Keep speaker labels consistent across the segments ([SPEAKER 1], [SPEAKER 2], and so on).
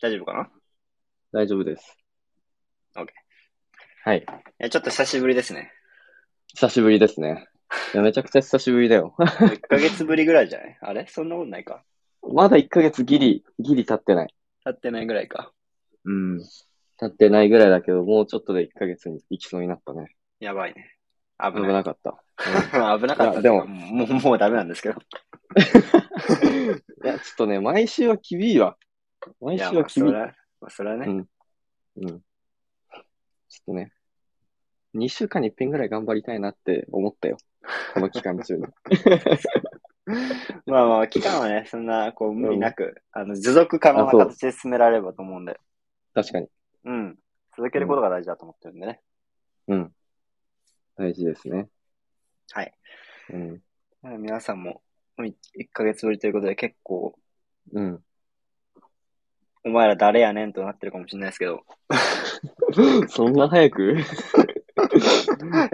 [SPEAKER 1] 大丈夫かな
[SPEAKER 2] 大丈夫です。
[SPEAKER 1] OK
[SPEAKER 2] はい。
[SPEAKER 1] え、ちょっと久しぶりですね。
[SPEAKER 2] 久しぶりですね。いや、めちゃくちゃ久しぶりだよ。
[SPEAKER 1] 1ヶ月ぶりぐらいじゃないあ れそんなことないか。
[SPEAKER 2] まだ1ヶ月ギリ、ギリ経ってない。
[SPEAKER 1] 経ってないぐらいか。
[SPEAKER 2] うん。経ってないぐらいだけど、もうちょっとで1ヶ月に行きそうになったね。
[SPEAKER 1] やばいね。危
[SPEAKER 2] 危
[SPEAKER 1] ない。
[SPEAKER 2] なかった。
[SPEAKER 1] 危なかった。
[SPEAKER 2] いやでも
[SPEAKER 1] もう、もうダメなんですけ ど。
[SPEAKER 2] いや、ちょっとね、毎週は厳いわ。毎
[SPEAKER 1] いや、
[SPEAKER 2] 週
[SPEAKER 1] ま
[SPEAKER 2] は
[SPEAKER 1] あ、そ
[SPEAKER 2] 厳い。
[SPEAKER 1] れは、まあ、それはね、
[SPEAKER 2] うんうん。ちょっとね、2週間に1遍ぐらい頑張りたいなって思っ たよ。この期間中に。
[SPEAKER 1] まあまあ、期間はね、そんな、こう、無理なく、あの、持続可能な形で進められればと思うんで、
[SPEAKER 2] 確かに。
[SPEAKER 1] うん。続けることが大事だと思ってるんでね。
[SPEAKER 2] うん。大事ですね。
[SPEAKER 1] はい。
[SPEAKER 2] うん。
[SPEAKER 1] 皆さんも、1ヶ月ぶりということで、結構、
[SPEAKER 2] うん。
[SPEAKER 1] お前ら誰やねんとなってるかもしれないですけど、
[SPEAKER 2] そんな早く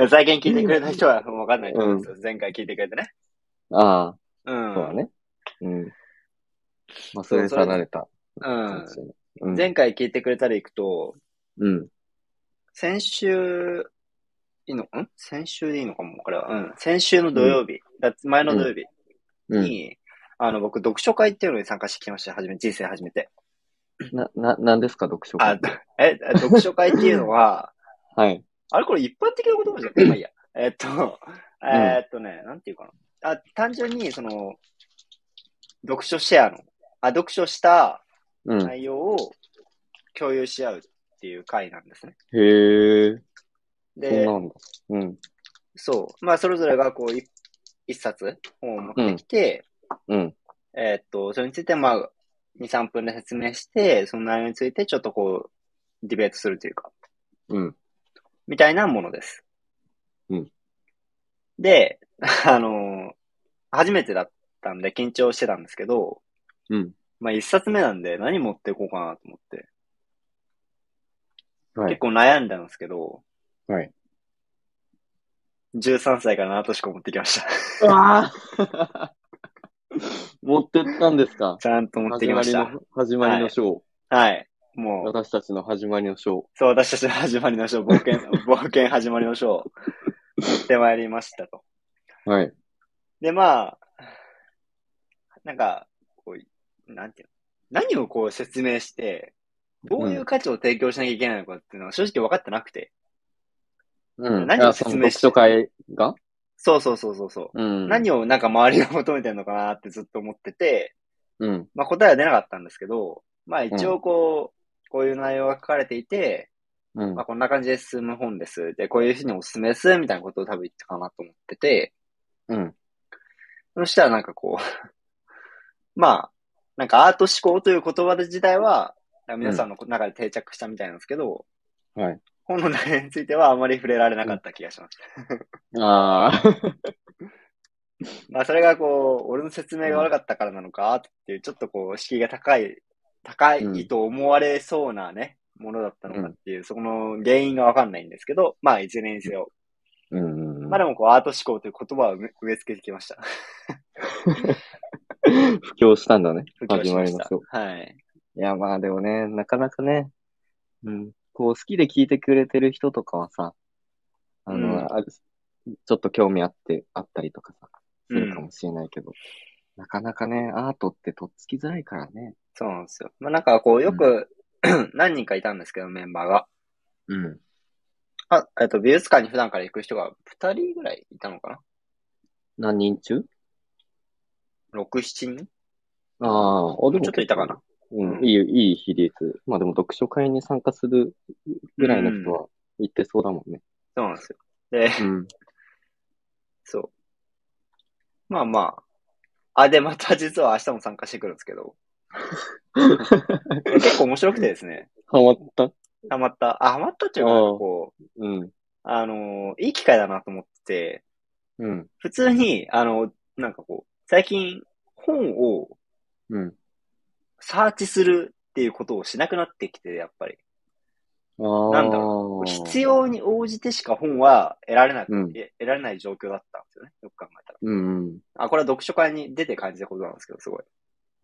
[SPEAKER 1] 最近聞いてくれた人は分かんないと思うんですよ。前回聞いてくれてね。
[SPEAKER 2] ああ、
[SPEAKER 1] うん。
[SPEAKER 2] そうだね。うん。まあ、それで
[SPEAKER 1] そうそれで
[SPEAKER 2] 離れた。
[SPEAKER 1] うん。
[SPEAKER 2] うん。
[SPEAKER 1] 前回聞いてくれたら行くと、
[SPEAKER 2] うん。
[SPEAKER 1] 先週、いいのん先週でいいのかも、これは。うん。先週の土曜日、だ前の土曜日
[SPEAKER 2] うん。
[SPEAKER 1] に、あの、僕、読書会っていうのに参加してきました。初め、人生初めて。
[SPEAKER 2] な、な、なんですか、読書
[SPEAKER 1] あ
[SPEAKER 2] 会。、
[SPEAKER 1] え、読書会っていうの は、
[SPEAKER 2] はい。
[SPEAKER 1] あれこれ一般的な言葉じゃん。まあいいや。えっと、えっとね、なんていうかな。あ、単純に、その、読書シェアの、あ、読書した
[SPEAKER 2] うん。
[SPEAKER 1] 内容を共有し合うっていう会なんですね。
[SPEAKER 2] へえ、そ
[SPEAKER 1] で
[SPEAKER 2] う、なんだ。うん。
[SPEAKER 1] そう。まあ、それぞれがこう、い一冊本を持ってきて、
[SPEAKER 2] うん。
[SPEAKER 1] えーっと、それについてまあ、2、3分で説明して、その内容についてちょっとこう、ディベートするというか、
[SPEAKER 2] うん。
[SPEAKER 1] みたいなものです。
[SPEAKER 2] うん。
[SPEAKER 1] で、 あのー初めてだったんで緊張してたんですけど、
[SPEAKER 2] うん。
[SPEAKER 1] まあ、一冊目なんで何持っていこうかなと思って、
[SPEAKER 2] は
[SPEAKER 1] 結
[SPEAKER 2] い。
[SPEAKER 1] 構悩んだんですけど、
[SPEAKER 2] はい。
[SPEAKER 1] 13歳から7としか持ってきました。
[SPEAKER 2] うわあ 持ってったんですか
[SPEAKER 1] ちゃんと持ってきまし
[SPEAKER 2] 始
[SPEAKER 1] た
[SPEAKER 2] まり。の、始まりの章。
[SPEAKER 1] はい。もう、
[SPEAKER 2] 私たちの始まりの章。
[SPEAKER 1] そう、私たちの始まりのショー、冒 険、冒険始まりのショー、やってまいりましたと。
[SPEAKER 2] はい。
[SPEAKER 1] で、まあ、なんか、こう、なんていうの何をこう説明して、どういう価値を提供しなきゃいけないのかっていうのは正直分かってなくて。
[SPEAKER 2] うん。
[SPEAKER 1] 何を
[SPEAKER 2] あその
[SPEAKER 1] 説明して
[SPEAKER 2] 読書会が
[SPEAKER 1] そうそうそうそうそう。
[SPEAKER 2] うん。
[SPEAKER 1] 何
[SPEAKER 2] を
[SPEAKER 1] をなんか周りが求めてるのかなってずっと思ってて、
[SPEAKER 2] うん。
[SPEAKER 1] まあ答えは出なかったんですけど、まあ一応こう、こういう内容が書かれていて、
[SPEAKER 2] うん
[SPEAKER 1] まあ、。こんな感じで進む本です。で、こういうふうにおすすめです。みたいなことを多分言ったかなと思ってて、
[SPEAKER 2] うん。
[SPEAKER 1] そしたらなんかこう、 まあ、なんかアート思考という言葉自体は、なんか皆さんの中で定着したみたいなんですけど、
[SPEAKER 2] はい。
[SPEAKER 1] 本の内容についてはあまり触れられなかった気がします。
[SPEAKER 2] ああ。
[SPEAKER 1] まあ、それがこう、俺の説明が悪かったからなのか、っていう、ちょっとこう、敷居が高い、高いと思われそうなね、ものだったのかっていう、そこの原因がわかんないんですけど、まあ、いずれにせよ、
[SPEAKER 2] うん。
[SPEAKER 1] まあでもこう、アート思考という言葉を植え付けてきま した。
[SPEAKER 2] 布教したんだね。
[SPEAKER 1] 布教
[SPEAKER 2] 始
[SPEAKER 1] し
[SPEAKER 2] ま
[SPEAKER 1] ま
[SPEAKER 2] り
[SPEAKER 1] し
[SPEAKER 2] の
[SPEAKER 1] た
[SPEAKER 2] 章。
[SPEAKER 1] はい。
[SPEAKER 2] いや、まあでもね、なかなかね、うん、こう好きで聞いてくれてる人とかはさ、あの、
[SPEAKER 1] うん
[SPEAKER 2] あるちょっと興味あって、あったりとかさ、するかもしれないけど、なかなかね、アートってとっつきづらいからね。
[SPEAKER 1] そうなんですよ。まあなんかこう、よく、 何人かいたんですけど、メンバーが。
[SPEAKER 2] うん。
[SPEAKER 1] あ、えっと、美術館に普段から行く人が2人ぐらいいたのか
[SPEAKER 2] 何人中
[SPEAKER 1] な ?6、7人
[SPEAKER 2] ああ、お、でも
[SPEAKER 1] ちょっといたかな。
[SPEAKER 2] うん、いい、いい比率。まあでも読書会に参加するぐらいの人は行ってそうだもんね。
[SPEAKER 1] そうなんですよ。で、
[SPEAKER 2] うん。
[SPEAKER 1] そう。まあまあ。あ、で、また実は明日も参加してくるんですけ ど。結構面白くてですね。
[SPEAKER 2] ハマった
[SPEAKER 1] ハマった。あ、ハマったっていうか、なんかこう、
[SPEAKER 2] うん。
[SPEAKER 1] あのーいい機会だなと思ってて、
[SPEAKER 2] うん。
[SPEAKER 1] 普通に、あの、なんかこう、最近本を
[SPEAKER 2] うん。
[SPEAKER 1] サーチするっていうことをしなくなってきて、やっぱり。
[SPEAKER 2] ああ。
[SPEAKER 1] なんだ必要に応じてしか本は得られなく、
[SPEAKER 2] うん
[SPEAKER 1] 得られない状況だったんですよね。よく考えたら。
[SPEAKER 2] うんうん。
[SPEAKER 1] あ、これは読書会に出て感じたことなんですけど、すごい。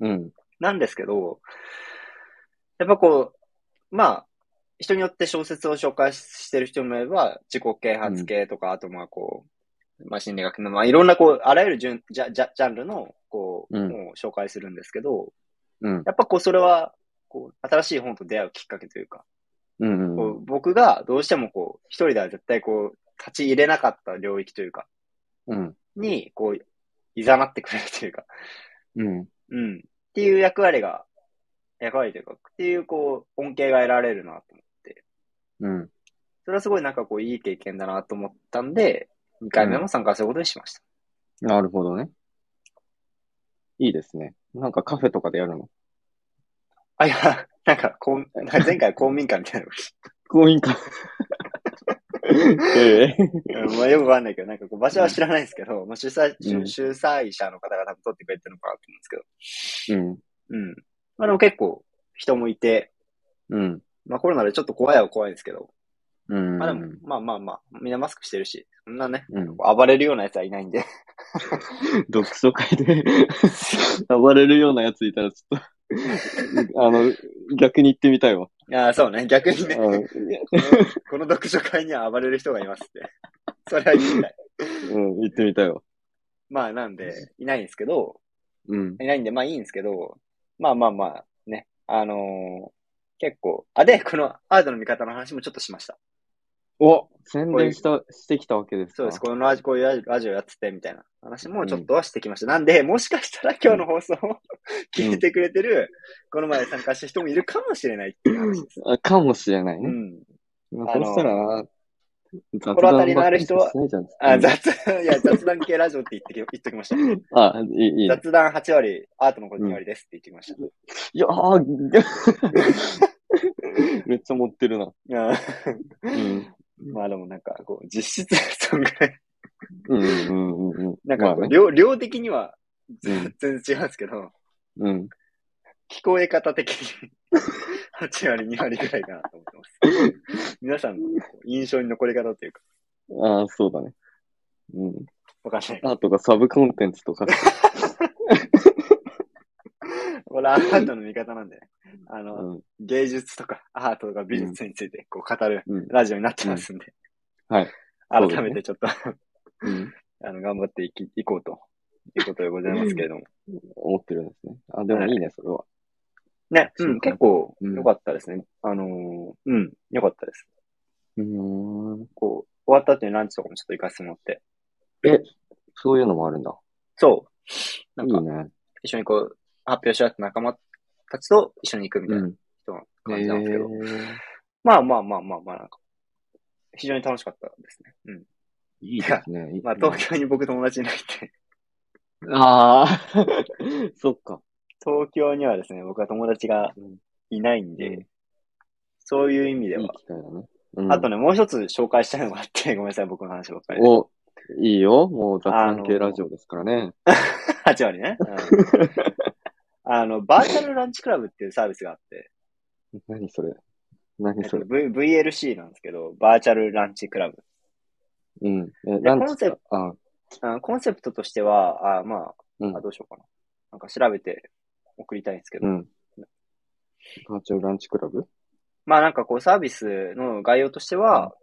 [SPEAKER 2] うん。
[SPEAKER 1] なんですけど、やっぱこう、まあ、人によって小説を紹介してる人もいれば、自己啓発系とか、あとまあこう、まあ心理学の、まあいろんなこう、あらゆるジュンジャジャジャンルの、こう、
[SPEAKER 2] うん
[SPEAKER 1] 本を紹介するんですけど、
[SPEAKER 2] うん。
[SPEAKER 1] やっぱこう、それは、こう、新しい本と出会うきっかけというか、
[SPEAKER 2] うん。
[SPEAKER 1] こう僕がどうしてもこう、一人では絶対こう、立ち入れなかった領域というか、
[SPEAKER 2] うん。
[SPEAKER 1] に、こう、誘ってくれるというか、
[SPEAKER 2] うん。
[SPEAKER 1] うん。っていう役割が、役割というか、っていうこう、恩恵が得られるなと思う。
[SPEAKER 2] うん。
[SPEAKER 1] それはすごいなんかこう、いい経験だなと思ったんで、2回目も参加することにしました。
[SPEAKER 2] なるほどね。いいですね。なんかカフェとかでやるの
[SPEAKER 1] あ、いや、 なんか、こう、なんか前回公民館みたい なの
[SPEAKER 2] 公民館。ええ。
[SPEAKER 1] うんまあよくわかんないけど、なんかこう場所は知らないですけど、まあ主催、
[SPEAKER 2] う
[SPEAKER 1] 主
[SPEAKER 2] ん
[SPEAKER 1] 主催者の方が多分取ってくれてるのかなと思うんですけど。
[SPEAKER 2] うん。
[SPEAKER 1] うん。まあでも結構人もいて、
[SPEAKER 2] うん。
[SPEAKER 1] まあコロナでちょっと怖いは怖いんですけど、
[SPEAKER 2] うん。
[SPEAKER 1] まあでも、まあまあまあ、みんなマスクしてるし、そんなね、
[SPEAKER 2] うん。
[SPEAKER 1] 暴れるようなやつはいないんで。
[SPEAKER 2] 読書会で暴れるようなやついたらちょっと、あの、逆に行ってみたいわ。
[SPEAKER 1] ああ、そうね、逆にね、こ
[SPEAKER 2] うん
[SPEAKER 1] のこの読書会には暴れる人がいますって。 それは言いたい。
[SPEAKER 2] うん、行ってみたいわ。
[SPEAKER 1] まあなんで、いないんですけど、
[SPEAKER 2] うん。
[SPEAKER 1] いないんで、まあいいんですけど、まあまあまあ、ね、あのー結構、あ、で、このアートの見方の話もちょっとしました。
[SPEAKER 2] お宣伝した、してきたわけですか
[SPEAKER 1] そうです。このラジこういうラジオやっててみたいな話もちょっとはしてきました。なんで、もしかしたら今日の放送を聞いてくれてる、この前参加した人もいるかもしれないっていう話です。
[SPEAKER 2] あかもしれないうね。
[SPEAKER 1] ん。
[SPEAKER 2] まあ、
[SPEAKER 1] あ
[SPEAKER 2] そ
[SPEAKER 1] の
[SPEAKER 2] したら、雑
[SPEAKER 1] 心当たりのある人は
[SPEAKER 2] ばっかりしないじゃん
[SPEAKER 1] あ、雑、いや、雑談系ラジオって言ってき、言っときました。
[SPEAKER 2] あ、いい、いい。
[SPEAKER 1] 雑談8割、アートのこと2割ですって言ってきました。
[SPEAKER 2] いやー めっちゃ持ってるな。
[SPEAKER 1] う
[SPEAKER 2] うんん。
[SPEAKER 1] まあでもなん か、こう、実質、そんぐらい。
[SPEAKER 2] うん、うん、うん。
[SPEAKER 1] なん
[SPEAKER 2] ま
[SPEAKER 1] か
[SPEAKER 2] あ
[SPEAKER 1] こう、
[SPEAKER 2] ね
[SPEAKER 1] 量、量的には、
[SPEAKER 2] うん
[SPEAKER 1] 全然違うんですけど、
[SPEAKER 2] うん。
[SPEAKER 1] 聞こえ方的に8割、2割ぐらいかなと思ってます。皆さんのこう印象に残り方というか、
[SPEAKER 2] ああ、そうだね。うん。
[SPEAKER 1] わかんない。
[SPEAKER 2] あとがサブコンテンツとか。
[SPEAKER 1] これアートの見方なんでね、あ
[SPEAKER 2] う
[SPEAKER 1] の、
[SPEAKER 2] ん。
[SPEAKER 1] 芸術とかアートとか美術についてこう語る
[SPEAKER 2] うん。
[SPEAKER 1] ラジオになってますんで、
[SPEAKER 2] うんはい。そうですね
[SPEAKER 1] 改めてちょっと、
[SPEAKER 2] うん。
[SPEAKER 1] あの、頑張っていき、いこうと。いうことでございますけれども。
[SPEAKER 2] 思ってるんですね。あ、でもいいね、それは。
[SPEAKER 1] ね、、
[SPEAKER 2] そううん
[SPEAKER 1] 結構
[SPEAKER 2] うん
[SPEAKER 1] 良かったですね。あのーうん、良かったです。
[SPEAKER 2] うーん。
[SPEAKER 1] こう、終わった後にランチとかもちょっと行かせてもらって。
[SPEAKER 2] そういうのもあるんだ。
[SPEAKER 1] そう。なん
[SPEAKER 2] いい
[SPEAKER 1] か、
[SPEAKER 2] ね。
[SPEAKER 1] 一緒にこう、発表し合った仲間たちと一緒に行くみたいな。人の感じなんですけど。
[SPEAKER 2] え
[SPEAKER 1] まあまあまあまあまあ、なんか、非常に楽しかったですね。うん。
[SPEAKER 2] ーいいですね。いい
[SPEAKER 1] まあ、東京に僕友達いないんで、
[SPEAKER 2] ああ、 そっか。
[SPEAKER 1] 東京にはですね、僕は友達が
[SPEAKER 2] うん
[SPEAKER 1] いないんで、
[SPEAKER 2] うん
[SPEAKER 1] そういう意味で
[SPEAKER 2] いい
[SPEAKER 1] は。
[SPEAKER 2] 機会だね。うん
[SPEAKER 1] あとね、もう一つ紹介したいのがあって、 ごめんなさい、僕の話ばっかりで。
[SPEAKER 2] お、いいよ。もう雑談系ラジオですからね。
[SPEAKER 1] 8割ね。うん、 あの、バーチャルランチクラブっていうサービスがあって、
[SPEAKER 2] 何それ何
[SPEAKER 1] えっ
[SPEAKER 2] そ
[SPEAKER 1] と
[SPEAKER 2] れ
[SPEAKER 1] v、VLC なんですけど、バーチャルランチクラブ。
[SPEAKER 2] うん。え、
[SPEAKER 1] で
[SPEAKER 2] ラン
[SPEAKER 1] コン
[SPEAKER 2] チ
[SPEAKER 1] セプ
[SPEAKER 2] あ、
[SPEAKER 1] あコンセプトとしては、あま
[SPEAKER 2] う
[SPEAKER 1] あ、あ
[SPEAKER 2] ん。
[SPEAKER 1] どうしようかな。なんか調べて送りたいんですけど、
[SPEAKER 2] うん。バーチャルランチクラブ
[SPEAKER 1] まあなんかこうサービスの概要としては、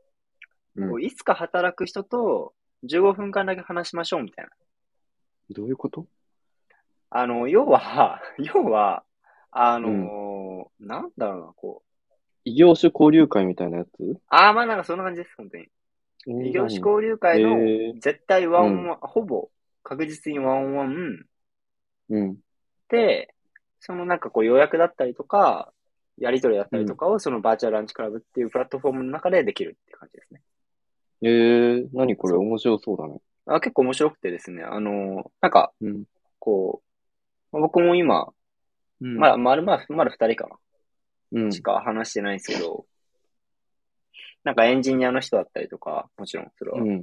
[SPEAKER 2] うん
[SPEAKER 1] こういつか働く人と15分間だけ話しましょうみたいな。
[SPEAKER 2] どういうこと
[SPEAKER 1] あの、要は、 要は、あのーなんだろうな、こう。
[SPEAKER 2] 異業種交流会みたいなやつ
[SPEAKER 1] ああ、まあなんかそんな感じです、本当に。異業種交流会の
[SPEAKER 2] えー
[SPEAKER 1] 絶対ワンオンワン、ほぼ確実にワンオンワン
[SPEAKER 2] うん。
[SPEAKER 1] で、そのなんかこう予約だったりとか、やり取りだったりとかをそのバーチャルランチクラブっていうプラットフォームの中でできるって感じですね。
[SPEAKER 2] えー、何これ
[SPEAKER 1] そう
[SPEAKER 2] 面白そうだね。
[SPEAKER 1] あ結構面白くてですね、あのーなんか
[SPEAKER 2] うん。
[SPEAKER 1] こう、まあ僕も今、
[SPEAKER 2] うん
[SPEAKER 1] まだ、まだ、まだ、まだ二人か
[SPEAKER 2] うん
[SPEAKER 1] な。しか話してないんですけど、なんかエンジニアの人だったりとか、もちろんそれは。
[SPEAKER 2] う
[SPEAKER 1] で、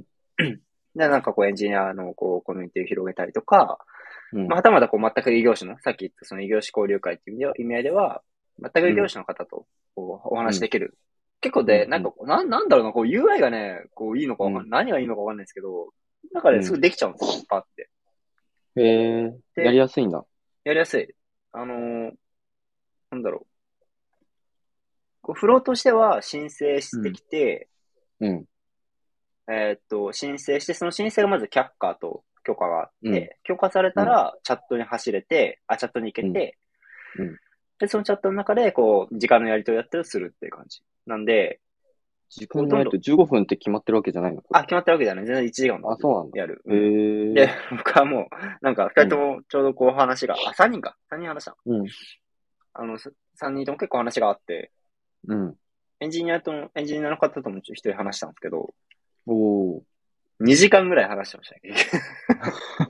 [SPEAKER 2] ん。
[SPEAKER 1] なんかこうエンジニアのこうコミュニティを広げたりとか、
[SPEAKER 2] うん
[SPEAKER 1] まあはたまたこう全く異業種の、さっき言ったその異業種交流会っていう意味では意味合いでは、全く異業種の方とこうお話しできる。結構で、
[SPEAKER 2] うん
[SPEAKER 1] なんかこう、なん、なんだろうな、こう UI がね、こういいのかわかん
[SPEAKER 2] う
[SPEAKER 1] ない、何がいいのかわかんないですけど、なんかね、すぐできちゃうんですよ、パッて。
[SPEAKER 2] えー、
[SPEAKER 1] で
[SPEAKER 2] やりやすいんだ。
[SPEAKER 1] やりやすい。あのーなんだろこうフローとしては申請してきて、
[SPEAKER 2] うん。
[SPEAKER 1] えーっと、申請して、その申請がまず却下と許可があって、
[SPEAKER 2] うん
[SPEAKER 1] 許可されたらチャットに走れて、あ、チャットに行けて、
[SPEAKER 2] うんうん
[SPEAKER 1] で、そのチャットの中で、こう、時間のやり取りだったりをするっていう感じ。なんで、
[SPEAKER 2] 時間ないと15分って決まってるわけじゃないの
[SPEAKER 1] あ、決まったわけじゃない。全然1時間
[SPEAKER 2] あ、そうなんだ。
[SPEAKER 1] やる。
[SPEAKER 2] へー
[SPEAKER 1] で、僕はもう、なんか、二人ともちょうどこう話が、あ、三人か。三人話したの。
[SPEAKER 2] うん。
[SPEAKER 1] あの、す三人とも結構話があって、
[SPEAKER 2] うん。
[SPEAKER 1] エンジニアとも、エンジニアの方とも一人話したんですけど、
[SPEAKER 2] おー。
[SPEAKER 1] 2時間ぐらい話してましたね。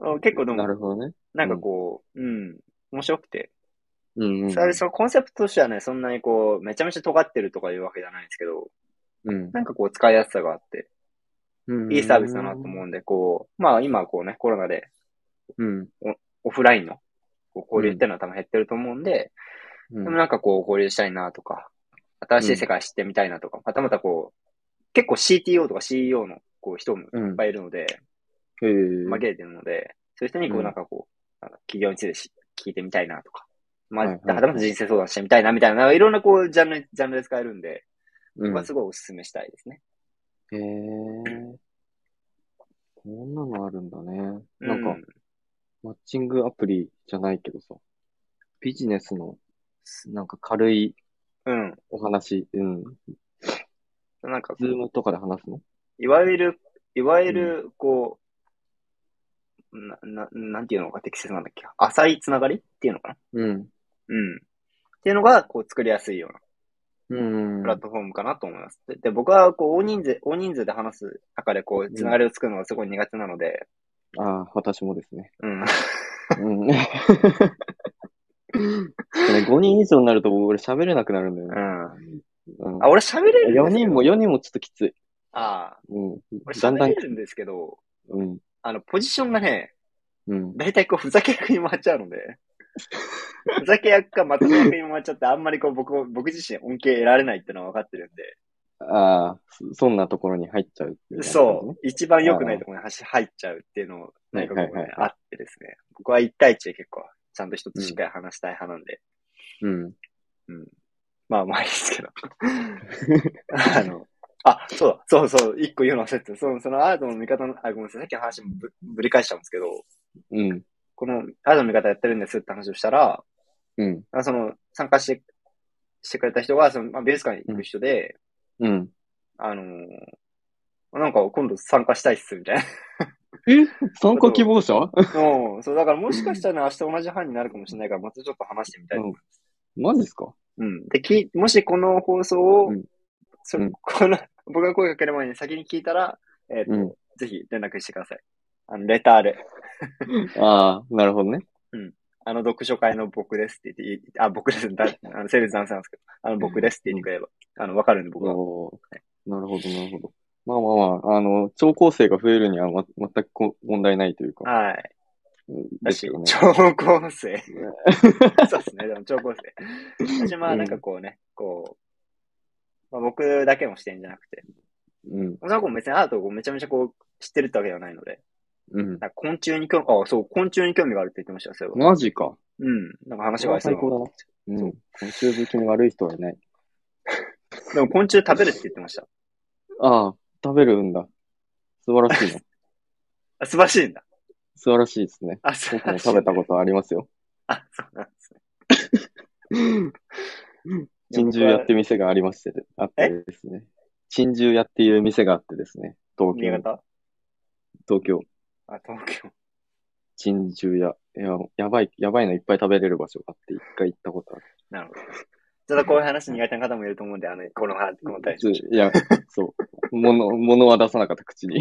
[SPEAKER 1] あ結構で
[SPEAKER 2] な
[SPEAKER 1] も、
[SPEAKER 2] るほどね。
[SPEAKER 1] なんかこう、うん、面白くて。
[SPEAKER 2] うん、うん。
[SPEAKER 1] それそのコンセプトとしてはね、そんなにこう、めちゃめちゃ尖ってるとかいうわけじゃないんですけど、
[SPEAKER 2] うん
[SPEAKER 1] なんかこう、使いやすさがあって、
[SPEAKER 2] うん
[SPEAKER 1] いいサービスだなと思うんで、こう、まあ今はこうね、コロナで
[SPEAKER 2] うん。
[SPEAKER 1] オフラインのこう交流っていうのは多分減ってると思うんで、
[SPEAKER 2] うん
[SPEAKER 1] でもなんかこう交流したいなとか、新しい世界知ってみたいなとか、はたまたこう、結構 CTO とか CEO のこう人もいっ
[SPEAKER 2] うん。
[SPEAKER 1] ぱいいるので、
[SPEAKER 2] へー
[SPEAKER 1] 紛れてるので、そういう人にこ
[SPEAKER 2] う
[SPEAKER 1] うんなんかこう、なんか企業についてし聞いてみたいなとか、まあ、
[SPEAKER 2] はい
[SPEAKER 1] は
[SPEAKER 2] はい
[SPEAKER 1] たまた人生相談してみたいなみたいな、なんかいろんなこうジャンル、ジャンルで使えるんで、
[SPEAKER 2] う
[SPEAKER 1] 僕
[SPEAKER 2] ん
[SPEAKER 1] はすごいお勧めしたいですね。
[SPEAKER 2] へえ。こんなのあるんだね。なんか、
[SPEAKER 1] う
[SPEAKER 2] マッチングアプリじゃないけどさ、ビジネスの、なんか軽い
[SPEAKER 1] うん。
[SPEAKER 2] お話、うん。
[SPEAKER 1] なんかこ
[SPEAKER 2] ズ
[SPEAKER 1] う
[SPEAKER 2] ームとかで話すの
[SPEAKER 1] いわゆる、いわゆる、こう、な、な、なんていうのが適切なんだっけ浅いつながりっていうのかな
[SPEAKER 2] うん。
[SPEAKER 1] うん。っていうのが、こう、作りやすいような
[SPEAKER 2] うん。
[SPEAKER 1] プラットフォームかなと思います。で、で僕は、こう、大人数、大人数で話す中で、こう、つながりを作るのがすごい苦手なので、
[SPEAKER 2] ああ、私もですね。
[SPEAKER 1] うん。
[SPEAKER 2] うん。5人以上になると俺喋れなくなるんだよ
[SPEAKER 1] う
[SPEAKER 2] ね。
[SPEAKER 1] ん。
[SPEAKER 2] うん
[SPEAKER 1] あ、俺喋れるんです
[SPEAKER 2] 4人も、4人もちょっときつい。
[SPEAKER 1] ああ、
[SPEAKER 2] うん。
[SPEAKER 1] 俺
[SPEAKER 2] だん
[SPEAKER 1] 喋
[SPEAKER 2] だん
[SPEAKER 1] れ、るんですけど、
[SPEAKER 2] うん。
[SPEAKER 1] あの、ポジションがね、
[SPEAKER 2] うん。
[SPEAKER 1] 大体こう、ふざけ役に回っちゃうので、ふざけ役かまとめ役に回っちゃって、あんまりこう、僕を、僕自身恩恵得られないってのは分かってるんで、
[SPEAKER 2] ああ、そそんなところに入っちゃうってい感じね
[SPEAKER 1] そう。一番良くないところに箸入っちゃうっていうのを、なんかこうね
[SPEAKER 2] はいはいはい
[SPEAKER 1] あってですね。僕は一対一で結構、ちゃんと一つしっかり話したい派なんで、
[SPEAKER 2] うん。
[SPEAKER 1] まあまあいいですけ ど。 あの、あ、そうだ、そうそう、一個言うの忘れてた。その、そのアートの見方の、あ、ごめんなさい、さっきの話もぶぶり返したんですけど、
[SPEAKER 2] うん。
[SPEAKER 1] このアートの見方やってるんですって話をしたら、
[SPEAKER 2] うん。
[SPEAKER 1] あその、参加して、してくれた人が、その、まあ、美術館に行く人で、
[SPEAKER 2] うん。
[SPEAKER 1] あのーなんか今度参加したいっす、みたいな。
[SPEAKER 2] 参加希望者
[SPEAKER 1] うん、そう、だからもしかしたらね、明日同じ班になるかもしれないから、またちょっと話してみたいと思います。
[SPEAKER 2] マジっすか
[SPEAKER 1] うん。で、き、もしこの放送を、
[SPEAKER 2] うん
[SPEAKER 1] そうれ
[SPEAKER 2] ん
[SPEAKER 1] この、僕が声かける前に先に聞いたら、えっ、と、
[SPEAKER 2] うん
[SPEAKER 1] ぜひ連絡してください。あの、レターで、
[SPEAKER 2] ああ、なるほどね。
[SPEAKER 1] あの、読書会の僕ですって言って、あ、僕です、だあの、性別男性なんですけど、あの、僕ですって言ってくれれば、あの、わかるんで僕は。
[SPEAKER 2] おーなるほど、なるほど。まあまあまあ、あの、超高生が増えるにはま、全くこ問題ないというか。
[SPEAKER 1] はい。
[SPEAKER 2] うんで
[SPEAKER 1] 私
[SPEAKER 2] すよね。
[SPEAKER 1] 超高生。 そうですね、でも超高生。私、まあ、なんかこうね、こう、まあ、僕だけの視点じゃなくて、
[SPEAKER 2] うん、
[SPEAKER 1] 小沢君も別にアートをめちゃめちゃこう、知ってるってわけではないので、
[SPEAKER 2] うん。
[SPEAKER 1] なんか昆虫に興味、あ、そう、昆虫に興味があるって言ってましたよ、それは。
[SPEAKER 2] マジか。
[SPEAKER 1] うん。なんか話
[SPEAKER 2] そ
[SPEAKER 1] が合
[SPEAKER 2] れはい
[SPEAKER 1] そう
[SPEAKER 2] 最
[SPEAKER 1] だ
[SPEAKER 2] 高だな。うん。昆虫好きに悪い人はいない。
[SPEAKER 1] な。でも昆虫食べるって言ってました。
[SPEAKER 2] ああ、食べるんだ。素晴らしい な。
[SPEAKER 1] あ、素晴らしいんだ。
[SPEAKER 2] 素晴らしいですね。
[SPEAKER 1] あ、素晴
[SPEAKER 2] 僕
[SPEAKER 1] ら
[SPEAKER 2] も
[SPEAKER 1] しい、
[SPEAKER 2] 食べたことありますよ。
[SPEAKER 1] あ、そうなんですね。
[SPEAKER 2] 珍獣屋って店がありまして、あってですね。珍獣屋っていう店があってですね。東
[SPEAKER 1] 新
[SPEAKER 2] 京。
[SPEAKER 1] 潟
[SPEAKER 2] 東京。
[SPEAKER 1] あ、東京。
[SPEAKER 2] 珍獣屋。いや、やばい、やばいのいっぱい食べれる場所があって、一回行ったことある。
[SPEAKER 1] なるほど。ちょっとこういう話苦手な方もいると思うんで、あの、この話、この対象。
[SPEAKER 2] いや、そう。もの、ものは出さなかった、口に。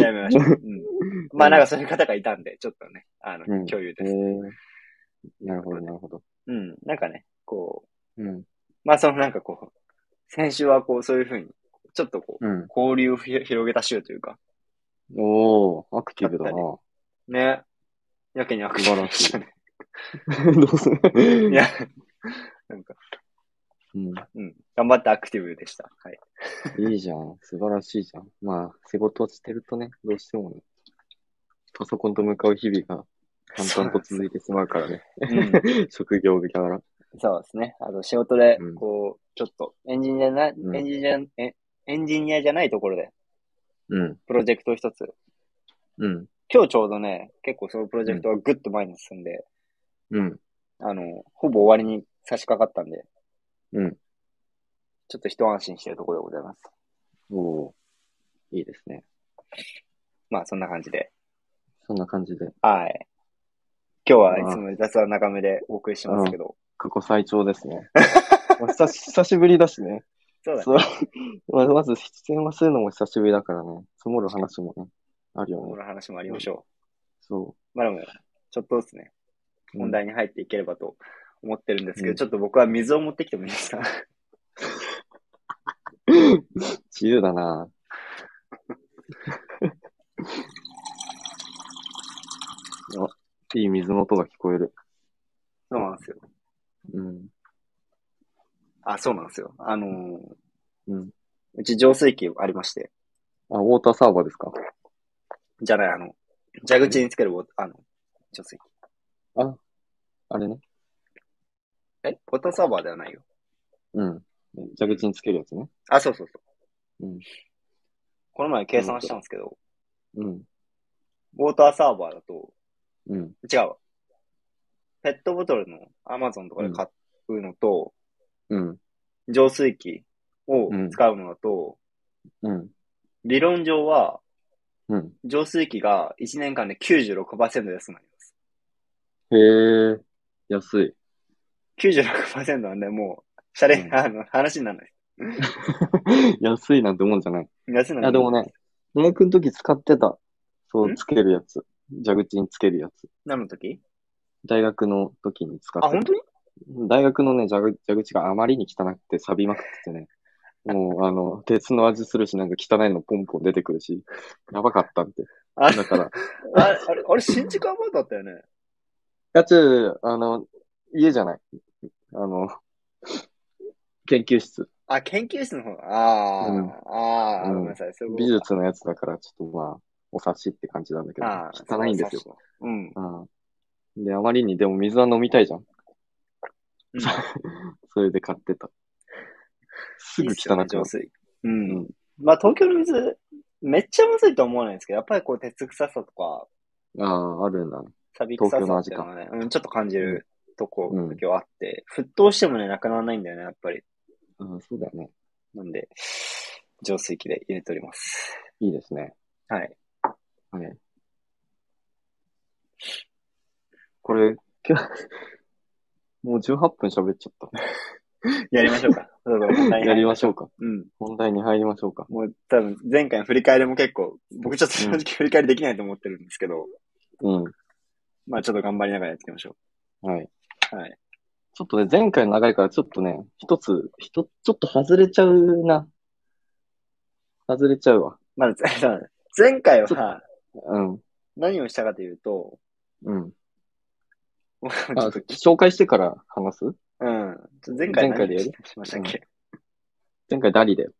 [SPEAKER 1] やめましょう。うん。まあなんかそういう方がいたんで、ちょっとね、あの、
[SPEAKER 2] うん
[SPEAKER 1] 共有
[SPEAKER 2] え
[SPEAKER 1] です。
[SPEAKER 2] ー、なるほど、なるほど。
[SPEAKER 1] うん。なんかね、こ
[SPEAKER 2] うん。
[SPEAKER 1] う、まあそのなんかこう、先週はこう、そういうふうに、ちょっとこう、
[SPEAKER 2] うん。
[SPEAKER 1] 交流をひろ広げた週というか、
[SPEAKER 2] おー、アクティブだな。ど
[SPEAKER 1] ね。やけに悪手でしたね。
[SPEAKER 2] うする
[SPEAKER 1] いや、なんか、
[SPEAKER 2] う
[SPEAKER 1] うん。頑張ってアクティブでした。はい。
[SPEAKER 2] ん。いいじゃん。素晴らしいじゃん。まあ、仕事をしてるとね、どうしてもね、パソコンと向かう日々が淡々と続いてしまうから ね。
[SPEAKER 1] うん。
[SPEAKER 2] 職業柄。
[SPEAKER 1] そうですね。あの、仕事で
[SPEAKER 2] うん、
[SPEAKER 1] こう、ちょっと、エンジニアな、
[SPEAKER 2] うん
[SPEAKER 1] エンジニア、え、エンジニアじゃないところで、
[SPEAKER 2] うん。
[SPEAKER 1] プロジェクトを一つ。
[SPEAKER 2] うん。
[SPEAKER 1] 今日ちょうどね、結構そのプロジェクトはぐっと前に進んで、
[SPEAKER 2] うん。
[SPEAKER 1] あの、ほぼ終わりに差し掛かったんで、
[SPEAKER 2] うん。
[SPEAKER 1] ちょっと一安心してるところでございます。
[SPEAKER 2] おおーいいですね。
[SPEAKER 1] まあ、そんな感じで。
[SPEAKER 2] そんな感じで。
[SPEAKER 1] はい。今日はいつもより雑談長めでお送りしてますけど。
[SPEAKER 2] 過去最長で すね。まあ久し久しぶりだしね。
[SPEAKER 1] そうだね。
[SPEAKER 2] そうまあまず出演はするのも久しぶりだからね。積もる話もね、あるよ
[SPEAKER 1] こ
[SPEAKER 2] ね。
[SPEAKER 1] の話もありましょ。
[SPEAKER 2] そう
[SPEAKER 1] まあでも、ちょっとずつね、
[SPEAKER 2] う。
[SPEAKER 1] 問題に入っていければと思ってるんですけど、
[SPEAKER 2] うん
[SPEAKER 1] ちょっと僕は水を持ってきてもいいですか
[SPEAKER 2] 自由だな ぁあいい水の音が聞こえる。
[SPEAKER 1] そうなんですよ。
[SPEAKER 2] うん。
[SPEAKER 1] あ、そうなんですよ。あのー
[SPEAKER 2] うん。
[SPEAKER 1] うち浄水器ありまして、
[SPEAKER 2] あ、ウォーターサーバーですか
[SPEAKER 1] じゃない、あの、蛇口につけるボあの、浄水器。
[SPEAKER 2] あれね。
[SPEAKER 1] えウォーターサーバーではないよ。
[SPEAKER 2] うん。蛇口につけるやつね。
[SPEAKER 1] あ、そうそうそう。
[SPEAKER 2] うん
[SPEAKER 1] この前計算したんですけど、
[SPEAKER 2] うん。
[SPEAKER 1] ウォーターサーバーだと、
[SPEAKER 2] うん。
[SPEAKER 1] 違うわ。ペットボトルの Amazon とかで買うのと、
[SPEAKER 2] うん。
[SPEAKER 1] 浄水器を使うのだと、
[SPEAKER 2] うん。
[SPEAKER 1] 理論上は
[SPEAKER 2] うん。
[SPEAKER 1] 浄水器が1年間で96%安くなります。
[SPEAKER 2] へえ、安い。
[SPEAKER 1] 96%なんで、もう、シャレ、
[SPEAKER 2] うん
[SPEAKER 1] あの、話にならない。
[SPEAKER 2] 安いなんてもんじゃない。
[SPEAKER 1] 安い
[SPEAKER 2] い
[SPEAKER 1] な
[SPEAKER 2] や、
[SPEAKER 1] ん
[SPEAKER 2] で
[SPEAKER 1] て
[SPEAKER 2] もね、大学の時使ってた。そう、
[SPEAKER 1] ん
[SPEAKER 2] つけるやつ。蛇口につけるやつ。
[SPEAKER 1] 何の時
[SPEAKER 2] 大学の時に使っ
[SPEAKER 1] あ、
[SPEAKER 2] て
[SPEAKER 1] 本当に
[SPEAKER 2] た。大学のね、蛇口蛇口があまりに汚くて錆びまくっ ててね。もう、あの、鉄の味するし、なんか汚いのポンポン出てくるし、やばかったんで。
[SPEAKER 1] あ
[SPEAKER 2] だから、
[SPEAKER 1] あれ、あれ、あれ新宿アパートだったよね。
[SPEAKER 2] やつ、あの、家じゃない。あの、研究室。
[SPEAKER 1] あ、研究室の方。ああ、
[SPEAKER 2] うん
[SPEAKER 1] ああ、
[SPEAKER 2] うん
[SPEAKER 1] ごめんなさい。そういうこと
[SPEAKER 2] 美術のやつだから、ちょっとまあ、お察しって感じなんだけど、
[SPEAKER 1] ああ
[SPEAKER 2] 汚いんですよ。。
[SPEAKER 1] うん。
[SPEAKER 2] うん。で、あまりにでも水は飲みたいじゃん。
[SPEAKER 1] うん
[SPEAKER 2] それで買ってた。すぐ汚くな
[SPEAKER 1] 浄
[SPEAKER 2] る。
[SPEAKER 1] 水。う
[SPEAKER 2] うん
[SPEAKER 1] ん。まあ、東京の水、めっちゃむずいとは思わないんですけど、やっぱりこう、鉄臭さとか、
[SPEAKER 2] ああ、あるんだね。
[SPEAKER 1] 錆び臭さっていうのはね、うん、ちょっと感じるとこ、
[SPEAKER 2] うん
[SPEAKER 1] 時はあって、沸騰してもね、なくならないんだよね、やっぱり。
[SPEAKER 2] うん、そうだよね。
[SPEAKER 1] なんで、浄水器で入れております。
[SPEAKER 2] いいですね。
[SPEAKER 1] はい。
[SPEAKER 2] はい。これ、今日、 もう18分喋っちゃっ
[SPEAKER 1] やりましょう か。そうそう問
[SPEAKER 2] た。
[SPEAKER 1] 題に
[SPEAKER 2] やりましょうか。
[SPEAKER 1] うん。
[SPEAKER 2] 本題に入りましょうか。
[SPEAKER 1] もう多分、前回の振り返りも結構、僕ちょっと正直振り返りできないと思ってるんですけど、
[SPEAKER 2] うん。
[SPEAKER 1] まあちょっと頑張りながらやっていきましょ
[SPEAKER 2] はい。
[SPEAKER 1] う。はい。
[SPEAKER 2] ちょっとね、前回の長いから、ちょっとね、一つ、ひとちょっと外れちゃうな。外れちゃうわ。
[SPEAKER 1] まず、 前回は
[SPEAKER 2] うん。
[SPEAKER 1] 何をしたかというと、
[SPEAKER 2] うん。
[SPEAKER 1] もう ちょ
[SPEAKER 2] あ
[SPEAKER 1] っと、
[SPEAKER 2] 紹介してから話す
[SPEAKER 1] うん。ちょっと前回
[SPEAKER 2] 前回でやる
[SPEAKER 1] 何しましたっけ、
[SPEAKER 2] 前回ダリだよ。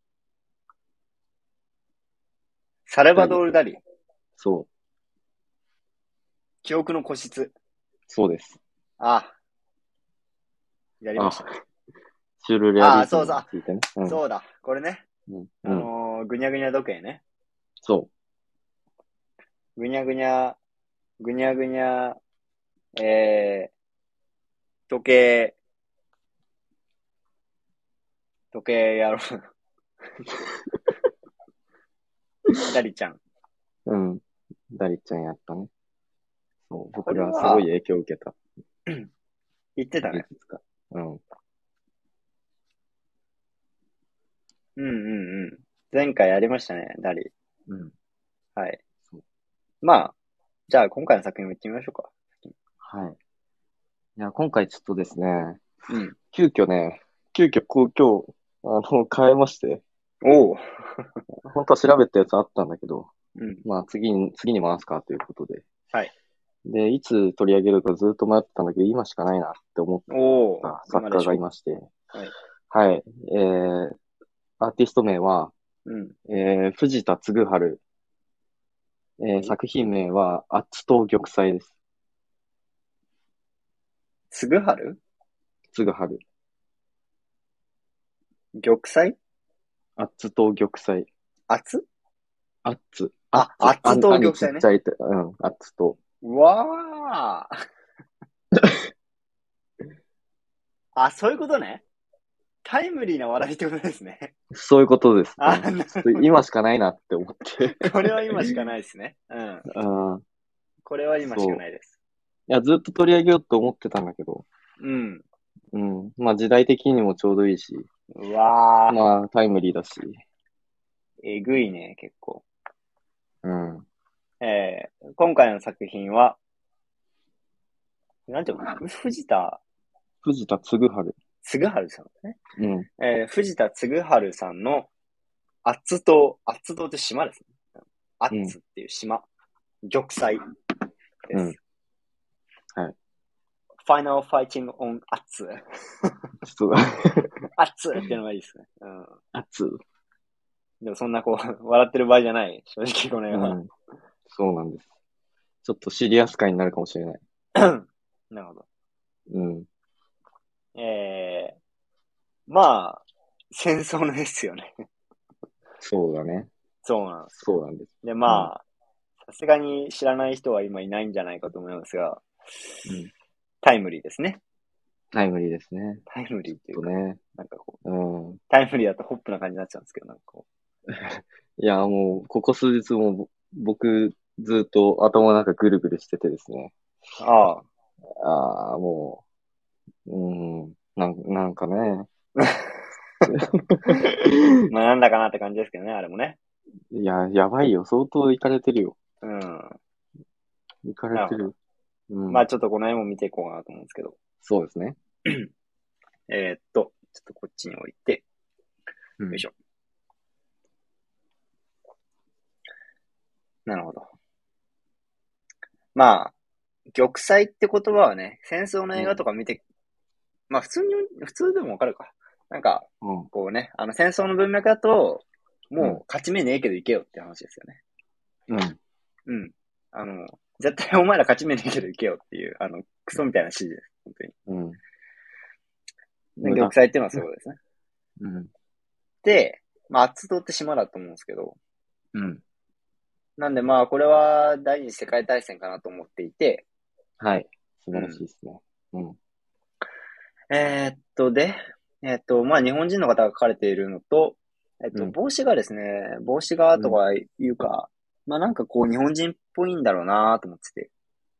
[SPEAKER 1] サルバドール・ダリ、
[SPEAKER 2] そう。
[SPEAKER 1] 記憶の個室。
[SPEAKER 2] そうです。
[SPEAKER 1] ああ。やりました。
[SPEAKER 2] シュルレアリズム
[SPEAKER 1] あそうそう
[SPEAKER 2] についてね。うん
[SPEAKER 1] そうだ、これね。
[SPEAKER 2] うん
[SPEAKER 1] あのーぐにゃぐにゃ時計ね。
[SPEAKER 2] そ
[SPEAKER 1] ぐにゃぐにゃ、ぐにゃぐにゃ、えー、時計、時計やろ う。ダリちゃん。
[SPEAKER 2] う。うん。ダリちゃんやったね。そう。僕らは
[SPEAKER 1] こ
[SPEAKER 2] す
[SPEAKER 1] れは
[SPEAKER 2] ごい影響を受けた。
[SPEAKER 1] 言ってた
[SPEAKER 2] い
[SPEAKER 1] ね。
[SPEAKER 2] くつか。うん。
[SPEAKER 1] うんうんうん。前回やりましたね、ダリ。
[SPEAKER 2] うん。
[SPEAKER 1] はい
[SPEAKER 2] そう。
[SPEAKER 1] まあ、じゃあ今回の作品も行ってみましょうか。
[SPEAKER 2] はい。いや、今回ちょっとですね、
[SPEAKER 1] うん。
[SPEAKER 2] 急遽ね、急遽こう今日、あの、変えまして、
[SPEAKER 1] おう。
[SPEAKER 2] 本当は調べたやつあったんだけど、
[SPEAKER 1] うん。
[SPEAKER 2] まあ次に、次に回すかということで。
[SPEAKER 1] はい。
[SPEAKER 2] で、いつ取り上げるかずっと迷ってたんだけど、今しかないなって思っ
[SPEAKER 1] おう
[SPEAKER 2] た。作家がいまして、
[SPEAKER 1] はい。
[SPEAKER 2] はい。えー、アーティスト名は、
[SPEAKER 1] うん。
[SPEAKER 2] えー、藤田嗣治。えー、作品名は、アッツと玉砕です。
[SPEAKER 1] つぐはる
[SPEAKER 2] つぐはる。
[SPEAKER 1] 玉砕
[SPEAKER 2] あっつと玉砕。
[SPEAKER 1] 厚
[SPEAKER 2] あっつ。
[SPEAKER 1] あ
[SPEAKER 2] っつ
[SPEAKER 1] あっつと玉砕ね
[SPEAKER 2] あんにちっちゃいって、うん、あっつと。
[SPEAKER 1] うわああ、そういうことね。タイムリーな笑いってことですね。
[SPEAKER 2] そういうことです、
[SPEAKER 1] あ
[SPEAKER 2] ね。
[SPEAKER 1] なる
[SPEAKER 2] ちょっと今しかないなって思って。
[SPEAKER 1] これは今しかないですね。うん。
[SPEAKER 2] うん。い
[SPEAKER 1] これは今しかないです。
[SPEAKER 2] や、ずっと取り上げようと思ってたんだけど。
[SPEAKER 1] うん。
[SPEAKER 2] うん。まあ時代的にもちょうどいいし、
[SPEAKER 1] うわあ、
[SPEAKER 2] まあタイムリーだし。
[SPEAKER 1] えぐいね、結構。
[SPEAKER 2] うん。
[SPEAKER 1] えー、今回の作品は、なんていうのふ藤田
[SPEAKER 2] 藤田嗣治。
[SPEAKER 1] 嗣治さんですね。
[SPEAKER 2] うん。
[SPEAKER 1] えー、藤田嗣治さんの、厚島、厚島って島ですね。
[SPEAKER 2] ん
[SPEAKER 1] 厚っていう島、玉砕です。
[SPEAKER 2] うんはい。
[SPEAKER 1] ファイナルファイティングオン厚。
[SPEAKER 2] ちょっと、
[SPEAKER 1] 厚っていうのがいいですね。うん。
[SPEAKER 2] 熱。
[SPEAKER 1] でもそんなこう、笑ってる場合じゃない。正直この
[SPEAKER 2] う
[SPEAKER 1] 絵は。
[SPEAKER 2] ん。そうなんです。ちょっとシリアス感になるかもしれない。
[SPEAKER 1] なるほど。
[SPEAKER 2] うん。
[SPEAKER 1] えー、まあ、戦争の絵っすよね。
[SPEAKER 2] そうだね。
[SPEAKER 1] そうなんです。
[SPEAKER 2] そうなんで
[SPEAKER 1] で、まあ、さすがに知らない人は今いないんじゃないかと思いますが、
[SPEAKER 2] す。うん。
[SPEAKER 1] タイムリーですね。
[SPEAKER 2] タイムリーですね。
[SPEAKER 1] タイムリーっていう
[SPEAKER 2] と
[SPEAKER 1] か、
[SPEAKER 2] ね。
[SPEAKER 1] なんかこう、
[SPEAKER 2] うん。
[SPEAKER 1] タイムリーだとホップな感じになっちゃうんですけど、なんかこ
[SPEAKER 2] いや、もう、ここ数日もぼ僕、ずっと頭の中ぐるぐるしててですね。
[SPEAKER 1] う。ああ。
[SPEAKER 2] ああ、もう、うん。なんなんかね。
[SPEAKER 1] まあ、なんだかなって感じですけどね、あれもね。
[SPEAKER 2] いや、やばいよ。相当いかれてるよ。
[SPEAKER 1] うん。
[SPEAKER 2] いかれてる。うん。
[SPEAKER 1] まあ、ちょっとこの絵も見ていこうかなと思うんですけど。
[SPEAKER 2] そうですね。
[SPEAKER 1] えー、っと、ちょっとこっちに置いて。
[SPEAKER 2] うん
[SPEAKER 1] よいしょなるほど。まあ、玉砕って言葉はね、戦争の映画とか見て、まあ普通に、普通でもわかるか。なんか、
[SPEAKER 2] うん。
[SPEAKER 1] こうね、あの戦争の文脈だと、もう勝ち目ねえけど行けよって話ですよね。
[SPEAKER 2] うん。
[SPEAKER 1] うん。あの、絶対お前ら勝ち目ねえけど行けよっていう、あの、クソみたいな指示です。本当に。
[SPEAKER 2] うん。
[SPEAKER 1] で玉砕っていうのはそういうことですね。
[SPEAKER 2] うん。
[SPEAKER 1] で、まあ、厚島って島だと思うんですけど、
[SPEAKER 2] うん。
[SPEAKER 1] なんでまあ、これは第二次世界大戦かなと思っていて、
[SPEAKER 2] はい。素晴らしいですね。うん。
[SPEAKER 1] えーっと、で、えーっと、まあ、日本人の方が書かれているのと、えーっと、
[SPEAKER 2] うん
[SPEAKER 1] 帽子がですね、帽子がとかいうか、まあ、なんかこう、日本人っぽいんだろうなと思ってて。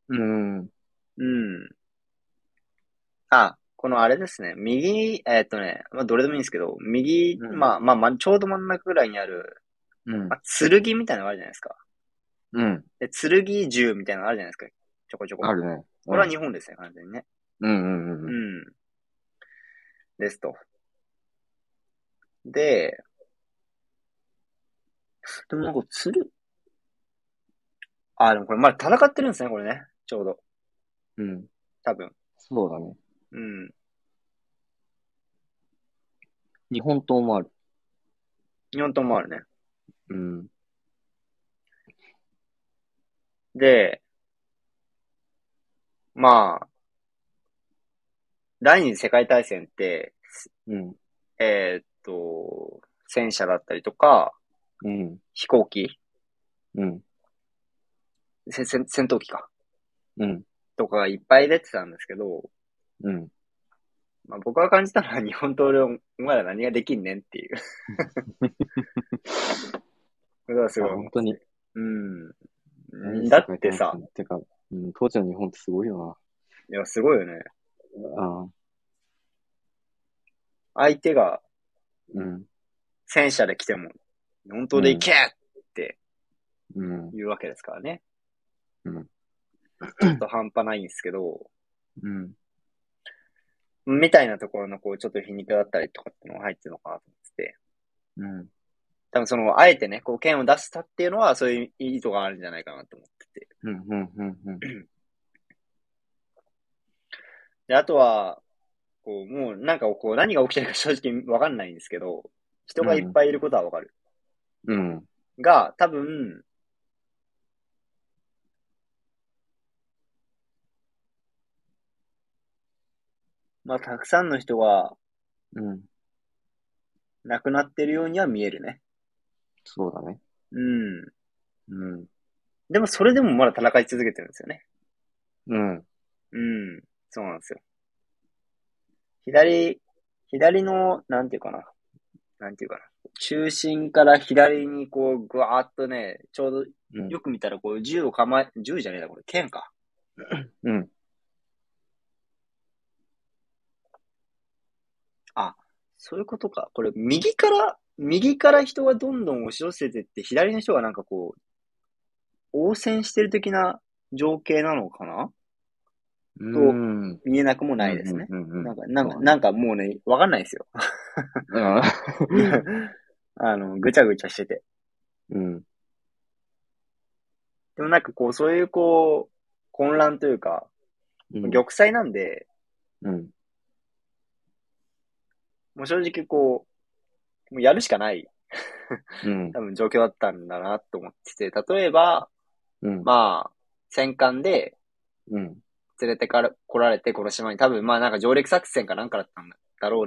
[SPEAKER 2] うん。
[SPEAKER 1] うん。あ、このあれですね、右、えーっとね、まあ、どれでもいいんですけど、右、
[SPEAKER 2] うん
[SPEAKER 1] まあ、まあ、まあ、ちょうど真ん中ぐらいにある、
[SPEAKER 2] うん
[SPEAKER 1] ま。あ、剣みたいなのがあるじゃないですか。
[SPEAKER 2] うん。
[SPEAKER 1] で、剣銃みたいなのあるじゃないですか。ちょこちょこ。
[SPEAKER 2] あるね。
[SPEAKER 1] これは日本ですね、完全にね。
[SPEAKER 2] うんうん
[SPEAKER 1] う
[SPEAKER 2] うん。
[SPEAKER 1] ん。ですと。で、でもなんか鶴、あ、でもこれまだ戦ってるんですね、これね。ちょうど。
[SPEAKER 2] うん。
[SPEAKER 1] 多分。
[SPEAKER 2] そうだね。
[SPEAKER 1] うん。
[SPEAKER 2] 日本刀もある。
[SPEAKER 1] 日本刀もあるね。
[SPEAKER 2] うん。
[SPEAKER 1] で、まあ、第二次世界大戦って、
[SPEAKER 2] うん。
[SPEAKER 1] えーっと、戦車だったりとか、
[SPEAKER 2] うん。
[SPEAKER 1] 飛行機、
[SPEAKER 2] うん。
[SPEAKER 1] せ戦戦闘機か、
[SPEAKER 2] うん。
[SPEAKER 1] とかがいっぱい出てたんですけど、
[SPEAKER 2] うん。
[SPEAKER 1] まあ、僕が感じたのは日本刀でお前ら何ができんねんって いう。それはすごい。
[SPEAKER 2] 本当に。
[SPEAKER 1] うん。だってさ、。
[SPEAKER 2] てか、うん、当時の日本ってすごいよ
[SPEAKER 1] いや、すごいよね。
[SPEAKER 2] な。ああ。
[SPEAKER 1] 相手が
[SPEAKER 2] うん。
[SPEAKER 1] 戦車で来ても、日本刀で行けって
[SPEAKER 2] うん。
[SPEAKER 1] 言うわけですからね。
[SPEAKER 2] うん。
[SPEAKER 1] ちょっと半端ないんですけど、
[SPEAKER 2] うん。
[SPEAKER 1] みたいなところのこう、ちょっと皮肉だったりとかっていうのが入ってるのかなと思ってて。
[SPEAKER 2] うん。
[SPEAKER 1] 多分その、あえてね、こう、剣を出したっていうのは、そういう意図があるんじゃないかなと思ってて。
[SPEAKER 2] うん。うん。うん。
[SPEAKER 1] で、あとは、こう、もうなんかこう、何が起きてるか正直わかんないんですけど、人がいっぱいいることはわかる。
[SPEAKER 2] うん。
[SPEAKER 1] が、多分、まあ、たくさんの人が
[SPEAKER 2] うん。
[SPEAKER 1] 亡くなってるようには見えるね。
[SPEAKER 2] そうだね。
[SPEAKER 1] うん。
[SPEAKER 2] うん。
[SPEAKER 1] でも、それでもまだ戦い続けてるんですよね。
[SPEAKER 2] うん。
[SPEAKER 1] うん。そうなんですよ。左、左の、なんていうかな。なんていうかな。中心から左にこう、ぐわーっとね、ちょう
[SPEAKER 2] う
[SPEAKER 1] ど、
[SPEAKER 2] ん
[SPEAKER 1] よく見たらこう、銃を構え、銃じゃねえな、これ、剣か。
[SPEAKER 2] うん。
[SPEAKER 1] そういうことか。これ、右から、右から人がどんどん押し寄せてって、左の人がなんかこう、応戦してる的な情景なのかな
[SPEAKER 2] うん。
[SPEAKER 1] 見えなくもないですね。
[SPEAKER 2] うんうんうん
[SPEAKER 1] なんか、なん
[SPEAKER 2] そ
[SPEAKER 1] か、
[SPEAKER 2] うね
[SPEAKER 1] なんかもうね、わかんない ですよ。あの、ぐちゃぐちゃしてて。
[SPEAKER 2] うん。
[SPEAKER 1] でもなんかこう、そういうこう、混乱というか、
[SPEAKER 2] うん。
[SPEAKER 1] 玉砕なんで、
[SPEAKER 2] うん。
[SPEAKER 1] もう正直こう、もうやるしかない、
[SPEAKER 2] うん。
[SPEAKER 1] 多分状況だったんだなと思ってて、例えば、
[SPEAKER 2] うん。
[SPEAKER 1] まあ、戦艦で
[SPEAKER 2] うん。
[SPEAKER 1] 連れてから来られて、この島に多分まあなんか上陸作戦かなんかだったんだろ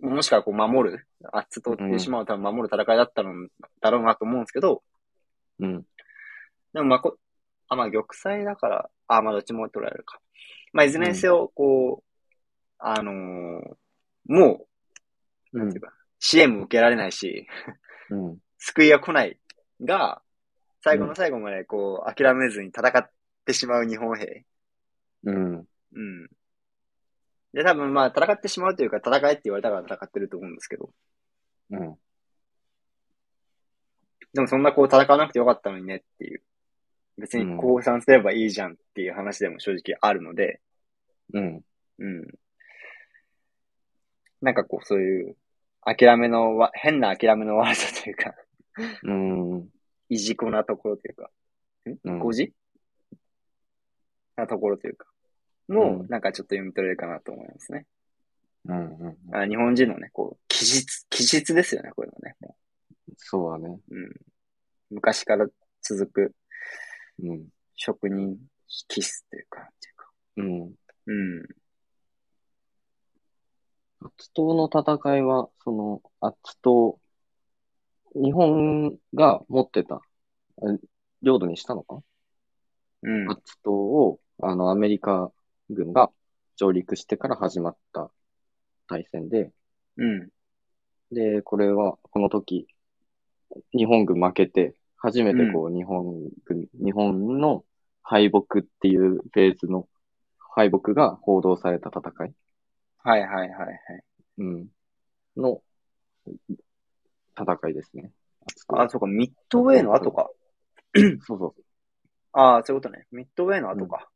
[SPEAKER 1] う、もしくはこう守る、あっちとっていう島を多分守る戦いだったのだろうなと思うんですけど、
[SPEAKER 2] うん。
[SPEAKER 1] でもまあこ、あ、まあ玉砕だから、あ、まあどっちも取られるか。まあいずれにせよ、こう、あのーもう、
[SPEAKER 2] うん。
[SPEAKER 1] 支援も受けられないし、
[SPEAKER 2] うん。
[SPEAKER 1] 救いが来ないが、最後の最後までこう、諦めずに戦ってしまう日本兵。
[SPEAKER 2] うん。
[SPEAKER 1] うん。で、多分まあ、戦ってしまうというか、戦えって言われたから戦ってると思うんですけど。
[SPEAKER 2] うん。
[SPEAKER 1] でもそんなこう、戦わなくてよかったのにねっていう。別に降参すればいいじゃんっていう話でも正直あるので、
[SPEAKER 2] うん。
[SPEAKER 1] うん。なんかこう、そういう、諦めのわ、変な諦めの悪さというか、
[SPEAKER 2] うん。
[SPEAKER 1] いじこなところというか、
[SPEAKER 2] うん。
[SPEAKER 1] 5時なところというか、も
[SPEAKER 2] う
[SPEAKER 1] う、
[SPEAKER 2] ん
[SPEAKER 1] なんかちょっと読み取れるかなと思いますね。
[SPEAKER 2] うん。うん。
[SPEAKER 1] あ日本人のね、こう、気質、気質ですよね、こういうのね。も
[SPEAKER 2] そうだね。
[SPEAKER 1] ううん、昔から続く
[SPEAKER 2] うん。
[SPEAKER 1] 職人気質というか、なんていうか
[SPEAKER 2] うん。
[SPEAKER 1] うん。
[SPEAKER 2] アツ島の戦いは、その、アツ島、日本が持ってた、あ領土にしたのか
[SPEAKER 1] うん
[SPEAKER 2] ア。ツ島を、あの、アメリカ軍が上陸してから始まった対戦で、
[SPEAKER 1] うん。
[SPEAKER 2] で、これは、この時、日本軍負けて、初めてこう、日本軍、日本の敗北っていうフェーズの、敗北が報道された戦い、
[SPEAKER 1] はいはいはいはい。
[SPEAKER 2] うん、の戦いですね。
[SPEAKER 1] あ、そうか、ミッドウェイの後か。
[SPEAKER 2] そうそう。
[SPEAKER 1] ああ、そういうことね。ミッドウェイの後か。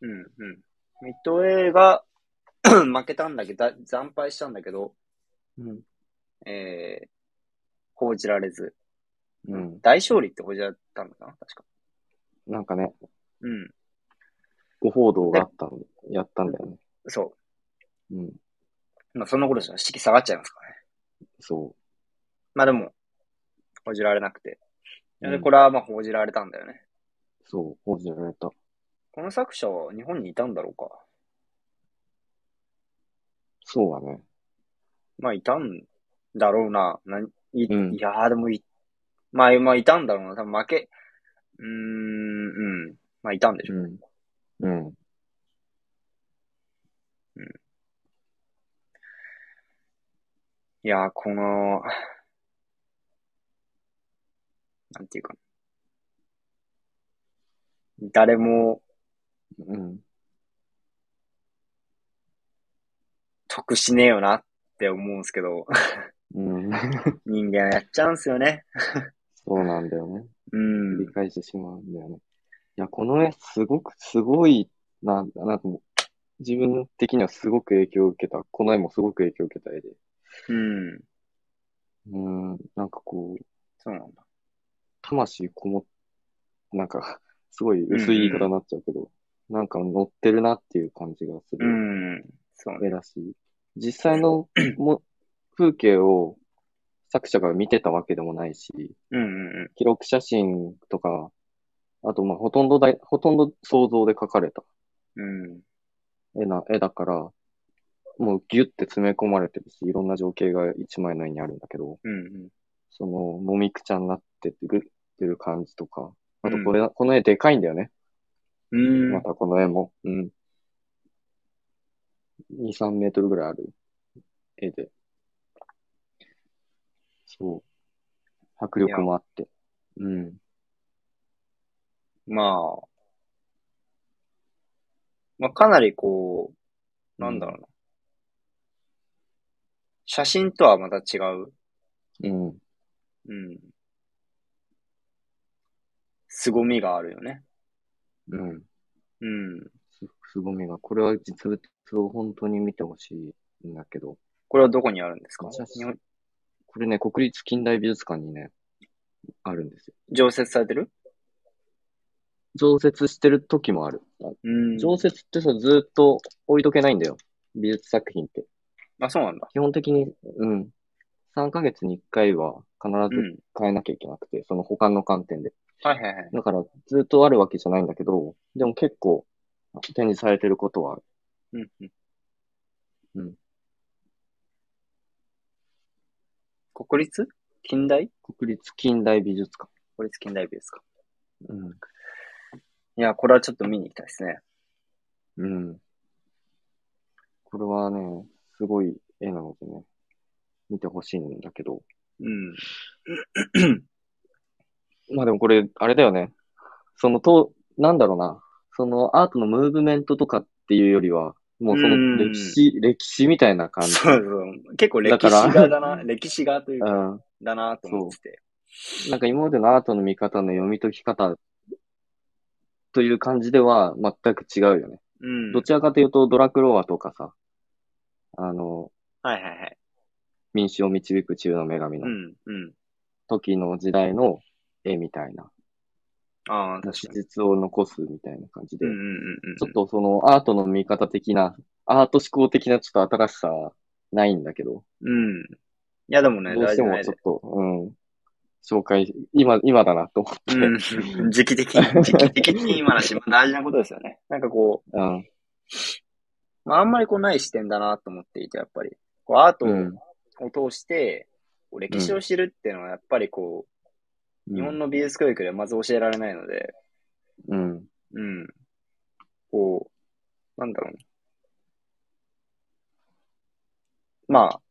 [SPEAKER 1] うん、うん、ミッドウェイが 負けたんだけど、だ惨敗したんだけど、
[SPEAKER 2] うん。
[SPEAKER 1] えー、報じられず、
[SPEAKER 2] うん。
[SPEAKER 1] 大勝利って報じられたんだな、確か。
[SPEAKER 2] なんかね、
[SPEAKER 1] うん。
[SPEAKER 2] 誤報道があったんで、やったんだよね。
[SPEAKER 1] そ
[SPEAKER 2] うん。
[SPEAKER 1] う。まあ、そんなことじゃ、士気下がっちゃいますからね。
[SPEAKER 2] そ
[SPEAKER 1] まあでも、報じられなくて。
[SPEAKER 2] う。
[SPEAKER 1] で、
[SPEAKER 2] うん
[SPEAKER 1] これはまあ報じられたんだよね。
[SPEAKER 2] そう、報じられた。
[SPEAKER 1] この作者は日本にいたんだろうか。
[SPEAKER 2] そうだね。
[SPEAKER 1] まあ、いたんだろうな。なんい,、
[SPEAKER 2] うん
[SPEAKER 1] いやー、でもい、まあ、まあ、いたんだろうな。多分負け、うーん、うん。まあ、いたんでしょう。
[SPEAKER 2] うん。うん。
[SPEAKER 1] いやー、この、なんていうか、誰も
[SPEAKER 2] うん。
[SPEAKER 1] 得しねえよなって思うんですけど、
[SPEAKER 2] うん。
[SPEAKER 1] 人間はやっちゃうんすよね。
[SPEAKER 2] そうなんだよね。
[SPEAKER 1] うん。
[SPEAKER 2] 繰り返してしまうんだよね。いや、この絵、すごく、すごいな、なんかもう、自分的にはすごく影響を受けた。この絵もすごく影響を受けた絵で。
[SPEAKER 1] うん。
[SPEAKER 2] うん、なんかこう、
[SPEAKER 1] そうなんだ。
[SPEAKER 2] 魂こもっ、なんか、すごい薄い言い方になっちゃうけど、なんか乗ってるなっていう感じがす
[SPEAKER 1] う
[SPEAKER 2] る
[SPEAKER 1] ん。そうね。
[SPEAKER 2] 絵だし、実際のも風景を作者が見てたわけでもないし、
[SPEAKER 1] うんうん
[SPEAKER 2] 記録写真とか、あと、まあ、ほとんどだい、ほとんど想像で描かれた
[SPEAKER 1] うん。うん。
[SPEAKER 2] 絵絵な、絵だから、もうギュッて詰め込まれてるし、いろんな情景が一枚の絵にあるんだけど、
[SPEAKER 1] うんうん。
[SPEAKER 2] その、もみくちゃになってて、ぐってる感じとか、あと
[SPEAKER 1] うん
[SPEAKER 2] これ、この絵でかいんだよね。
[SPEAKER 1] うん。
[SPEAKER 2] またこの絵も。うん。2、3メートルぐらいある絵で。そう。迫力もあって。うん。
[SPEAKER 1] まあ、まあ、かなりこう、なんだろうな。写真とはまた違う。
[SPEAKER 2] うん。
[SPEAKER 1] うん。凄みがあるよね。
[SPEAKER 2] うん。
[SPEAKER 1] うん。
[SPEAKER 2] す、すごみが。これは実物を本当に見てほしいんだけど。
[SPEAKER 1] これはどこにあるんですか
[SPEAKER 2] 写真
[SPEAKER 1] 日本、
[SPEAKER 2] これね、国立近代美術館にね、あるんですよ。
[SPEAKER 1] 常設されてる
[SPEAKER 2] 常設してる時もある。
[SPEAKER 1] うん。
[SPEAKER 2] 常設ってさ、ずっと置いとけないんだよ。美術作品って。
[SPEAKER 1] あ、そうなんだ。
[SPEAKER 2] 基本的に、うん。3ヶ月に1回は必
[SPEAKER 1] う
[SPEAKER 2] ず
[SPEAKER 1] ん。
[SPEAKER 2] 変えなきゃいけなくて、その保管の観点で。
[SPEAKER 1] はいはいはい。
[SPEAKER 2] だから、ずっとあるわけじゃないんだけど、でも結構展示されてることはある。
[SPEAKER 1] うんうん。
[SPEAKER 2] うん。
[SPEAKER 1] 国立近代
[SPEAKER 2] 国立近代美術館。
[SPEAKER 1] 国立近代美ですか。
[SPEAKER 2] うん。
[SPEAKER 1] いや、これはちょっと見に行きたいですね。
[SPEAKER 2] うん。これはね、すごい絵なのでね、見てほしいんだけど。
[SPEAKER 1] うん。
[SPEAKER 2] まあでもこれ、あれだよね。そのと、なんだろうな。そのアートのムーブメントとかっていうよりは、もうその歴史、歴史みたいな感じ。
[SPEAKER 1] そうそう。結構歴史
[SPEAKER 2] だか
[SPEAKER 1] 画
[SPEAKER 2] ら
[SPEAKER 1] だな、歴史画という
[SPEAKER 2] う
[SPEAKER 1] か、
[SPEAKER 2] ん。
[SPEAKER 1] だなと思ってて。
[SPEAKER 2] なんか今までのアートの見方の読み解き方という感じでは全く違うよね。
[SPEAKER 1] うん。
[SPEAKER 2] どちらかというとドラクロワとかさ、あの、
[SPEAKER 1] はいはいはい。
[SPEAKER 2] 民衆を導く中の女神
[SPEAKER 1] う
[SPEAKER 2] の
[SPEAKER 1] ん、うん。
[SPEAKER 2] 時の時代の絵みたいな、
[SPEAKER 1] ああ、確
[SPEAKER 2] 史
[SPEAKER 1] かに。
[SPEAKER 2] 実を残すみたいな感じで、
[SPEAKER 1] うんうんうんうん。
[SPEAKER 2] ちょっとそのアートの見方的な、アート思考的なちょっと新しさはないんだけど、
[SPEAKER 1] うん。いやでもね、
[SPEAKER 2] どう
[SPEAKER 1] 大
[SPEAKER 2] して
[SPEAKER 1] 丈夫
[SPEAKER 2] も
[SPEAKER 1] ない
[SPEAKER 2] ち
[SPEAKER 1] で
[SPEAKER 2] ょっ。と、うん、紹介、今、今だなと思って。
[SPEAKER 1] うん。 時期的 に、時期的に今のし、大事なことですよね。なんかこう、
[SPEAKER 2] うん、
[SPEAKER 1] まああんまりこうない視点だなと思っていて、やっぱり。こうアート
[SPEAKER 2] うん
[SPEAKER 1] を通して、こう歴史を知るっていうのはやっぱりこう、日本の美術教育ではまず教えられないので、
[SPEAKER 2] うん、
[SPEAKER 1] うん。こう、なんだろうね。まあ、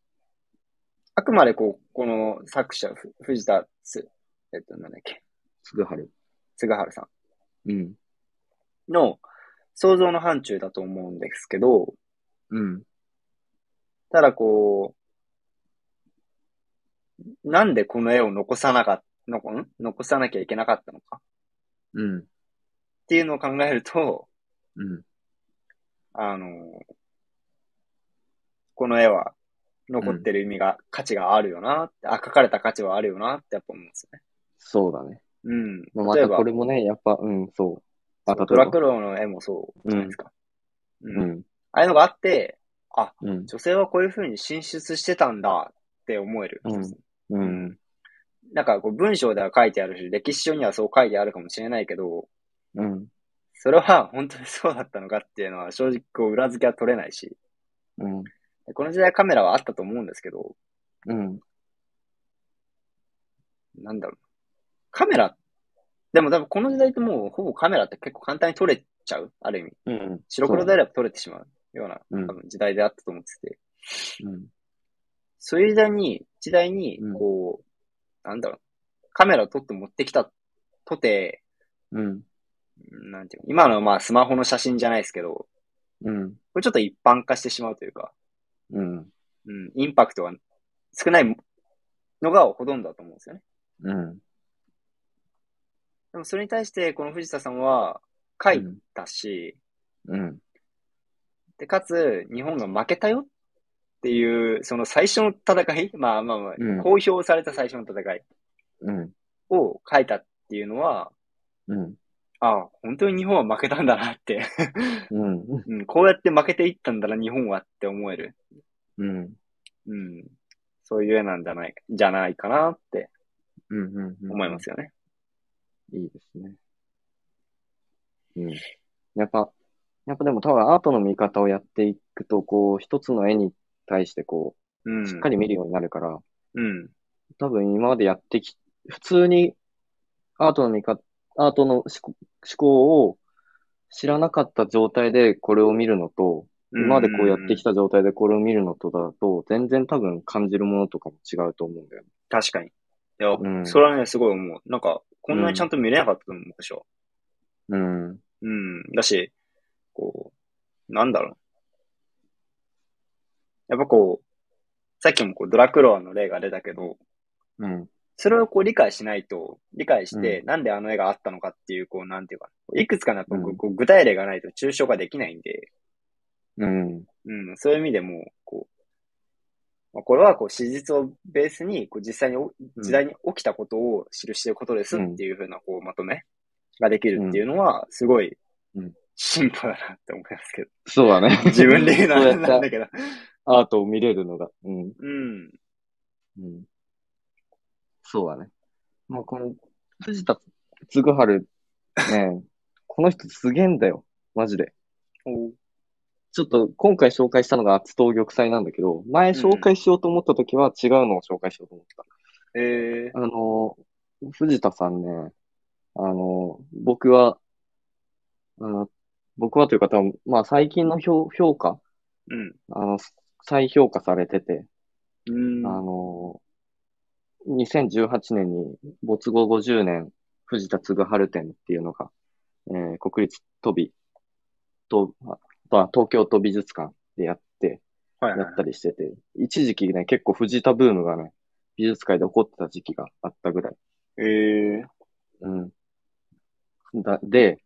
[SPEAKER 1] あくまでこう、この作者、ふ藤田つ、えっと、なんだっけ、
[SPEAKER 2] すぐ春。
[SPEAKER 1] 嗣治さ
[SPEAKER 2] うん、
[SPEAKER 1] んの想像の範疇だと思うんですけど、
[SPEAKER 2] うん、
[SPEAKER 1] ただこう、なんでこの絵を残さなかっのこん残さなきゃいけなかったのかっ
[SPEAKER 2] うん、
[SPEAKER 1] ていうのを考えると、
[SPEAKER 2] うん、
[SPEAKER 1] あの、この絵は残ってる意味が、価値があるよなって、あ、書かれた価値はあるよなってやっぱ思うんですよね。
[SPEAKER 2] そうだね。まあ、
[SPEAKER 1] うん。
[SPEAKER 2] ま
[SPEAKER 1] 例え
[SPEAKER 2] た
[SPEAKER 1] ば、
[SPEAKER 2] これもね、やっぱ、うん、そう。あ、例え
[SPEAKER 1] ドラ
[SPEAKER 2] ば
[SPEAKER 1] クローの絵もそうじゃないですか。うん。
[SPEAKER 2] う
[SPEAKER 1] あ
[SPEAKER 2] ん、
[SPEAKER 1] あいうのがあって、
[SPEAKER 2] うん、
[SPEAKER 1] 女性はこういう風に進出してたんだって思える。
[SPEAKER 2] うんうん、
[SPEAKER 1] なんかこう文章では書いてあるし、歴史書にはそう書いてあるかもしれないけど、
[SPEAKER 2] うん、
[SPEAKER 1] それは本当にそうだったのかっていうのは正直こう裏付けは取れないし、
[SPEAKER 2] うん、
[SPEAKER 1] この時代カメラはあったと思うんですけど、
[SPEAKER 2] うん、
[SPEAKER 1] なんだろう。カメラ、でも多分この時代ってもうほぼカメラって結構簡単に撮れちゃうある意味。
[SPEAKER 2] うん。
[SPEAKER 1] 白黒であれば撮れてしまうような
[SPEAKER 2] うん
[SPEAKER 1] 多分時代であったと思ってて。
[SPEAKER 2] うん、
[SPEAKER 1] そういう時代に、時代に
[SPEAKER 2] うん、
[SPEAKER 1] こう、なんだろう。カメラを撮って持ってきたとて、
[SPEAKER 2] うん、
[SPEAKER 1] うんなんていうの今のまあスマホの写真じゃないですけど、こ
[SPEAKER 2] うん、
[SPEAKER 1] れちょっと一般化してしまうというか、
[SPEAKER 2] うん、
[SPEAKER 1] うん、インパクトが少ないのがほとんどだと思うんですよね。
[SPEAKER 2] うん。
[SPEAKER 1] でもそれに対してこの藤田さんは書いたし、
[SPEAKER 2] うん。
[SPEAKER 1] で、かつ、日本が負けたよっていう、その最初の戦い、まあまあまあ
[SPEAKER 2] うん、
[SPEAKER 1] 公表された最初の戦い
[SPEAKER 2] うん。
[SPEAKER 1] を書いたっていうのは、
[SPEAKER 2] うん。
[SPEAKER 1] ああ、本当に日本は負けたんだなって、
[SPEAKER 2] うん。
[SPEAKER 1] うん、こうやって負けていったんだな、日本はって思える。
[SPEAKER 2] うん。
[SPEAKER 1] うん。そういう絵なんじゃない、じゃないかなって
[SPEAKER 2] うん。
[SPEAKER 1] 思いま。すよね。
[SPEAKER 2] いいですね。うん。やっぱ、やっぱでも多分アートの見方をやっていくと、こう、一つの絵に対してこ
[SPEAKER 1] うん。
[SPEAKER 2] う、しっかり見るようになるから、
[SPEAKER 1] うん。
[SPEAKER 2] 多分今までやってき、普通にアートの見方、アートの思考思考を知らなかった状態でこれを見るのと、今までこうやってき
[SPEAKER 1] た。
[SPEAKER 2] た状態でこれを見るのとだと、全然多分感じるものとかも違うと思うんだよね。
[SPEAKER 1] 確かに。いや、
[SPEAKER 2] うん
[SPEAKER 1] それはね、すごい思う。なんか、こんなにちゃんと見れなかったと思うでしょ。
[SPEAKER 2] うん。
[SPEAKER 1] うん。だし、こう、なんだろう。やっぱこう、さっきもこうドラクロワの例が出たけど、
[SPEAKER 2] うん。
[SPEAKER 1] それをこう理解しないと、理解して、
[SPEAKER 2] う
[SPEAKER 1] なんであの絵があったのかっていう、こう、なんていうか、いくつかなこう
[SPEAKER 2] うん
[SPEAKER 1] こう具体例がないと抽象化できないんで、
[SPEAKER 2] うん。
[SPEAKER 1] うん、そういう意味でも、こう、まあ、これはこう史実をベースに、こう実際にお時代に起きたことを記していることですっていうふうな、こう、まとめができるっていうのは、すごい
[SPEAKER 2] うん、
[SPEAKER 1] 進歩だなって思いますけど。
[SPEAKER 2] そうだね。
[SPEAKER 1] 自分で言うのは
[SPEAKER 2] そうや
[SPEAKER 1] な
[SPEAKER 2] っ
[SPEAKER 1] んだ
[SPEAKER 2] て
[SPEAKER 1] けど。
[SPEAKER 2] アートを見れるのが。うん。
[SPEAKER 1] うん。
[SPEAKER 2] うん。そうだね。まあ、この、藤田嗣治、ね、この人すげえんだよ。マジで。
[SPEAKER 1] お
[SPEAKER 2] ちょっと今回紹介したのが厚東玉砕なんだけど、前紹介しようと思った時は違うのを紹介しようと思った。
[SPEAKER 1] えー、
[SPEAKER 2] あの、藤田さんね、あの、僕は、あの僕はというか多分、まあ最近の評、評価、
[SPEAKER 1] うん。
[SPEAKER 2] あの、再評価されてて、
[SPEAKER 1] うん。
[SPEAKER 2] あの、2018年に没後50年藤田嗣治展っていうのが、えー国立都美と、ああ東京都美術館でやって、
[SPEAKER 1] はい
[SPEAKER 2] や
[SPEAKER 1] はい
[SPEAKER 2] っ。たりしてて、一時期ね、結構藤田ブームがね、美術界で起こってた時期があったぐらい。
[SPEAKER 1] えー、
[SPEAKER 2] うん。だ、で、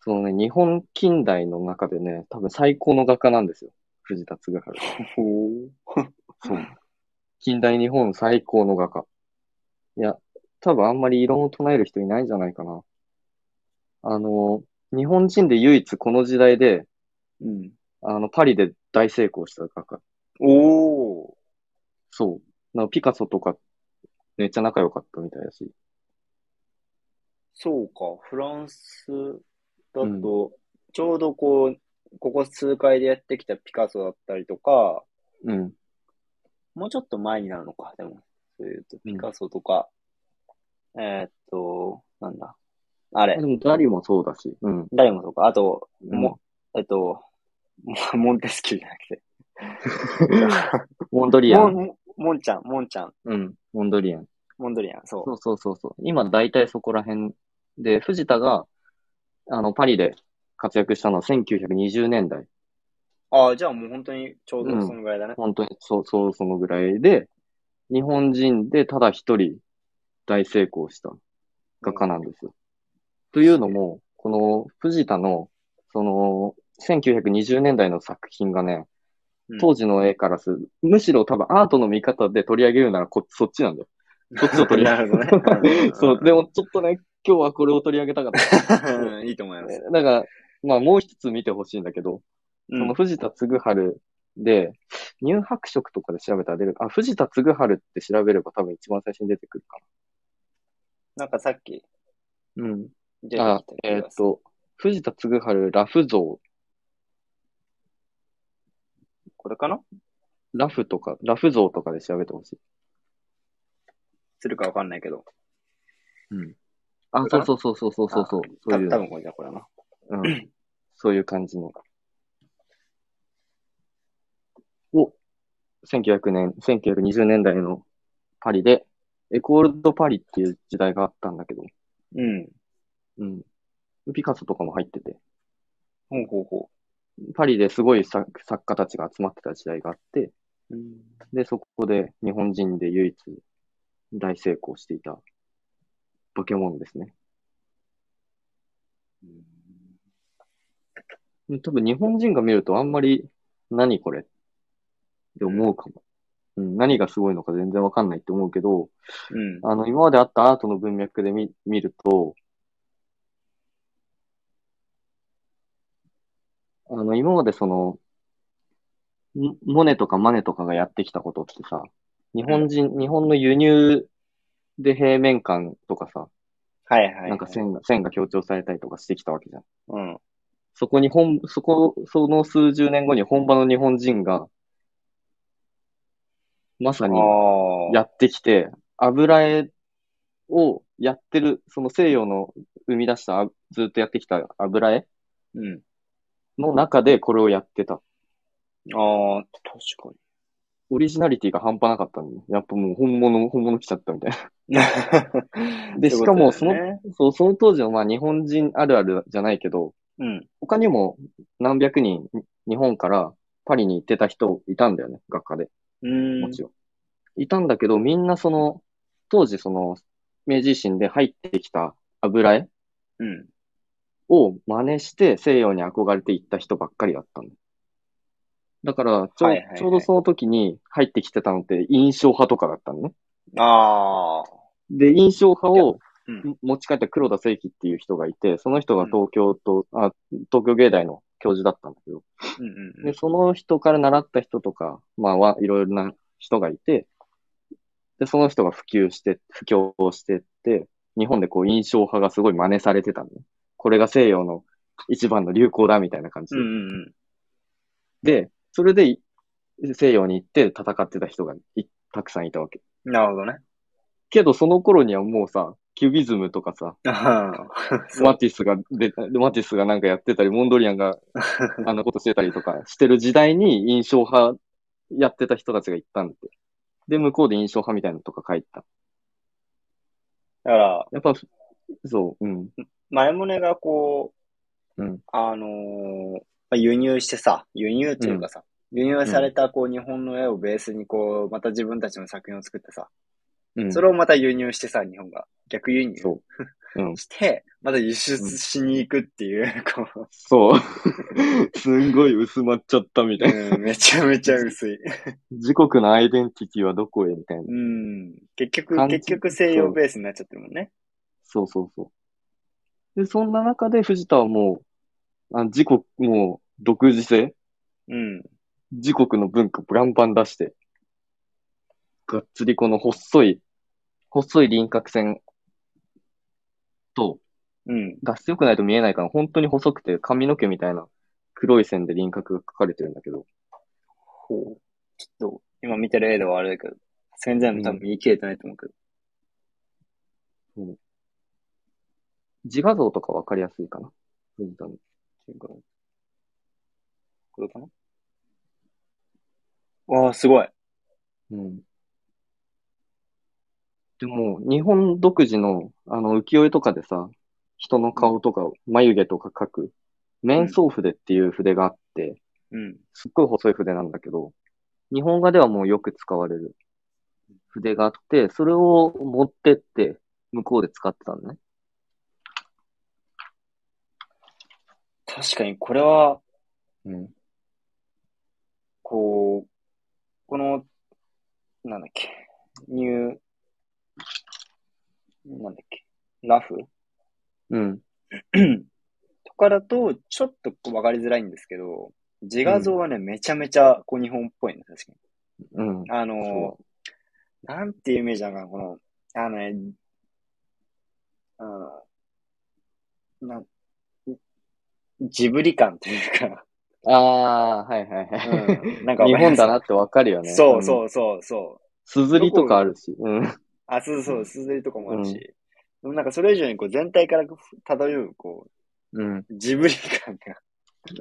[SPEAKER 2] そのね、日本近代の中でね、多分最高の画家なんですよ。藤田嗣治。
[SPEAKER 1] ほう。
[SPEAKER 2] そう。近代日本最高の画家。いや、多分あんまり異論を唱える人いないんじゃないかな。あの、日本人で唯一この時代で、
[SPEAKER 1] うん。
[SPEAKER 2] あの、パリで大成功した画家。
[SPEAKER 1] おー。
[SPEAKER 2] そう。なピカソとか、めっちゃ仲良かったみたいだし。
[SPEAKER 1] そうか、フランスだ
[SPEAKER 2] うん
[SPEAKER 1] と、ちょうどこう、ここ数回でやってきたピカソだったりとか、
[SPEAKER 2] うん。
[SPEAKER 1] もうちょっと前になるのか、でも。そういうと、
[SPEAKER 2] うん
[SPEAKER 1] ピカソとか、えーっと、なんだ。あれ
[SPEAKER 2] で、も、ダリもそうだし。うん。
[SPEAKER 1] 誰もそうか。あと、
[SPEAKER 2] うん
[SPEAKER 1] も、えっと、 モモンテスキューじゃなくて。
[SPEAKER 2] モンドリア
[SPEAKER 1] モン
[SPEAKER 2] ン。
[SPEAKER 1] モンモンちゃん、モンちゃん、
[SPEAKER 2] うん。モンドリアン。
[SPEAKER 1] モンドリアン、そ
[SPEAKER 2] そうそうそうそう。今、大体そこら辺で、藤田が、あの、パリで活躍したのは1920年代。
[SPEAKER 1] う。ああ、じゃあもう本当にちょうどそのぐらいだね。
[SPEAKER 2] 本当に、そう、そう、そのぐらいで、日本人でただ一人大成功した画家なんですよ。というのも、この藤田の、その、1920年代の作品がね
[SPEAKER 1] うん、
[SPEAKER 2] 当時の絵からする、むしろ多分アートの見方で取り上げるならこ、そっちなんだよ。そっちを 取り
[SPEAKER 1] な
[SPEAKER 2] 上
[SPEAKER 1] る
[SPEAKER 2] げ。
[SPEAKER 1] ほどね
[SPEAKER 2] そう、でもちょっとね、今日はこれを取り上げたかった。
[SPEAKER 1] うん いいと思います。
[SPEAKER 2] だから、まあもう一つ見てほしいんだけど、
[SPEAKER 1] う
[SPEAKER 2] その
[SPEAKER 1] ん
[SPEAKER 2] 藤田嗣治で、乳白色とかで調べたら出る。あ、藤田嗣治って調べれば多分一番最初に出てくるか
[SPEAKER 1] なんかさっき、
[SPEAKER 2] な。うん。
[SPEAKER 1] 出てき
[SPEAKER 2] あ
[SPEAKER 1] た、気
[SPEAKER 2] えー
[SPEAKER 1] が
[SPEAKER 2] っ
[SPEAKER 1] する
[SPEAKER 2] と、藤田嗣治ラフ像、
[SPEAKER 1] これかな
[SPEAKER 2] ラフとか、ラフ像とかで調べてほしい。
[SPEAKER 1] するかわかんないけど。
[SPEAKER 2] うん。あ
[SPEAKER 1] こ、れか
[SPEAKER 2] そう
[SPEAKER 1] な
[SPEAKER 2] そうそうそうそうそうそう。そ
[SPEAKER 1] た
[SPEAKER 2] うい
[SPEAKER 1] 多
[SPEAKER 2] う、
[SPEAKER 1] 分これだ、これだな。
[SPEAKER 2] うん。そういう感じの。を、1900年、1920年代のパリで、エコールドパリっていう時代があったんだけど、
[SPEAKER 1] うん。
[SPEAKER 2] うん。ピカソとかも入ってて。
[SPEAKER 1] ほうほうほ
[SPEAKER 2] パリですごい作作家たちが集まってた時代があって、
[SPEAKER 1] う。うん。
[SPEAKER 2] で、そこで日本人で唯一大成功していた化け物ですね。多分日本人が見るとあんまり何これって思うかも。うん、何がすごいのか全然わかんないって思うけど、
[SPEAKER 1] うん。
[SPEAKER 2] あの、今まであったアートの文脈で見、見ると、あの、今までその、んモネとかマネとかがやってきたことってさ、日本人、日本の輸入で平面感とかさ、
[SPEAKER 1] はいはいはい。
[SPEAKER 2] なんか線が、線が強調されたりとかしてきたわけじゃん。
[SPEAKER 1] うん。
[SPEAKER 2] そこに本、そこ、その数十年後に本場の日本人が、まさに
[SPEAKER 1] あ
[SPEAKER 2] やってきて、油絵をやってる、その西洋の生み出した、あずっとやってきた油絵
[SPEAKER 1] ーうん。
[SPEAKER 2] の中でこれをやってた。
[SPEAKER 1] ああ、確か
[SPEAKER 2] オリジナリティが半端なかったんで、やっぱもう本物、本物来ちゃったみたいな。
[SPEAKER 1] に。
[SPEAKER 2] で
[SPEAKER 1] そういう
[SPEAKER 2] しかも
[SPEAKER 1] ことだよね
[SPEAKER 2] そう、その当時のまあ日本人あるあるじゃないけど、
[SPEAKER 1] うん。
[SPEAKER 2] 他にも何百人、日本からパリに行ってた人いたんだよね、学科で。
[SPEAKER 1] う
[SPEAKER 2] も
[SPEAKER 1] ん。
[SPEAKER 2] ちろん。いたんだけど、みんなその、当時その、明治維新で入ってきた油絵
[SPEAKER 1] うん。
[SPEAKER 2] を真似して西洋に憧れていった人ばっかりだったんだ。だから、ちょ,、
[SPEAKER 1] はいはいはい
[SPEAKER 2] ちょうどその時に入ってきてたのって印象派とかだったのね。
[SPEAKER 1] ああ。
[SPEAKER 2] で、印象派を
[SPEAKER 1] うん
[SPEAKER 2] 持ち帰った黒田清輝っていう人がいて、その人が東京と、あ、東京芸大の教授だったんだけど、
[SPEAKER 1] うんうんう
[SPEAKER 2] で、
[SPEAKER 1] ん。
[SPEAKER 2] その人から習った人とか、まあは、いろいろな人がいて、で、その人が普及して、布教をしてって、日本でこう印象派がすごい真似されてたのね。これが西洋の一番の流行だみたいな感じ
[SPEAKER 1] う
[SPEAKER 2] で。
[SPEAKER 1] んうんうん。
[SPEAKER 2] で、それでい西洋に行って戦ってた人がいたくさんいたわけ。
[SPEAKER 1] なるほどね。
[SPEAKER 2] けどその頃にはもうさ、キュビズムとかさ、
[SPEAKER 1] ああ。そう
[SPEAKER 2] マティスがで、マティスがなんかやってたり、モンドリアン があんなことしてたりとかしてる時代に印象派やってた人たちが行ったんで。で、向こうで印象派みたいなのとか書いてた。
[SPEAKER 1] だから、
[SPEAKER 2] やっぱ、そう、うん、
[SPEAKER 1] 前もねがこう、
[SPEAKER 2] うん
[SPEAKER 1] あのーまあ輸入してさ、輸入というかさ、輸入されたこう日本の絵をベースにこう、また自分たちの作品を作ってさ、
[SPEAKER 2] うん。
[SPEAKER 1] それをまた輸入してさ、日本が逆輸入
[SPEAKER 2] そう。うん。
[SPEAKER 1] して、また輸出しに行くっていう、 こ
[SPEAKER 2] そう。 すんごい薄まっちゃったみた
[SPEAKER 1] う、
[SPEAKER 2] いな。
[SPEAKER 1] うん、めちゃめちゃ薄い。
[SPEAKER 2] 自国のアイデンティティはどこへみたいな。
[SPEAKER 1] うん。結局、
[SPEAKER 2] 完全
[SPEAKER 1] 結局西洋ベースになっちゃってるもんね。
[SPEAKER 2] そうそうそう。で、そんな中で藤田はもう、あ自国、もう、独自性
[SPEAKER 1] うん。
[SPEAKER 2] 自国の文化ブランバン出して、がっつりこの細い、細い輪郭線と、
[SPEAKER 1] うん。
[SPEAKER 2] 出してよくないと見えないから、本当に細くて髪の毛みたいな黒い線で輪郭が描かれてるんだけど、
[SPEAKER 1] こう。ちょっと、今見てる絵ではあれだけど、全然多分見切れてないと思うけど。
[SPEAKER 2] 自画像とかわかりやすいかな。藤田の。
[SPEAKER 1] これかなわあ、すごい。
[SPEAKER 2] うん。でも、日本独自の、あの、浮世絵とかでさ、人の顔とか、眉毛とか描く、面相筆っていう筆があって、
[SPEAKER 1] うん。
[SPEAKER 2] すっごい細い筆なんだけど、日本画ではもうよく使われる筆があって、それを持ってって、向こうで使ってたのね。
[SPEAKER 1] 確かに、これは、
[SPEAKER 2] うん。
[SPEAKER 1] こう、この、なんだっけ、ニュー、なんだっけ、ラフ
[SPEAKER 2] うん。
[SPEAKER 1] とかだと、ちょっとわかりづらいんですけど、自画像はね、めちゃめちゃ、こう、日本っぽいね、確かに。
[SPEAKER 2] うん。
[SPEAKER 1] あの
[SPEAKER 2] そ、
[SPEAKER 1] なんていうイメージなのかな、この、あのね、あの、なん、ジブリ感というか、
[SPEAKER 2] ああー、はいはいはい。
[SPEAKER 1] うん、なんかわかり
[SPEAKER 2] 日
[SPEAKER 1] ま
[SPEAKER 2] 本
[SPEAKER 1] す
[SPEAKER 2] だなってわかるよね。
[SPEAKER 1] そう
[SPEAKER 2] うん。
[SPEAKER 1] そうそうそう。
[SPEAKER 2] すずりとかあるし。うん。
[SPEAKER 1] あ、そうそう、すずりとかもあるし。でもなんかそれ以上にこう全体から漂う、こ
[SPEAKER 2] うん。
[SPEAKER 1] う、ジブリ感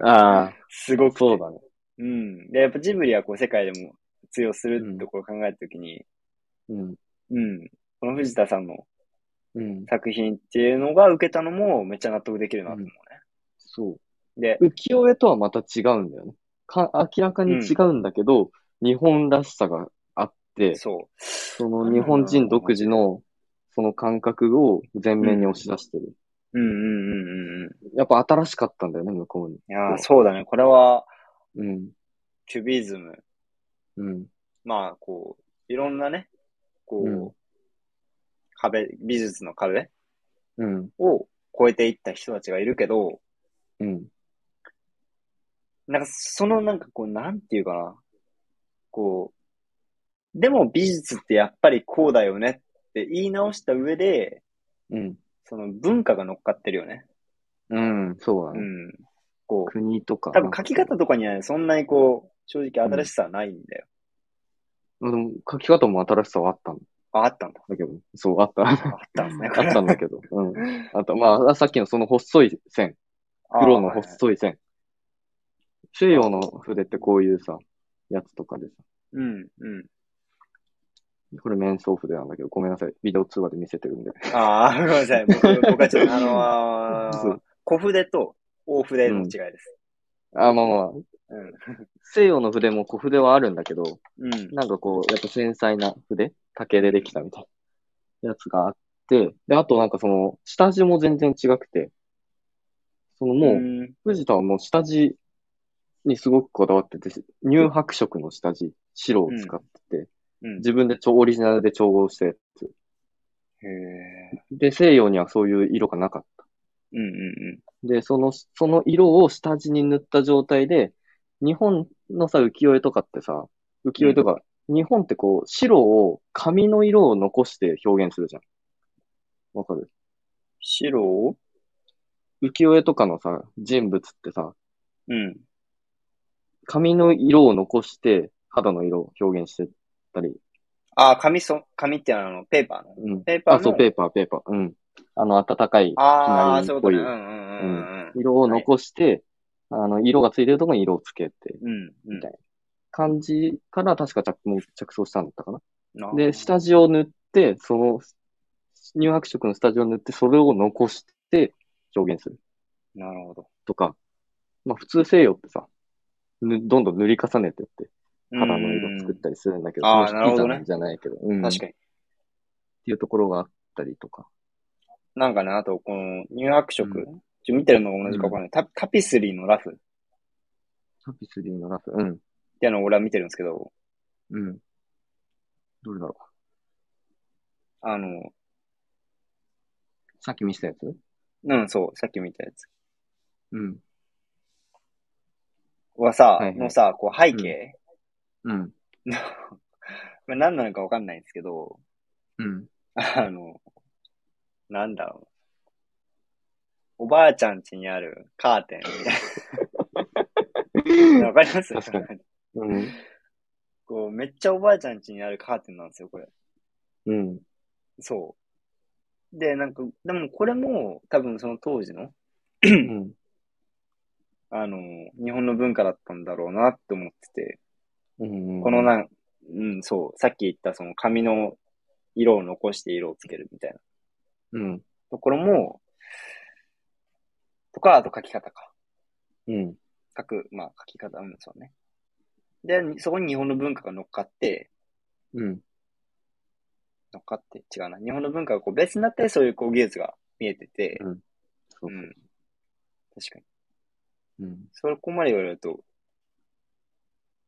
[SPEAKER 1] が
[SPEAKER 2] あ
[SPEAKER 1] すご
[SPEAKER 2] あ、
[SPEAKER 1] くて。
[SPEAKER 2] そうだね。
[SPEAKER 1] うん。で、やっぱジブリはこう世界でも通用するってところを考えるときに、
[SPEAKER 2] うん。
[SPEAKER 1] うん。この藤田さんの
[SPEAKER 2] うん。
[SPEAKER 1] 作品っていうのが受けたのもめっちゃ納得できるなと思うね。
[SPEAKER 2] そ
[SPEAKER 1] で、
[SPEAKER 2] う。浮世絵とはまた違うんだよね。か、明らかに違うんだけど、日本らしさがあって、
[SPEAKER 1] そう。
[SPEAKER 2] その日本人独自の、その感覚を前面に押し出してる。
[SPEAKER 1] うんうんうんうんうん。
[SPEAKER 2] やっぱ新しかったんだよね、向こうに。
[SPEAKER 1] いやーそうだね。これは、
[SPEAKER 2] うん。
[SPEAKER 1] キュビズム。
[SPEAKER 2] うん。
[SPEAKER 1] まあ、こう、いろんなね、こう、
[SPEAKER 2] うん
[SPEAKER 1] 壁、美術の壁
[SPEAKER 2] うん。
[SPEAKER 1] を超えていった人たちがいるけど、
[SPEAKER 2] うん。
[SPEAKER 1] なんかそのなんかこう、なんていうかな。こう、でも美術ってやっぱりこうだよねって言い直した上で、
[SPEAKER 2] うん。
[SPEAKER 1] その文化が乗っかってるよね。
[SPEAKER 2] うん。そうだ
[SPEAKER 1] う
[SPEAKER 2] ね。
[SPEAKER 1] ん。構、
[SPEAKER 2] 国とか。
[SPEAKER 1] 多分書き方とかにはそんなにこう、正直新しさはないんだよ。
[SPEAKER 2] まあでも書き方も新しさはあったん
[SPEAKER 1] あ、あったんだ。
[SPEAKER 2] だけど、そう、あった。
[SPEAKER 1] あ
[SPEAKER 2] あ
[SPEAKER 1] ったんですね、これ
[SPEAKER 2] ったんだけど。うん。あと、まあ、さっきのその細い線。黒 の
[SPEAKER 1] あーはいはい
[SPEAKER 2] 細い線。西洋の筆ってこういうさ、やつとかでさ。
[SPEAKER 1] うん、うん。
[SPEAKER 2] これ面相筆なんだけど、ごめんなさい。ビデオ通話で見せてるんで。
[SPEAKER 1] ああ、ごめんなさい。僕僕はちょっと、あの
[SPEAKER 2] そ
[SPEAKER 1] ー
[SPEAKER 2] う、
[SPEAKER 1] 小筆と大筆の違いです。
[SPEAKER 2] あ、まあまあ。
[SPEAKER 1] うん
[SPEAKER 2] 西洋の筆も小筆はあるんだけど、
[SPEAKER 1] うん。
[SPEAKER 2] なんかこう、やっぱ繊細な筆竹でできたみたいなやつがあって、で、あとなんかその、下地も全然違くて、そのもう、
[SPEAKER 1] うん
[SPEAKER 2] 藤田はもう下地にすごくこだわってて、乳白色の下地、白を使ってて、
[SPEAKER 1] うん。
[SPEAKER 2] 自分でちょオリジナルで調合して、
[SPEAKER 1] へえ。
[SPEAKER 2] で、西洋にはそういう色がなかった。
[SPEAKER 1] うんうん
[SPEAKER 2] で、その、その色を下地に塗った状態で、日本のさ、浮世絵とかってさ、浮世絵とか、日本ってこう、白を、紙の色を残して表現するじゃん。わかる
[SPEAKER 1] 白を
[SPEAKER 2] 浮世絵とかのさ、人物ってさ、
[SPEAKER 1] うん。
[SPEAKER 2] 紙の色を残して、肌の色を表現してたり、
[SPEAKER 1] ああ、紙そ、紙ってあの、ペーパーの。
[SPEAKER 2] うん。
[SPEAKER 1] ペーパーの。
[SPEAKER 2] あ、そう、ペーパー、ペーパー。うん。あの、暖かい、
[SPEAKER 1] ああ、
[SPEAKER 2] ひ
[SPEAKER 1] そ
[SPEAKER 2] な
[SPEAKER 1] うい
[SPEAKER 2] り
[SPEAKER 1] うことね。
[SPEAKER 2] っぽい
[SPEAKER 1] うんうんうん
[SPEAKER 2] 色を残して、あの、色がついてるところに色をつけて、
[SPEAKER 1] うん。うんうん
[SPEAKER 2] たい感じから確か着もう着想したんだったかな。
[SPEAKER 1] な
[SPEAKER 2] で、下地を塗って、その、乳白色の下地を塗って、それを残して表現する
[SPEAKER 1] なるほど。
[SPEAKER 2] とか、まあ普通西洋ってさ、ぬどんどん塗り重ねてって、肌の色を作ったりするんだけど、
[SPEAKER 1] うんあー
[SPEAKER 2] その
[SPEAKER 1] なるほどね
[SPEAKER 2] 引き算じゃないけど、う、
[SPEAKER 1] うんん確か
[SPEAKER 2] っ
[SPEAKER 1] に。
[SPEAKER 2] ていうところがあったりとか。
[SPEAKER 1] なんかね、あと、この、乳白色。
[SPEAKER 2] う
[SPEAKER 1] ちょ見てるのが同じかわかんない、タ。タピスリーのラフっ
[SPEAKER 2] タピスリーのラフ、うん。
[SPEAKER 1] ていうのを俺は見てるんですけど、
[SPEAKER 2] うん。どれだろ
[SPEAKER 1] あの、
[SPEAKER 2] う。さっき見せたやつ
[SPEAKER 1] うん、そう、さっき見たやつ
[SPEAKER 2] うん。
[SPEAKER 1] はさ、
[SPEAKER 2] はいはい
[SPEAKER 1] のさ、こう背景、
[SPEAKER 2] うん。
[SPEAKER 1] まあ何なのかわかんないんですけど、
[SPEAKER 2] うん。
[SPEAKER 1] あの、なんだろう。おばあちゃん家にあるカーテンみたい な。わかります
[SPEAKER 2] 確かにうん。
[SPEAKER 1] こう、めっちゃおばあちゃん家にあるカーテンなんですよ、これ。
[SPEAKER 2] うん。
[SPEAKER 1] そう。で、なんか、でもこれも多分その当時の、
[SPEAKER 2] うん。
[SPEAKER 1] あの、日本の文化だったんだろうなって思ってて、
[SPEAKER 2] うん
[SPEAKER 1] このなん、うん、そう、さっき言ったその髪の色を残して色をつけるみたいな
[SPEAKER 2] うん。
[SPEAKER 1] ところも、とか、あと書き方か。
[SPEAKER 2] うん。
[SPEAKER 1] 書く、まあ書き方、うん、そうね。で、そこに日本の文化が乗っかって、
[SPEAKER 2] うん。
[SPEAKER 1] 乗っかって、違うな。日本の文化がこう別になって、そういうこう技術が見えてて、。
[SPEAKER 2] そううん
[SPEAKER 1] 確かに。
[SPEAKER 2] うん。
[SPEAKER 1] そこまで言われると、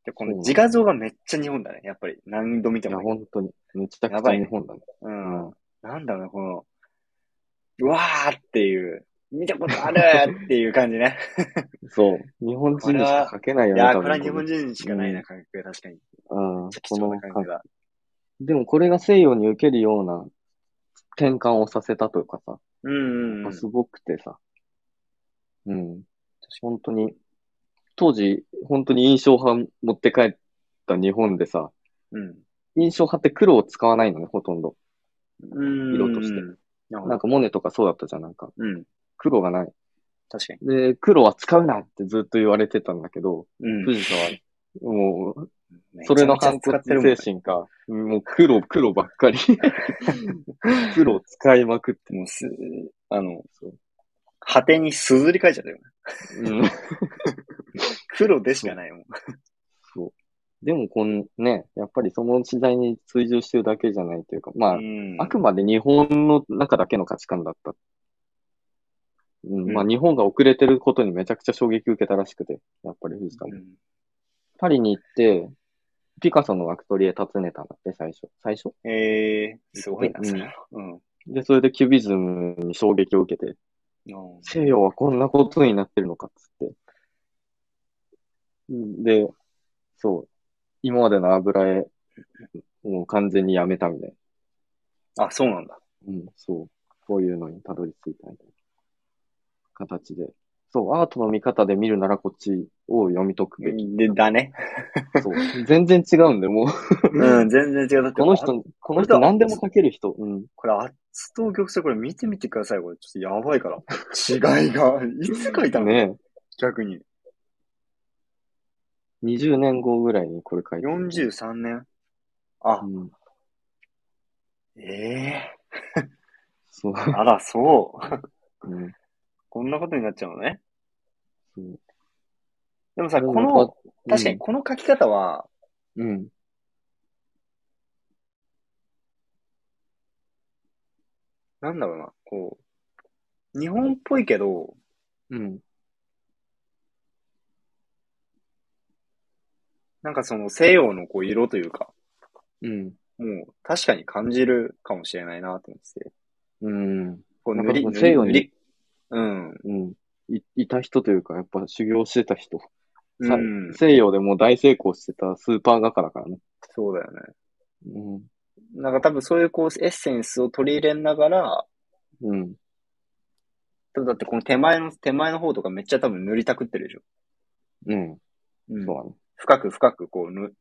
[SPEAKER 1] でこの
[SPEAKER 2] そう
[SPEAKER 1] 自画像がめっちゃ日本だね。やっぱり何度見て
[SPEAKER 2] いや、
[SPEAKER 1] も。
[SPEAKER 2] 本当に。めちゃ
[SPEAKER 1] や
[SPEAKER 2] くち
[SPEAKER 1] ば
[SPEAKER 2] ゃ
[SPEAKER 1] いね
[SPEAKER 2] 日本だね。
[SPEAKER 1] うん。なんだろうね、この、うわーっていう、見たことあるっていう感じね。
[SPEAKER 2] そう。日本人にしか書けない
[SPEAKER 1] い
[SPEAKER 2] よね。
[SPEAKER 1] やー、
[SPEAKER 2] 多
[SPEAKER 1] こ
[SPEAKER 2] 分
[SPEAKER 1] れは日本人しかないうな、
[SPEAKER 2] ん
[SPEAKER 1] 感覚が確かに。
[SPEAKER 2] うん。
[SPEAKER 1] 貴重な
[SPEAKER 2] この
[SPEAKER 1] 感じ
[SPEAKER 2] 感
[SPEAKER 1] だ。
[SPEAKER 2] でもこれが西洋に受けるような転換をさせたというかさ、
[SPEAKER 1] うんうんうん。
[SPEAKER 2] すごくてさ。うん。本当に、当時、本当に印象派持って帰った日本でさ、
[SPEAKER 1] うん。
[SPEAKER 2] 印象派って黒を使わないのね、ほとんど。
[SPEAKER 1] うん。
[SPEAKER 2] 色として
[SPEAKER 1] なるほ
[SPEAKER 2] なん
[SPEAKER 1] ど。
[SPEAKER 2] かモネとかそうだったじゃん、なんか。
[SPEAKER 1] うん。
[SPEAKER 2] 黒がない。
[SPEAKER 1] 確かに。
[SPEAKER 2] で、黒は使うなってずっと言われてたんだけど、
[SPEAKER 1] うん。
[SPEAKER 2] 藤田は、もう、
[SPEAKER 1] めち
[SPEAKER 2] そ
[SPEAKER 1] ゃめちゃ
[SPEAKER 2] れの反
[SPEAKER 1] 使
[SPEAKER 2] 骨
[SPEAKER 1] ってるもん
[SPEAKER 2] 精神か。もう黒、黒ばっ かり。黒を使いまくって。
[SPEAKER 1] ね。もうす、あの、
[SPEAKER 2] そう
[SPEAKER 1] 果てにすずり書いちゃったよね。
[SPEAKER 2] うん、
[SPEAKER 1] 黒でしかないもん。
[SPEAKER 2] そう。でもこん、ね、やっぱりその時代に追従してるだけじゃないというか、まあ、
[SPEAKER 1] うん
[SPEAKER 2] あくまで日本の中だけの価値観だった。うん、まあ、
[SPEAKER 1] うん
[SPEAKER 2] 日本が遅れてることにめちゃくちゃ衝撃受けたらしくて、やっぱり藤田も。
[SPEAKER 1] うん
[SPEAKER 2] パリに行って、ピカソのアクトリエ訪ねたんだって、最初。最初
[SPEAKER 1] ええー、すごいな、
[SPEAKER 2] うん
[SPEAKER 1] それは。うん。
[SPEAKER 2] で、それでキュビズムに衝撃を受けて、
[SPEAKER 1] うん
[SPEAKER 2] 西洋はこんなことになってるのかっつって。で、そう。今までの油絵を完全にやめたみたい
[SPEAKER 1] あ、そうなんだ。
[SPEAKER 2] な。うん、そう。こういうのにたどり着いたみたいな形で。そう、アートの見方で見るならこっちを読み解くべき。
[SPEAKER 1] で、だ ね。
[SPEAKER 2] そう。全然違うんで、もう。
[SPEAKER 1] うん、全然違う。だって
[SPEAKER 2] この人、この人何でも書ける人。うん。
[SPEAKER 1] これ、アッツと玉砕、これ見てみてください。これ、ちょっとやばいから。違いが、いつ書いたの、
[SPEAKER 2] ね
[SPEAKER 1] 逆に。
[SPEAKER 2] 20年後ぐらいにこれ書いてる。
[SPEAKER 1] 43年。あ
[SPEAKER 2] う、ん。
[SPEAKER 1] ええ
[SPEAKER 2] そう。
[SPEAKER 1] あら、そう。
[SPEAKER 2] うん。
[SPEAKER 1] こんなことになっちゃうのね。
[SPEAKER 2] そう
[SPEAKER 1] でもさ、
[SPEAKER 2] で
[SPEAKER 1] こ
[SPEAKER 2] も
[SPEAKER 1] の、
[SPEAKER 2] やっぱ
[SPEAKER 1] 確かにこの書き方は、
[SPEAKER 2] うん。うん
[SPEAKER 1] なんだろうな、こう、日本っぽいけど、
[SPEAKER 2] うん。
[SPEAKER 1] なんかその西洋のこう色というか、
[SPEAKER 2] うん。
[SPEAKER 1] もう確かに感じるかもしれないなと思ってて。
[SPEAKER 2] うん。
[SPEAKER 1] こう
[SPEAKER 2] なん
[SPEAKER 1] 塗
[SPEAKER 2] か
[SPEAKER 1] り、
[SPEAKER 2] その
[SPEAKER 1] 塗
[SPEAKER 2] 西
[SPEAKER 1] り、
[SPEAKER 2] 洋
[SPEAKER 1] 塗
[SPEAKER 2] に
[SPEAKER 1] り、うん。
[SPEAKER 2] うん。い、いた人というか、やっぱ修行してた人。
[SPEAKER 1] う
[SPEAKER 2] さ
[SPEAKER 1] ん、
[SPEAKER 2] 西洋でもう大成功してたスーパー画家だからね。
[SPEAKER 1] そうだよね。
[SPEAKER 2] うん。
[SPEAKER 1] なんか多分そういうこうエッセンスを取り入れながら、
[SPEAKER 2] うん。
[SPEAKER 1] 多分だってこの手前の、手前の方とかめっちゃ多分塗りたくってるでしょ。
[SPEAKER 2] うん。
[SPEAKER 1] う
[SPEAKER 2] そうだね。
[SPEAKER 1] 深く深くこう塗、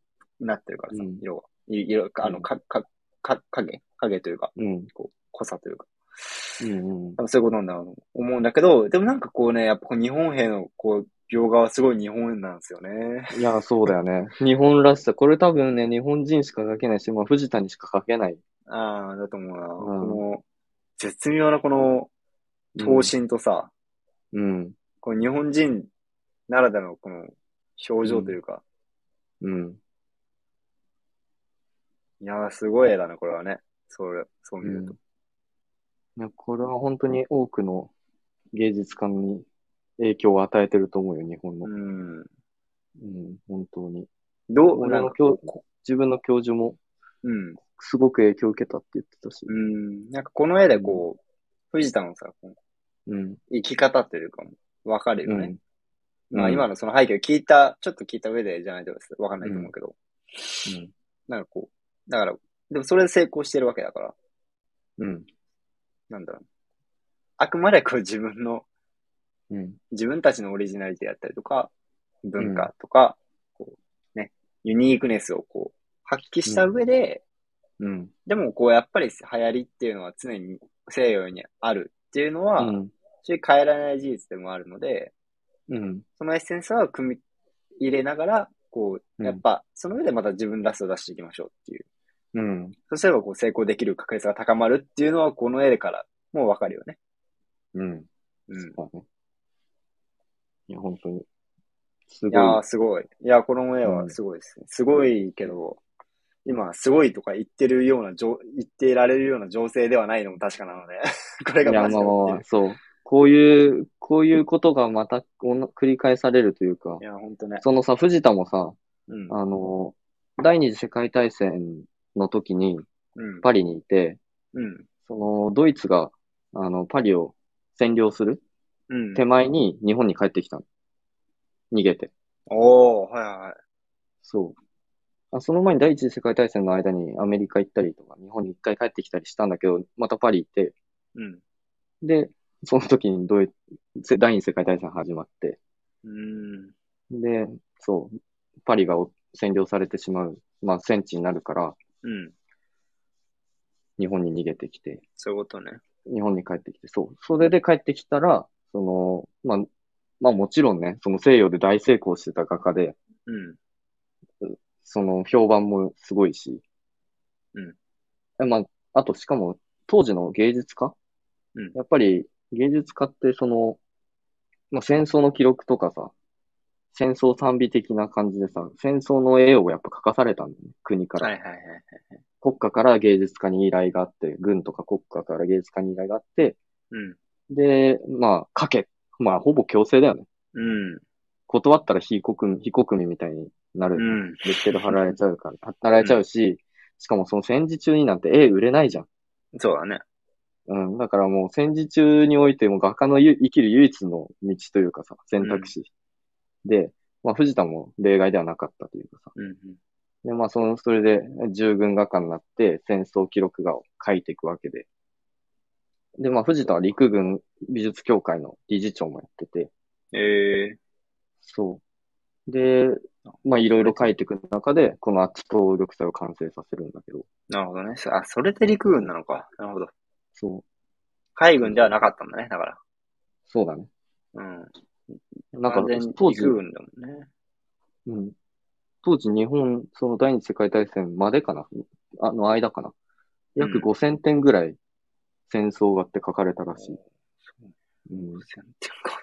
[SPEAKER 1] なってるからさ、
[SPEAKER 2] うん
[SPEAKER 1] 色が。い色、あの、か、か、か、影影というか、
[SPEAKER 2] うん。
[SPEAKER 1] こう、濃さというか。
[SPEAKER 2] うん。うん
[SPEAKER 1] 多分そういうことなんだろうと思うんだけど、でもなんかこうね、やっぱこう日本兵のこう、描画はすごい日本なんですよね。
[SPEAKER 2] いや、そうだよね。日本らしさ。これ多分ね、日本人しか描けないし、まあ、藤谷しか描けない。
[SPEAKER 1] ああ、だと思うな。
[SPEAKER 2] うん
[SPEAKER 1] この、絶妙なこの、
[SPEAKER 2] うん
[SPEAKER 1] 闘身とさ、
[SPEAKER 2] うん。
[SPEAKER 1] この日本人ならではのこの、表情というか、
[SPEAKER 2] うん。
[SPEAKER 1] いやー、すごい絵だね、これはね。それ、そう見ると。
[SPEAKER 2] いや、これは本当に多くの芸術家に影響を与えてると思うよ、日本の
[SPEAKER 1] う。ん。
[SPEAKER 2] うん、本当に。
[SPEAKER 1] どう、
[SPEAKER 2] 俺
[SPEAKER 1] なん
[SPEAKER 2] の
[SPEAKER 1] か
[SPEAKER 2] 教
[SPEAKER 1] こう、こ
[SPEAKER 2] 自分の教授も
[SPEAKER 1] うん。
[SPEAKER 2] すごく影響を受けたって言ってたし
[SPEAKER 1] う。ん。なんかこの絵でこう、藤田のさ、この
[SPEAKER 2] うん。
[SPEAKER 1] 生き方というかも、わかるよね。まあ
[SPEAKER 2] うんうん
[SPEAKER 1] 今のその背景を聞いた、ちょっと聞いた上でじゃないとわかんないと思うけど、なんかこう、だから、でもそれで成功してるわけだから、
[SPEAKER 2] うん。
[SPEAKER 1] なんだろう。あくまでこう自分の、
[SPEAKER 2] うん。うん。
[SPEAKER 1] 自分たちのオリジナリティだったりとか、文化とか、こうね、ユニークネスをこう、発揮した上で、
[SPEAKER 2] うん。
[SPEAKER 1] でもこうやっぱり流行りっていうのは常に西洋にあるっていうのは、
[SPEAKER 2] うん。
[SPEAKER 1] そういう変えられない事実でもあるので、
[SPEAKER 2] うん。
[SPEAKER 1] そのエッセンスは組み入れながら、こ
[SPEAKER 2] う
[SPEAKER 1] う、
[SPEAKER 2] ん
[SPEAKER 1] やっぱ、その上でまた自分らしさを出していきましょうっていう。
[SPEAKER 2] うん。
[SPEAKER 1] そうすれば、こう、成功できる確率が高まるっていうのは、この絵からもうわかるよね。
[SPEAKER 2] うん。
[SPEAKER 1] うん。い
[SPEAKER 2] そうだね。いや、本当に。すごい。
[SPEAKER 1] やー、すごい。いやー、この絵はすごいですね。すごいけど、今、すごいとか言ってるようなじょ、言ってられるような情勢ではないのも確かなので、 これが
[SPEAKER 2] い
[SPEAKER 1] マ
[SPEAKER 2] や、まあ
[SPEAKER 1] ジ
[SPEAKER 2] ま
[SPEAKER 1] で起
[SPEAKER 2] あまあ
[SPEAKER 1] きて
[SPEAKER 2] そう。こういう、こういうことがまたこんな繰り返されるという
[SPEAKER 1] る。
[SPEAKER 2] か
[SPEAKER 1] い、やー、ほんとね。
[SPEAKER 2] そのさ、藤田もさ、
[SPEAKER 1] うん。
[SPEAKER 2] あの、第二次世界大戦の時に
[SPEAKER 1] うん。
[SPEAKER 2] パリにいて、
[SPEAKER 1] うん。
[SPEAKER 2] そのドイツがあのパリを占領する
[SPEAKER 1] うん。
[SPEAKER 2] 手前に日本に帰ってきたの。逃げて。
[SPEAKER 1] おー、はいはいはい。
[SPEAKER 2] そう。あその前に第一次世界大戦の間にアメリカ行ったりとか、日本に一回帰ってきたりしたんだけど、またパリ行って、
[SPEAKER 1] うん。
[SPEAKER 2] で、その時にドイツ、第二次世界大戦始まって、
[SPEAKER 1] うん。
[SPEAKER 2] で、そう、パリがお占領されてしまう、まあ戦地になるから、
[SPEAKER 1] うん。
[SPEAKER 2] 日本に逃げてきて、
[SPEAKER 1] そういうことね。
[SPEAKER 2] 日本に帰ってきて、そう。それで帰ってきたら、その、まあ、まあもちろんね、その西洋で大成功してた画家で、
[SPEAKER 1] うん。
[SPEAKER 2] その評判もすごいし、うん。まあ、あとしかも当時の芸術家
[SPEAKER 1] うん
[SPEAKER 2] やっぱり芸術家ってその、まあ戦争の記録とかさ、戦争賛美的な感じでさ、戦争の絵をやっぱ描かされたんだよね、国から
[SPEAKER 1] はい。はいはい。
[SPEAKER 2] 国家から芸術家に依頼があって、軍とか国家から芸術家に依頼があって、
[SPEAKER 1] うん。
[SPEAKER 2] で、まあ、書け。まあ、ほぼ強制だよね。
[SPEAKER 1] うん。
[SPEAKER 2] 断ったら非国民、非国民みたいにな
[SPEAKER 1] う
[SPEAKER 2] る。
[SPEAKER 1] ん。
[SPEAKER 2] レッテル貼られちゃうから、貼られちゃうし、しかもその戦時中になんて絵売れないじゃん。
[SPEAKER 1] そうだね。
[SPEAKER 2] うん。だからもう戦時中においても画家のゆ生きる唯一の道というかさ、選択肢。で、まあ、藤田も例外ではなかったというかさ。
[SPEAKER 1] うん。
[SPEAKER 2] で、まあ、その、それで従軍画家になって戦争記録画を書いていくわけで。で、まあ、藤田は陸軍美術協会の理事長もやってて、
[SPEAKER 1] ええ
[SPEAKER 2] そう。で、まあいろいろ書いていく中で、このアクト緑体を完成させるんだけど、
[SPEAKER 1] なるほどね。そあ、それで陸軍なのか。なるほど。
[SPEAKER 2] そう、
[SPEAKER 1] 海軍ではなかったんだね、だから。
[SPEAKER 2] そうだね。
[SPEAKER 1] うん。
[SPEAKER 2] なんか
[SPEAKER 1] 完全に
[SPEAKER 2] 当時、
[SPEAKER 1] 陸軍だもんね。
[SPEAKER 2] うん。当時日本、その第二次世界大戦までかなあの間かな約
[SPEAKER 1] うん
[SPEAKER 2] 5000点ぐらい戦争画って書かれたらしい。うん。
[SPEAKER 1] 戦っていうか。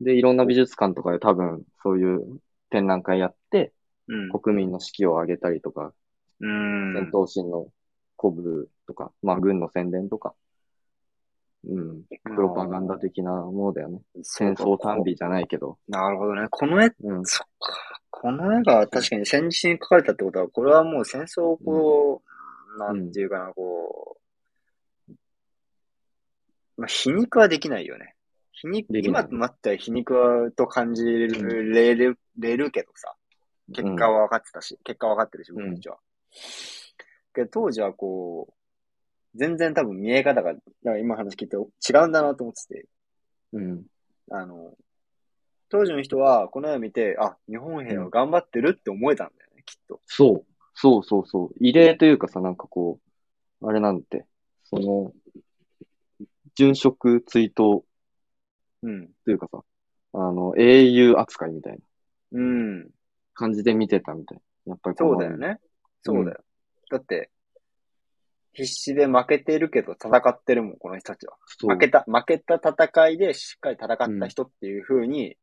[SPEAKER 2] で、いろんな美術館とかで多分そういう展覧会やって、
[SPEAKER 1] うん。
[SPEAKER 2] 国民の士気を上げたりとか、
[SPEAKER 1] うん。
[SPEAKER 2] 戦闘シーンの鼓舞とか、まあ軍の宣伝とか、うん、プロパガンダ的なものだよね。
[SPEAKER 1] そう
[SPEAKER 2] 戦
[SPEAKER 1] か
[SPEAKER 2] 争賛美じゃないけど、
[SPEAKER 1] なるほどね。この絵、
[SPEAKER 2] うん、
[SPEAKER 1] そっか。この絵が確かに戦時中に描かれたってことは、これはもう戦争をこう、なんていうかな、こう、まあ、皮肉はできないよね。皮肉、
[SPEAKER 2] できな
[SPEAKER 1] 今
[SPEAKER 2] い
[SPEAKER 1] となっては皮肉はと感じれる、れる、れるけどさ。結果は分かってたし、結果は分かってるし、僕たちは。けど当時はこう、全然多分見え方が、だから今話聞いて違うんだなと思ってて、
[SPEAKER 2] うん、
[SPEAKER 1] あの、当時の人はこの絵を見て、あ、日本兵は頑張ってるって思えたんだよね、きっと。
[SPEAKER 2] そう、そうそうそう、異例というかさ、なんかこう、あれなんて、その、殉職追悼
[SPEAKER 1] うん。
[SPEAKER 2] というかさ、あの、英雄扱いみたいな
[SPEAKER 1] うん。
[SPEAKER 2] 感じで見てたみたい。やっぱりこ
[SPEAKER 1] そ
[SPEAKER 2] の
[SPEAKER 1] うだよね。そうだよ。だって、必死で負けてるけど戦ってるもん、この人たちは。
[SPEAKER 2] そう
[SPEAKER 1] 負けた、負けた戦いでしっかり戦った人っていう風に、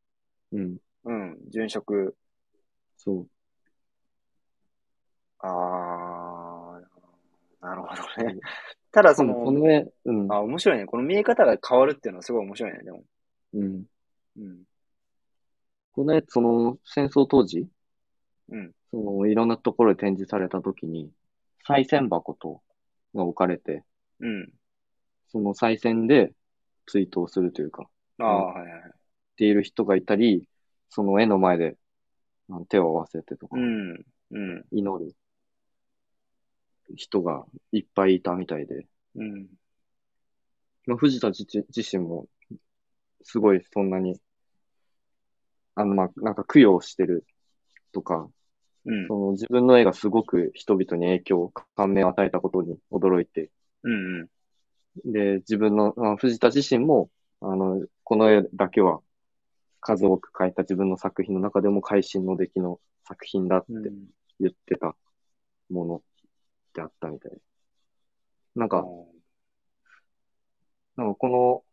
[SPEAKER 2] うん、
[SPEAKER 1] うん、殉職
[SPEAKER 2] そう。
[SPEAKER 1] ああ、なるほどね。ただそ
[SPEAKER 2] 多分こ
[SPEAKER 1] の、
[SPEAKER 2] の絵、うん、
[SPEAKER 1] あ、面白いね。この見え方が変わるっていうのはすごい面白いね、でも。
[SPEAKER 2] うん。
[SPEAKER 1] うん。
[SPEAKER 2] この絵、その、戦争当時、
[SPEAKER 1] うん。
[SPEAKER 2] その、いろんなところで展示された時に、賽銭箱と、が置かれて、
[SPEAKER 1] うん。
[SPEAKER 2] その賽銭で追悼するというか、
[SPEAKER 1] ああ、はいはいはい。
[SPEAKER 2] っている人がいたり、その絵の前で、あの手を合わせてとか
[SPEAKER 1] う、ん。うん。
[SPEAKER 2] 祈る人がいっぱいいたみたいで、
[SPEAKER 1] うん。
[SPEAKER 2] まあ、藤田自自身も、すごいそんなに、あの、まあ、なんか供養してるとか、
[SPEAKER 1] うん。
[SPEAKER 2] その自分の絵がすごく人々に影響、感銘を与えたことに驚いて、
[SPEAKER 1] うん。うん。
[SPEAKER 2] で、自分の、あ藤田自身も、あの、この絵だけは数多く描いた自分の作品の中でも会心の出来の作品だって
[SPEAKER 1] うん
[SPEAKER 2] 言ってたものであったみたい。なんか、なんかこ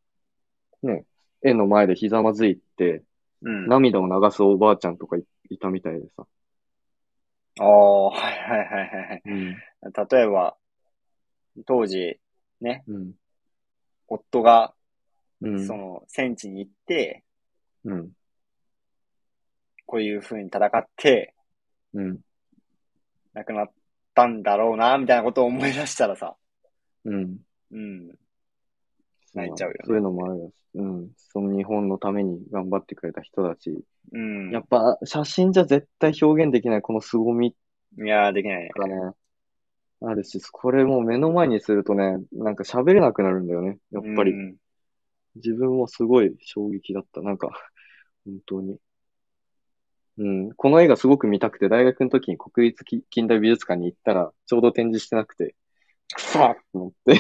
[SPEAKER 2] の、ね、絵の前でひざまずいて、
[SPEAKER 1] うん。あ
[SPEAKER 2] 涙を流すおばあちゃんとかいいたみたいでさ。
[SPEAKER 1] あ、はいはいはいはい
[SPEAKER 2] うん。
[SPEAKER 1] はい。例えば、当時、ね、
[SPEAKER 2] うん。
[SPEAKER 1] 夫が、
[SPEAKER 2] うん。
[SPEAKER 1] その、戦地に行って、
[SPEAKER 2] うん。
[SPEAKER 1] こういう風に戦って、
[SPEAKER 2] うん。
[SPEAKER 1] 亡くなったんだろうな、みたいなことを思い出したらさ、
[SPEAKER 2] うん。
[SPEAKER 1] うん。
[SPEAKER 2] そう
[SPEAKER 1] 泣いちゃうよね
[SPEAKER 2] そういうのもあるし、うん。その日本のために頑張ってくれた人たち。
[SPEAKER 1] うん。
[SPEAKER 2] やっぱ写真じゃ絶対表現できないこの凄み
[SPEAKER 1] いやー、できないね。
[SPEAKER 2] がね、あるし、これもう目の前にするとね、なんか喋れなくなるんだよね。やっぱり
[SPEAKER 1] う。ん
[SPEAKER 2] 自分もすごい衝撃だった。なんか、本当に。うん。この絵がすごく見たくて、大学の時に国立き近代美術館に行ったら、ちょうど展示してなくて、くそーって 思って、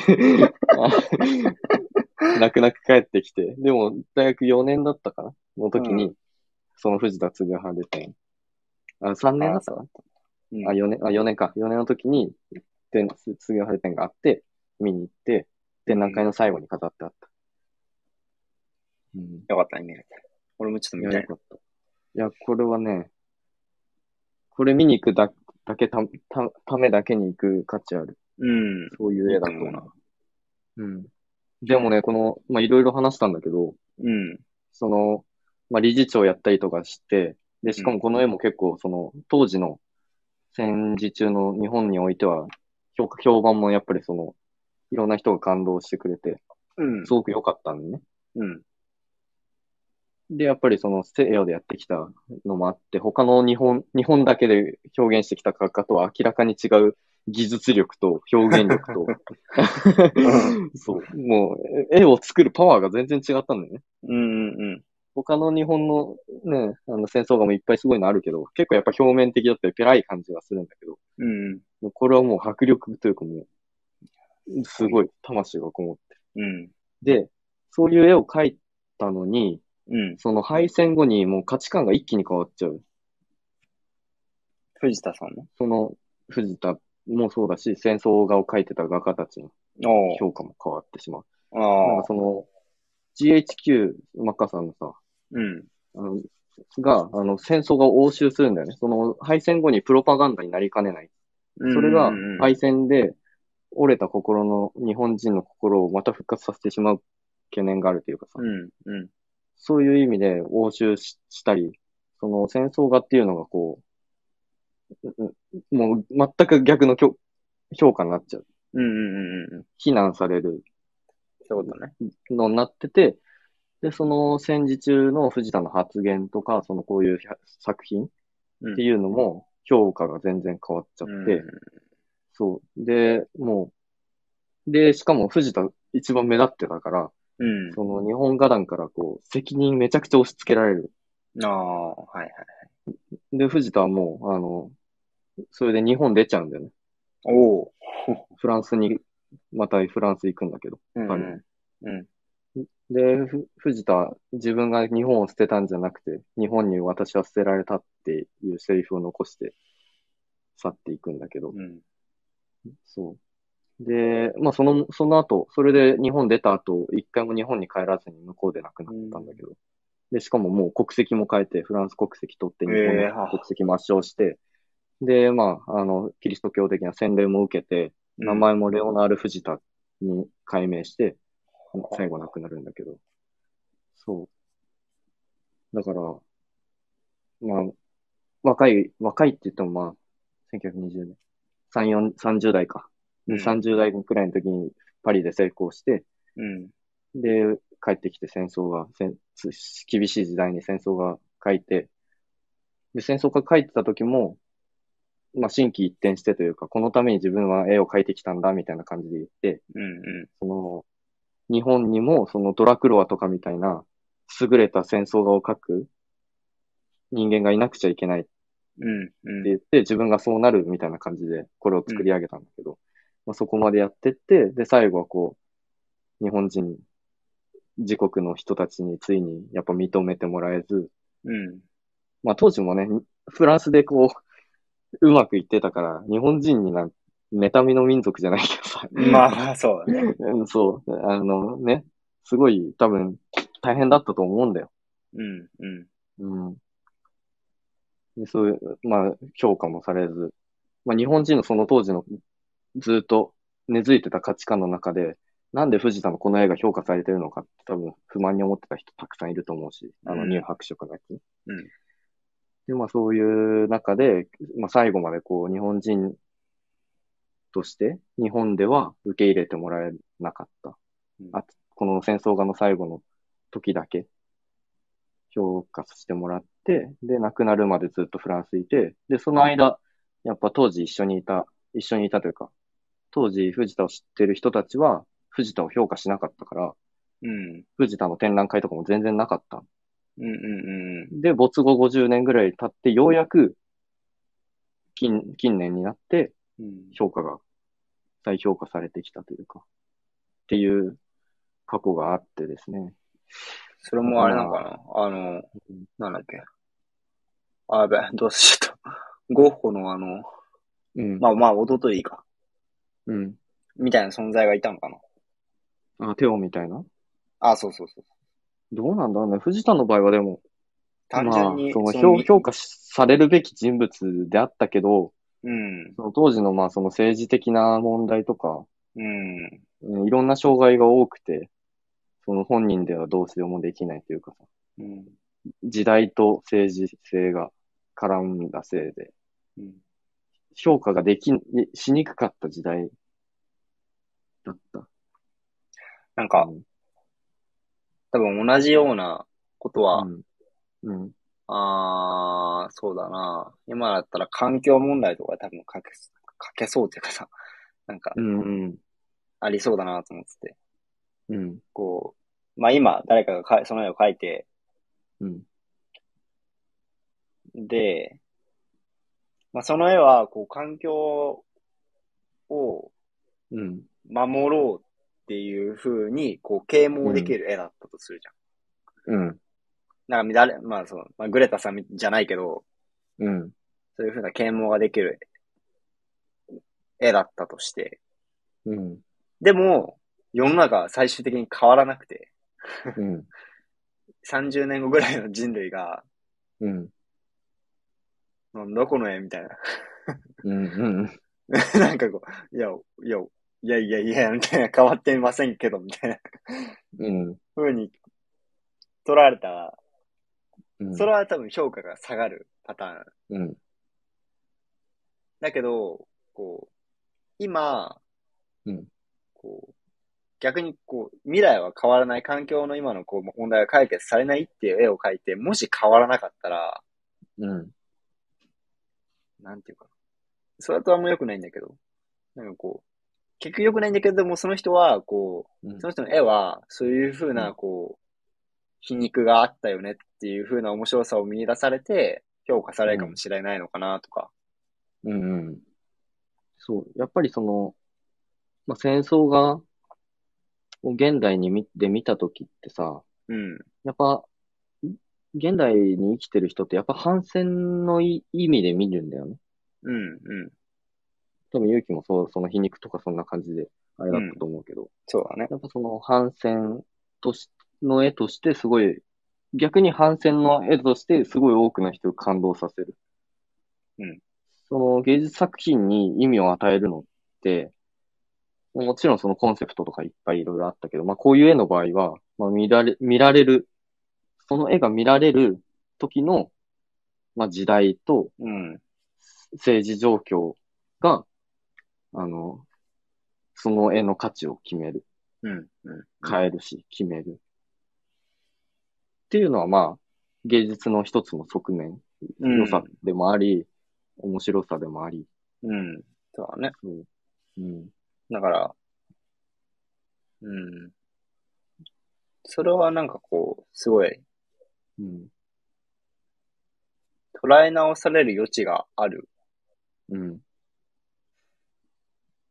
[SPEAKER 2] あ泣く泣く帰ってきて、でも、大学4年だったかなの時
[SPEAKER 1] う
[SPEAKER 2] に、その藤田嗣治展。あ、3年だったかな
[SPEAKER 1] うん
[SPEAKER 2] あ、4年、あ、4年か。4年の時に、展、次の春展があって、見に行って、展覧会の最後に飾ってあった。うん。
[SPEAKER 1] よかったね、見れて。俺もちょっと
[SPEAKER 2] い
[SPEAKER 1] 見
[SPEAKER 2] や、
[SPEAKER 1] た
[SPEAKER 2] よ
[SPEAKER 1] い。
[SPEAKER 2] かった。いや、これはね、これ見に行くだ、だけた、た、ためだけに行く価値ある。
[SPEAKER 1] うん。
[SPEAKER 2] そういう絵だと
[SPEAKER 1] いいと思うな
[SPEAKER 2] 思う。うん。でもね、この、まあ、いろいろ話したんだけど、
[SPEAKER 1] うん。
[SPEAKER 2] その、まあ、理事長やったりとかして、で、しかもこの絵も結構、その、当時の戦時中の日本においては、評価、評判もやっぱりその、いろんな人が感動してくれて、
[SPEAKER 1] うん。
[SPEAKER 2] すごく良かったんでね。
[SPEAKER 1] うん。
[SPEAKER 2] で、やっぱりその、西洋でやってきたのもあって、他の日本、日本だけで表現してきた画家とは明らかに違う技術力と表現力 と、そう、もう、絵を作るパワーが全然違ったんだよね。
[SPEAKER 1] うん。うん。
[SPEAKER 2] 他の日本のね、あの戦争画もいっぱいすごいのあるけど、結構やっぱ表面的だったり、ペラい感じがするんだけど、
[SPEAKER 1] うん。
[SPEAKER 2] もうこれはもう迫力というかもう、すごい魂がこもっ
[SPEAKER 1] うん。
[SPEAKER 2] て。で、そういう絵を描いたのに、
[SPEAKER 1] うん。
[SPEAKER 2] その敗戦後にもう価値観が一気に変わっちゃう。
[SPEAKER 1] 藤田さんね。
[SPEAKER 2] その藤田もそうだし、戦争画を描いてた画家たちの
[SPEAKER 1] お
[SPEAKER 2] 評価も変わってしまう。なん
[SPEAKER 1] あ
[SPEAKER 2] か
[SPEAKER 1] あ。
[SPEAKER 2] その、GHQ マッカーさんのさ、
[SPEAKER 1] うん。
[SPEAKER 2] あの、が、あの、戦争が応酬するんだよね。その、敗戦後にプロパガンダになりかねない。それが
[SPEAKER 1] うんうんうん、
[SPEAKER 2] 敗戦で折れた心の、日本人の心をまた復活させてしまう懸念があるというかさ、
[SPEAKER 1] うん。うん。
[SPEAKER 2] そういう意味で応酬ししたり、その戦争画っていうのがこう、ううもう全く逆のきょ評価になっちゃう。
[SPEAKER 1] うんうんうんうん。
[SPEAKER 2] 非難される
[SPEAKER 1] そういうことね。
[SPEAKER 2] のになってて、で、その戦時中の藤田の発言とか、そのこういう作品
[SPEAKER 1] うん
[SPEAKER 2] っていうのも評価が全然変わっちゃって、そう。で、もう、で、しかも藤田一番目立ってたから、
[SPEAKER 1] うん。う
[SPEAKER 2] その日本画壇からこう、責任めちゃくちゃ押し付けられる。
[SPEAKER 1] ん。ああ、はいはい。
[SPEAKER 2] で、藤田はもう、あの、それで日本出ちゃうんだよね。
[SPEAKER 1] おお。
[SPEAKER 2] フランスに、またフランス行くんだけど。
[SPEAKER 1] うん
[SPEAKER 2] あ
[SPEAKER 1] うん
[SPEAKER 2] の。
[SPEAKER 1] うん。
[SPEAKER 2] で、ふ藤田は自分が日本を捨てたんじゃなくて、日本に私は捨てられたっていうセリフを残して去っていくんだけど、
[SPEAKER 1] うん。
[SPEAKER 2] そう。で、まあ、その、その後、それで日本出た後、一回も日本に帰らずに向こうで亡くなったんだけど。で、しかももう国籍も変えて、フランス国籍取って、日本
[SPEAKER 1] ええ
[SPEAKER 2] の国籍抹消して、で、まあ、あの、キリスト教的な洗礼も受けて、名前もレオナール・フジタに改名して、最後亡くなるんだけど。そう。だから、まあ、若い、若いって言ってもまあ、1920年。3、4、30代か。
[SPEAKER 1] うん
[SPEAKER 2] 30代くらいの時にパリで成功して、
[SPEAKER 1] うん。
[SPEAKER 2] で、帰ってきて戦争が、戦厳しい時代に戦争が書いて、で、戦争が書いてた時も、まあ、心機一転してというか、このために自分は絵を描いてきたんだ、みたいな感じで言って、
[SPEAKER 1] うんうん。
[SPEAKER 2] その、日本にも、そのドラクロワとかみたいな、優れた戦争画を描く人間がいなくちゃいけないって
[SPEAKER 1] うんうん。
[SPEAKER 2] 言って、自分がそうなるみたいな感じで、これを作り上げたんだけど、まあ、そこまでやってって、で、最後はこう、日本人、自国の人たちについにやっぱ認めてもらえず、
[SPEAKER 1] うん。
[SPEAKER 2] まあ当時もね、フランスでこう、うまくいってたから、日本人になん、妬みの民族じゃないけどさ、
[SPEAKER 1] まあまあ、そうだね。
[SPEAKER 2] うん、そう、あのね、すごい多分大変だったと思うんだよ。
[SPEAKER 1] うんうん。
[SPEAKER 2] うん。で、そういう、まあ、評価もされず、まあ日本人のその当時のずっと根付いてた価値観の中で、なんで藤田のこの絵が評価されてるのかって多分不満に思ってた人たくさんいると思うし、あの
[SPEAKER 1] うん
[SPEAKER 2] 乳白色のやつ。
[SPEAKER 1] うん
[SPEAKER 2] で、まあそういう中で、まあ最後までこう日本人として日本では受け入れてもらえなかった。
[SPEAKER 1] うん
[SPEAKER 2] あこの戦争画の最後の時だけ評価してもらって、で、亡くなるまでずっとフランスいて、で、その間、やっぱ当時一緒にいた、一緒にいたというか、当時藤田を知ってる人たちは藤田を評価しなかったから、
[SPEAKER 1] うん。
[SPEAKER 2] 藤田の展覧会とかも全然なかった。
[SPEAKER 1] うんうんうん。
[SPEAKER 2] で、没後50年ぐらい経って、ようやく近、近年になって
[SPEAKER 1] うん
[SPEAKER 2] 評価が、再評価されてきたというか、っていう過去があってですね。
[SPEAKER 1] それもあれなのかなあの、なんだっけ。あ、やべ、どうしようと。ゴッホのあの、
[SPEAKER 2] うん。
[SPEAKER 1] まあまあ、おとといか。
[SPEAKER 2] うん。
[SPEAKER 1] みたいな存在がいたのかな
[SPEAKER 2] あ、テオみたいな
[SPEAKER 1] あ、そうそうそう。
[SPEAKER 2] どうなんだろうね。藤田の場合はでも、
[SPEAKER 1] 単純に、
[SPEAKER 2] まあ、その
[SPEAKER 1] の
[SPEAKER 2] 評評価されるべき人物であったけど、
[SPEAKER 1] うん。
[SPEAKER 2] その当時のまあその政治的な問題とか、
[SPEAKER 1] うん。
[SPEAKER 2] うんいろんな障害が多くて、その本人ではどうしようもできないというかさ、
[SPEAKER 1] うん。
[SPEAKER 2] 時代と政治性が絡んだせいで、
[SPEAKER 1] うん。
[SPEAKER 2] 評価ができん、しにくかった時代だった。
[SPEAKER 1] なんか、
[SPEAKER 2] うん
[SPEAKER 1] 多分同じようなことは、
[SPEAKER 2] うん。うん。
[SPEAKER 1] ああ、そうだな。今だったら環境問題とか多分かけ、かけそうっていうかさ、 なんか
[SPEAKER 2] うん。うん
[SPEAKER 1] ありそうだなと思ってて。
[SPEAKER 2] うん。
[SPEAKER 1] こう、まあ今、誰かがかその絵を描いて、
[SPEAKER 2] うん。
[SPEAKER 1] で、まあ、その絵は、こう、環境を
[SPEAKER 2] うん。
[SPEAKER 1] 守ろうっていう風に、こう、啓蒙できる絵だったとするじゃん。
[SPEAKER 2] うん。
[SPEAKER 1] なんか乱れ、まあそう、まあ、グレタさんみじゃないけど、
[SPEAKER 2] うん。
[SPEAKER 1] そういう風な啓蒙ができる絵だったとして。
[SPEAKER 2] うん。
[SPEAKER 1] でも、世の中は最終的に変わらなくて、
[SPEAKER 2] うん。
[SPEAKER 1] 30年後ぐらいの人類が、
[SPEAKER 2] うん。
[SPEAKER 1] なんだこの絵みたいな。
[SPEAKER 2] うん。
[SPEAKER 1] なんかこう、いや、いや、いやいやいや、みたいな、変わってませんけど、みたいな
[SPEAKER 2] うん。
[SPEAKER 1] 風に取られたら、
[SPEAKER 2] うん。
[SPEAKER 1] それは多分評価が下がるパターン。
[SPEAKER 2] うん。
[SPEAKER 1] だけど、こう、今、
[SPEAKER 2] うん
[SPEAKER 1] こう、逆にこう、未来は変わらない環境の今のこう問題が解決されないっていう絵を描いて、もし変わらなかったら、
[SPEAKER 2] うん。
[SPEAKER 1] なんていうかな。それだとあんま良くないんだけど、なんかこう、結局良くないんだけど、でもその人は、こ
[SPEAKER 2] う
[SPEAKER 1] う、
[SPEAKER 2] ん
[SPEAKER 1] その人の絵は、そういう風
[SPEAKER 2] う
[SPEAKER 1] な、こう、皮肉があったよねっていう風な面白さを見出されて、評価されるかもしれないのかなとか。
[SPEAKER 2] うんうん。そう。やっぱりその、まあ、戦争が、を現代に見て見たときってさ、
[SPEAKER 1] うん。
[SPEAKER 2] やっぱ、現代に生きてる人ってやっぱ反戦のい意味で見るんだよね。
[SPEAKER 1] うん。うん。
[SPEAKER 2] 多分勇気もそう、その皮肉とかそんな感じで、あれだったと思うけど、
[SPEAKER 1] そうだね。
[SPEAKER 2] やっぱその反戦とし、の絵としてすごい、逆に反戦の絵としてすごい多くの人を感動させる。
[SPEAKER 1] うん。
[SPEAKER 2] その芸術作品に意味を与えるのって、もちろんそのコンセプトとかいっぱいいろいろあったけど、まあこういう絵の場合は、まあ見られ、見られる、その絵が見られる時の、まあ時代と
[SPEAKER 1] うん。
[SPEAKER 2] 政治状況が、あの、その絵の価値を決める。
[SPEAKER 1] うん。うん。
[SPEAKER 2] 変えるし、決める。っていうのはまあ、芸術の一つの側面、
[SPEAKER 1] うん
[SPEAKER 2] 良さでもあり、面白さでもあり。
[SPEAKER 1] うん。そうだね。
[SPEAKER 2] そう。うん。
[SPEAKER 1] だから、うん。それはなんかこう、すごい、
[SPEAKER 2] うん。
[SPEAKER 1] 捉え直される余地がある。
[SPEAKER 2] うん。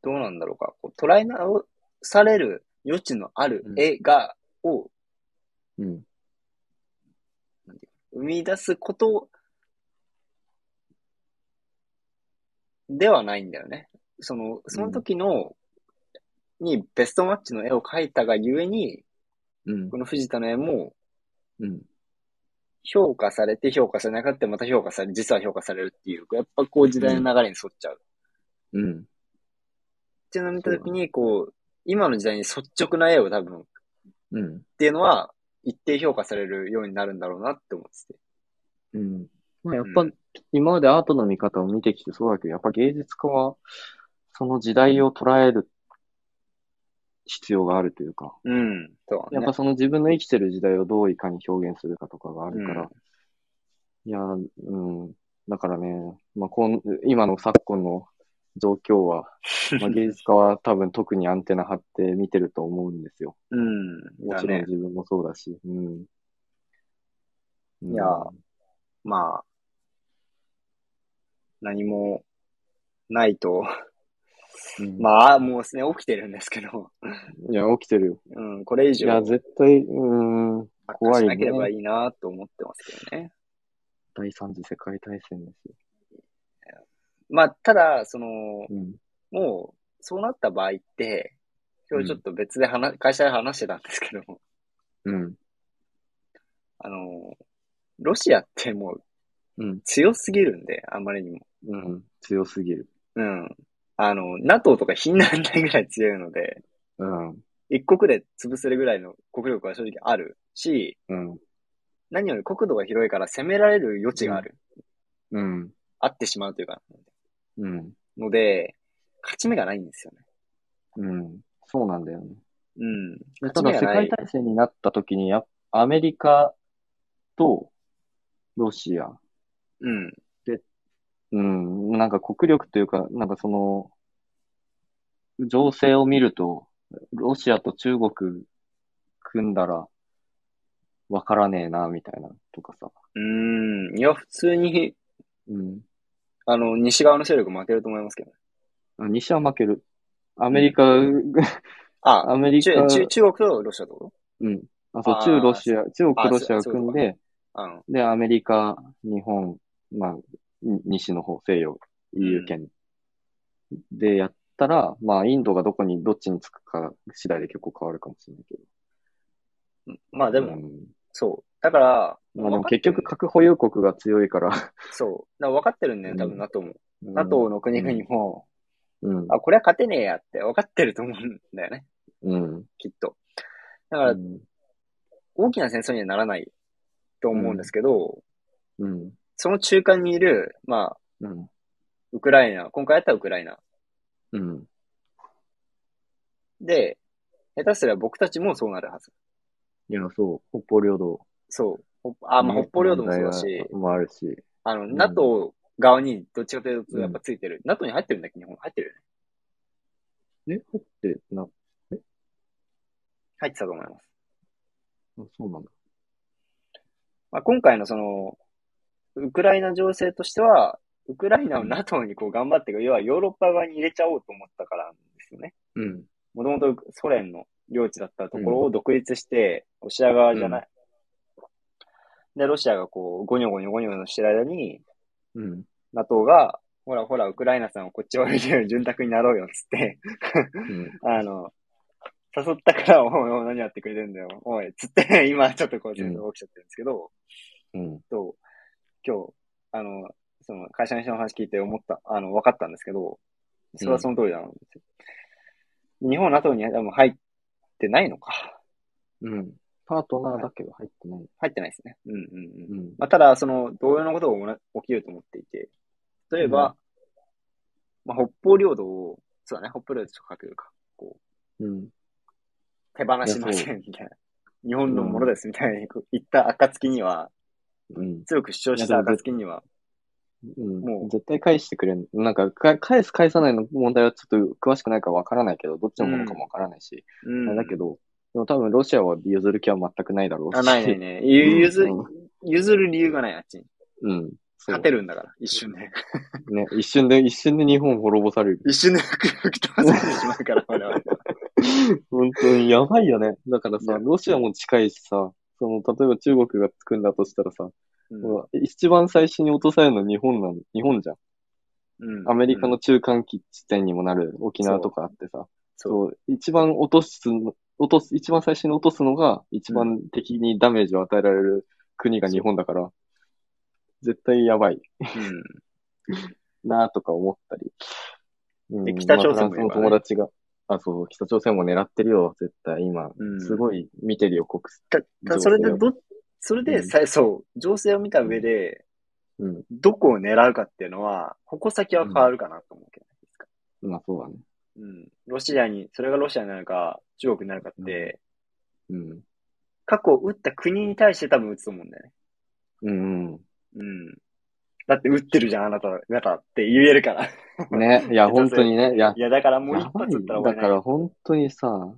[SPEAKER 1] どうなんだろうか。こう捉え直される余地のある絵が、を
[SPEAKER 2] うん。
[SPEAKER 1] 生み出すことではないんだよね。その、その時の、にベストマッチの絵を描いたがゆえに、
[SPEAKER 2] うん
[SPEAKER 1] こ。の藤田の絵も
[SPEAKER 2] うん。
[SPEAKER 1] 評価されて評価されなかったまた評価され、実は評価されるっていう、やっぱこう時代の流れに沿っちゃう。
[SPEAKER 2] うん。
[SPEAKER 1] っていうのを見た時に、こう、今の時代に率直な絵を多分
[SPEAKER 2] うん。
[SPEAKER 1] っていうのは、一定評価されるようになるんだろうなって思ってて。
[SPEAKER 2] うん。まあやっぱ
[SPEAKER 1] うん、
[SPEAKER 2] 今までアートの見方を見てきてそうだけど、やっぱ芸術家は、その時代を捉える必要があるというか、
[SPEAKER 1] うん。そうだ
[SPEAKER 2] やっ
[SPEAKER 1] ね
[SPEAKER 2] ぱ。その自分の生きてる時代をどういかに表現するかとかがあるから、
[SPEAKER 1] うん
[SPEAKER 2] いや、うん、だからね、まあ、こん今の昨今の状況 は、まあ、芸術家は多分特にアンテナ張って見てると思うんですよ。
[SPEAKER 1] うん。
[SPEAKER 2] も
[SPEAKER 1] だ
[SPEAKER 2] ちろん
[SPEAKER 1] ね。
[SPEAKER 2] 自分もそうだし。うん、
[SPEAKER 1] いやまあ、何もないと、
[SPEAKER 2] うん、あ、
[SPEAKER 1] まあ、もうですね、起きてるんですけど、
[SPEAKER 2] いや、起きてるよ。
[SPEAKER 1] うん、これ以
[SPEAKER 2] いや、
[SPEAKER 1] 上、
[SPEAKER 2] 絶対、うん、
[SPEAKER 1] 悪化
[SPEAKER 2] 怖
[SPEAKER 1] し
[SPEAKER 2] いね
[SPEAKER 1] なければいいなと思ってますけどね。
[SPEAKER 2] 第三次世界大戦ですよ。
[SPEAKER 1] まあ、ただ、その、
[SPEAKER 2] うん、
[SPEAKER 1] もう、そうなった場合って、今日ちょっと別で話、会社で話してたんですけど、
[SPEAKER 2] うん、
[SPEAKER 1] あの、ロシアってもう
[SPEAKER 2] うん、
[SPEAKER 1] 強すぎるんで、あんまりにも。
[SPEAKER 2] うん、強すぎる。
[SPEAKER 1] うん。あの、NATO とかひんならないぐらい強いので、
[SPEAKER 2] うん、う
[SPEAKER 1] 一国で潰せるぐらいの国力は正直あるし、
[SPEAKER 2] ん、
[SPEAKER 1] 何より国土が広いから攻められる余地がある。
[SPEAKER 2] うん、
[SPEAKER 1] あってしまうというか、
[SPEAKER 2] うん。
[SPEAKER 1] ので、勝ち目がないんですよね。
[SPEAKER 2] うん、そうなんだよね。
[SPEAKER 1] うん。勝
[SPEAKER 2] た
[SPEAKER 1] ち
[SPEAKER 2] だ
[SPEAKER 1] 目
[SPEAKER 2] 世
[SPEAKER 1] がな
[SPEAKER 2] 界
[SPEAKER 1] い。
[SPEAKER 2] 大戦になった時にや、アメリカとロシア、
[SPEAKER 1] うん。
[SPEAKER 2] うん、なんか国力というか、なんかその、情勢を見ると、ロシアと中国組んだら、わからねえな、みたいな、とかさ。
[SPEAKER 1] うん。いや、普通に、
[SPEAKER 2] うん。
[SPEAKER 1] あの、西側の勢力負けると思いますけどね。
[SPEAKER 2] あ西は負ける。アメリカ、
[SPEAKER 1] あ、
[SPEAKER 2] アメリ
[SPEAKER 1] 中
[SPEAKER 2] カ、
[SPEAKER 1] 中中国とロシアってこと
[SPEAKER 2] うん。あ、そう
[SPEAKER 1] あ、ー
[SPEAKER 2] 中ロシア、中
[SPEAKER 1] あ
[SPEAKER 2] 国ロシアを
[SPEAKER 1] そういう
[SPEAKER 2] 組
[SPEAKER 1] こと
[SPEAKER 2] ん
[SPEAKER 1] か
[SPEAKER 2] で、
[SPEAKER 1] あの、
[SPEAKER 2] で、アメリカ、日本、まあ、に西の方、西洋、EU 圏でやったら、まあ、インドがどこに、どっちにつくか次第で結構変わるかもしれないけど。
[SPEAKER 1] まあでも、
[SPEAKER 2] うん
[SPEAKER 1] そう。だから、
[SPEAKER 2] まあでも
[SPEAKER 1] 分かって
[SPEAKER 2] 結
[SPEAKER 1] る
[SPEAKER 2] 局核保有国が強いから、
[SPEAKER 1] そう。だから分かってるんだよね、多
[SPEAKER 2] う
[SPEAKER 1] 分
[SPEAKER 2] ん
[SPEAKER 1] NATO も。NATO の国々も、
[SPEAKER 2] うん、
[SPEAKER 1] あ、これは勝てねえやって分かってると思うんだよね、
[SPEAKER 2] うん。
[SPEAKER 1] きっと。だから
[SPEAKER 2] う、ん。
[SPEAKER 1] 大きな戦争にはならないと思うんですけど、
[SPEAKER 2] うん。
[SPEAKER 1] その中間にいる、まあ、
[SPEAKER 2] うん。
[SPEAKER 1] ウクライナ、今回やったらウクライナ。
[SPEAKER 2] うん。
[SPEAKER 1] で、下手すれば僕たちもそうなるはず。
[SPEAKER 2] いや、そう。北方領土。
[SPEAKER 1] そう。ほあ、まあ、
[SPEAKER 2] ね
[SPEAKER 1] 北方領土もそうだし、
[SPEAKER 2] 問題もあるし。
[SPEAKER 1] あの、
[SPEAKER 2] ん
[SPEAKER 1] NATO 側にどっちかというとやっぱついてる。NATO に入ってるんだっけ日本入ってるよね。
[SPEAKER 2] え、入ってな、
[SPEAKER 1] 入ってたと思います。
[SPEAKER 2] そうなんだ。
[SPEAKER 1] まあ、今回のその、ウクライナ情勢としては、ウクライナを NATO にこう頑張っていく、要はヨーロッパ側に入れちゃおうと思ったからなんですよね。
[SPEAKER 2] うん。
[SPEAKER 1] もともとソ連の領地だったところを独立して、ロシア側じゃない。で、ロシアがこう、ゴニョゴニョゴニョゴニョしてる間に、
[SPEAKER 2] うん。
[SPEAKER 1] NATO が、ほらほら、ウクライナさんをこっちおいでよ、潤沢になろうよ、つって、
[SPEAKER 2] うん。
[SPEAKER 1] あの、誘ったから、おいおい、何やってくれてんだよ、おい、つって、今ちょっとこう、戦争が起きちゃってるんですけど、
[SPEAKER 2] うん。
[SPEAKER 1] と、今日、あの、その会社の人の話聞いて思った、あの、分かったんですけど、それはその通りだな、日本 NATO に多分入ってないのか。
[SPEAKER 2] うん。パートナーだけは入ってない。
[SPEAKER 1] 入ってないですね。うんうんうん。
[SPEAKER 2] うん。
[SPEAKER 1] まあ、ただ、その、同様のことが起きると思っていて、例えば、まあ、北方領土を、そうだね、北方領土と書くか、
[SPEAKER 2] うん。
[SPEAKER 1] 手放しません、みたいな。日本のものです、みたいに言った暁には、
[SPEAKER 2] うん。
[SPEAKER 1] 強く主張した暁には、
[SPEAKER 2] うん。
[SPEAKER 1] もう
[SPEAKER 2] 絶対返してくれん。なんかか、返す返さないの問題はちょっと詳しくないからわからないけど、どっちのものかもわからないし。
[SPEAKER 1] うん
[SPEAKER 2] あれだけど、でも多分ロシアは譲る気は全くないだろうし。
[SPEAKER 1] あ、ないないね。
[SPEAKER 2] うん。
[SPEAKER 1] ゆ譲
[SPEAKER 2] うん
[SPEAKER 1] 譲る理由がない、あっちに。
[SPEAKER 2] うん。そう
[SPEAKER 1] 勝てるんだから、一瞬で。
[SPEAKER 2] ね、一瞬で、一瞬で日本滅ぼされる。
[SPEAKER 1] 一瞬で吹き飛ばされてしまう から、我々。
[SPEAKER 2] 本当にやばいよね。だからさ、
[SPEAKER 1] ね
[SPEAKER 2] ロシアも近いしさ、その、例えば中国が作るんだとしたらさ、
[SPEAKER 1] うん
[SPEAKER 2] ほら一番最初に落とされるのは日本なの、日本じゃん。
[SPEAKER 1] うん
[SPEAKER 2] アメリカの中間地点にもなる沖縄とかあってさ、
[SPEAKER 1] そう
[SPEAKER 2] そう、一番落とすの、落とす、一番最初に落とすのが、一番敵にダメージを与えられる国が日本だから、絶対やばい
[SPEAKER 1] うん
[SPEAKER 2] なとか思ったり。うん
[SPEAKER 1] で北朝鮮もいるからね
[SPEAKER 2] まあフランスの友達が、あ、そう、北朝鮮も狙ってるよ、絶対、今。
[SPEAKER 1] うん
[SPEAKER 2] すごい見てるよ、国
[SPEAKER 1] た、
[SPEAKER 2] 情勢
[SPEAKER 1] た、
[SPEAKER 2] を
[SPEAKER 1] それでど、それ
[SPEAKER 2] う
[SPEAKER 1] で
[SPEAKER 2] ん
[SPEAKER 1] さ、そう、情勢を見た上で、
[SPEAKER 2] うん。
[SPEAKER 1] どこを狙うかっていうのは、矛先は変わるかなと思うけど、
[SPEAKER 2] まあ、そうだね。
[SPEAKER 1] うん。ロシアに、それがロシアになるか、中国になるかって、
[SPEAKER 2] うん。
[SPEAKER 1] 過去撃った国に対して多分撃つと思うんだよね。
[SPEAKER 2] うん、
[SPEAKER 1] うん。だって撃ってるじゃん、あなた、あなたって言える から。
[SPEAKER 2] うん。ね、いや、本当にね、いや
[SPEAKER 1] い、や、だからもう一
[SPEAKER 2] やばい
[SPEAKER 1] 発撃ったら終わり
[SPEAKER 2] だか
[SPEAKER 1] ない。
[SPEAKER 2] ら本当にさ、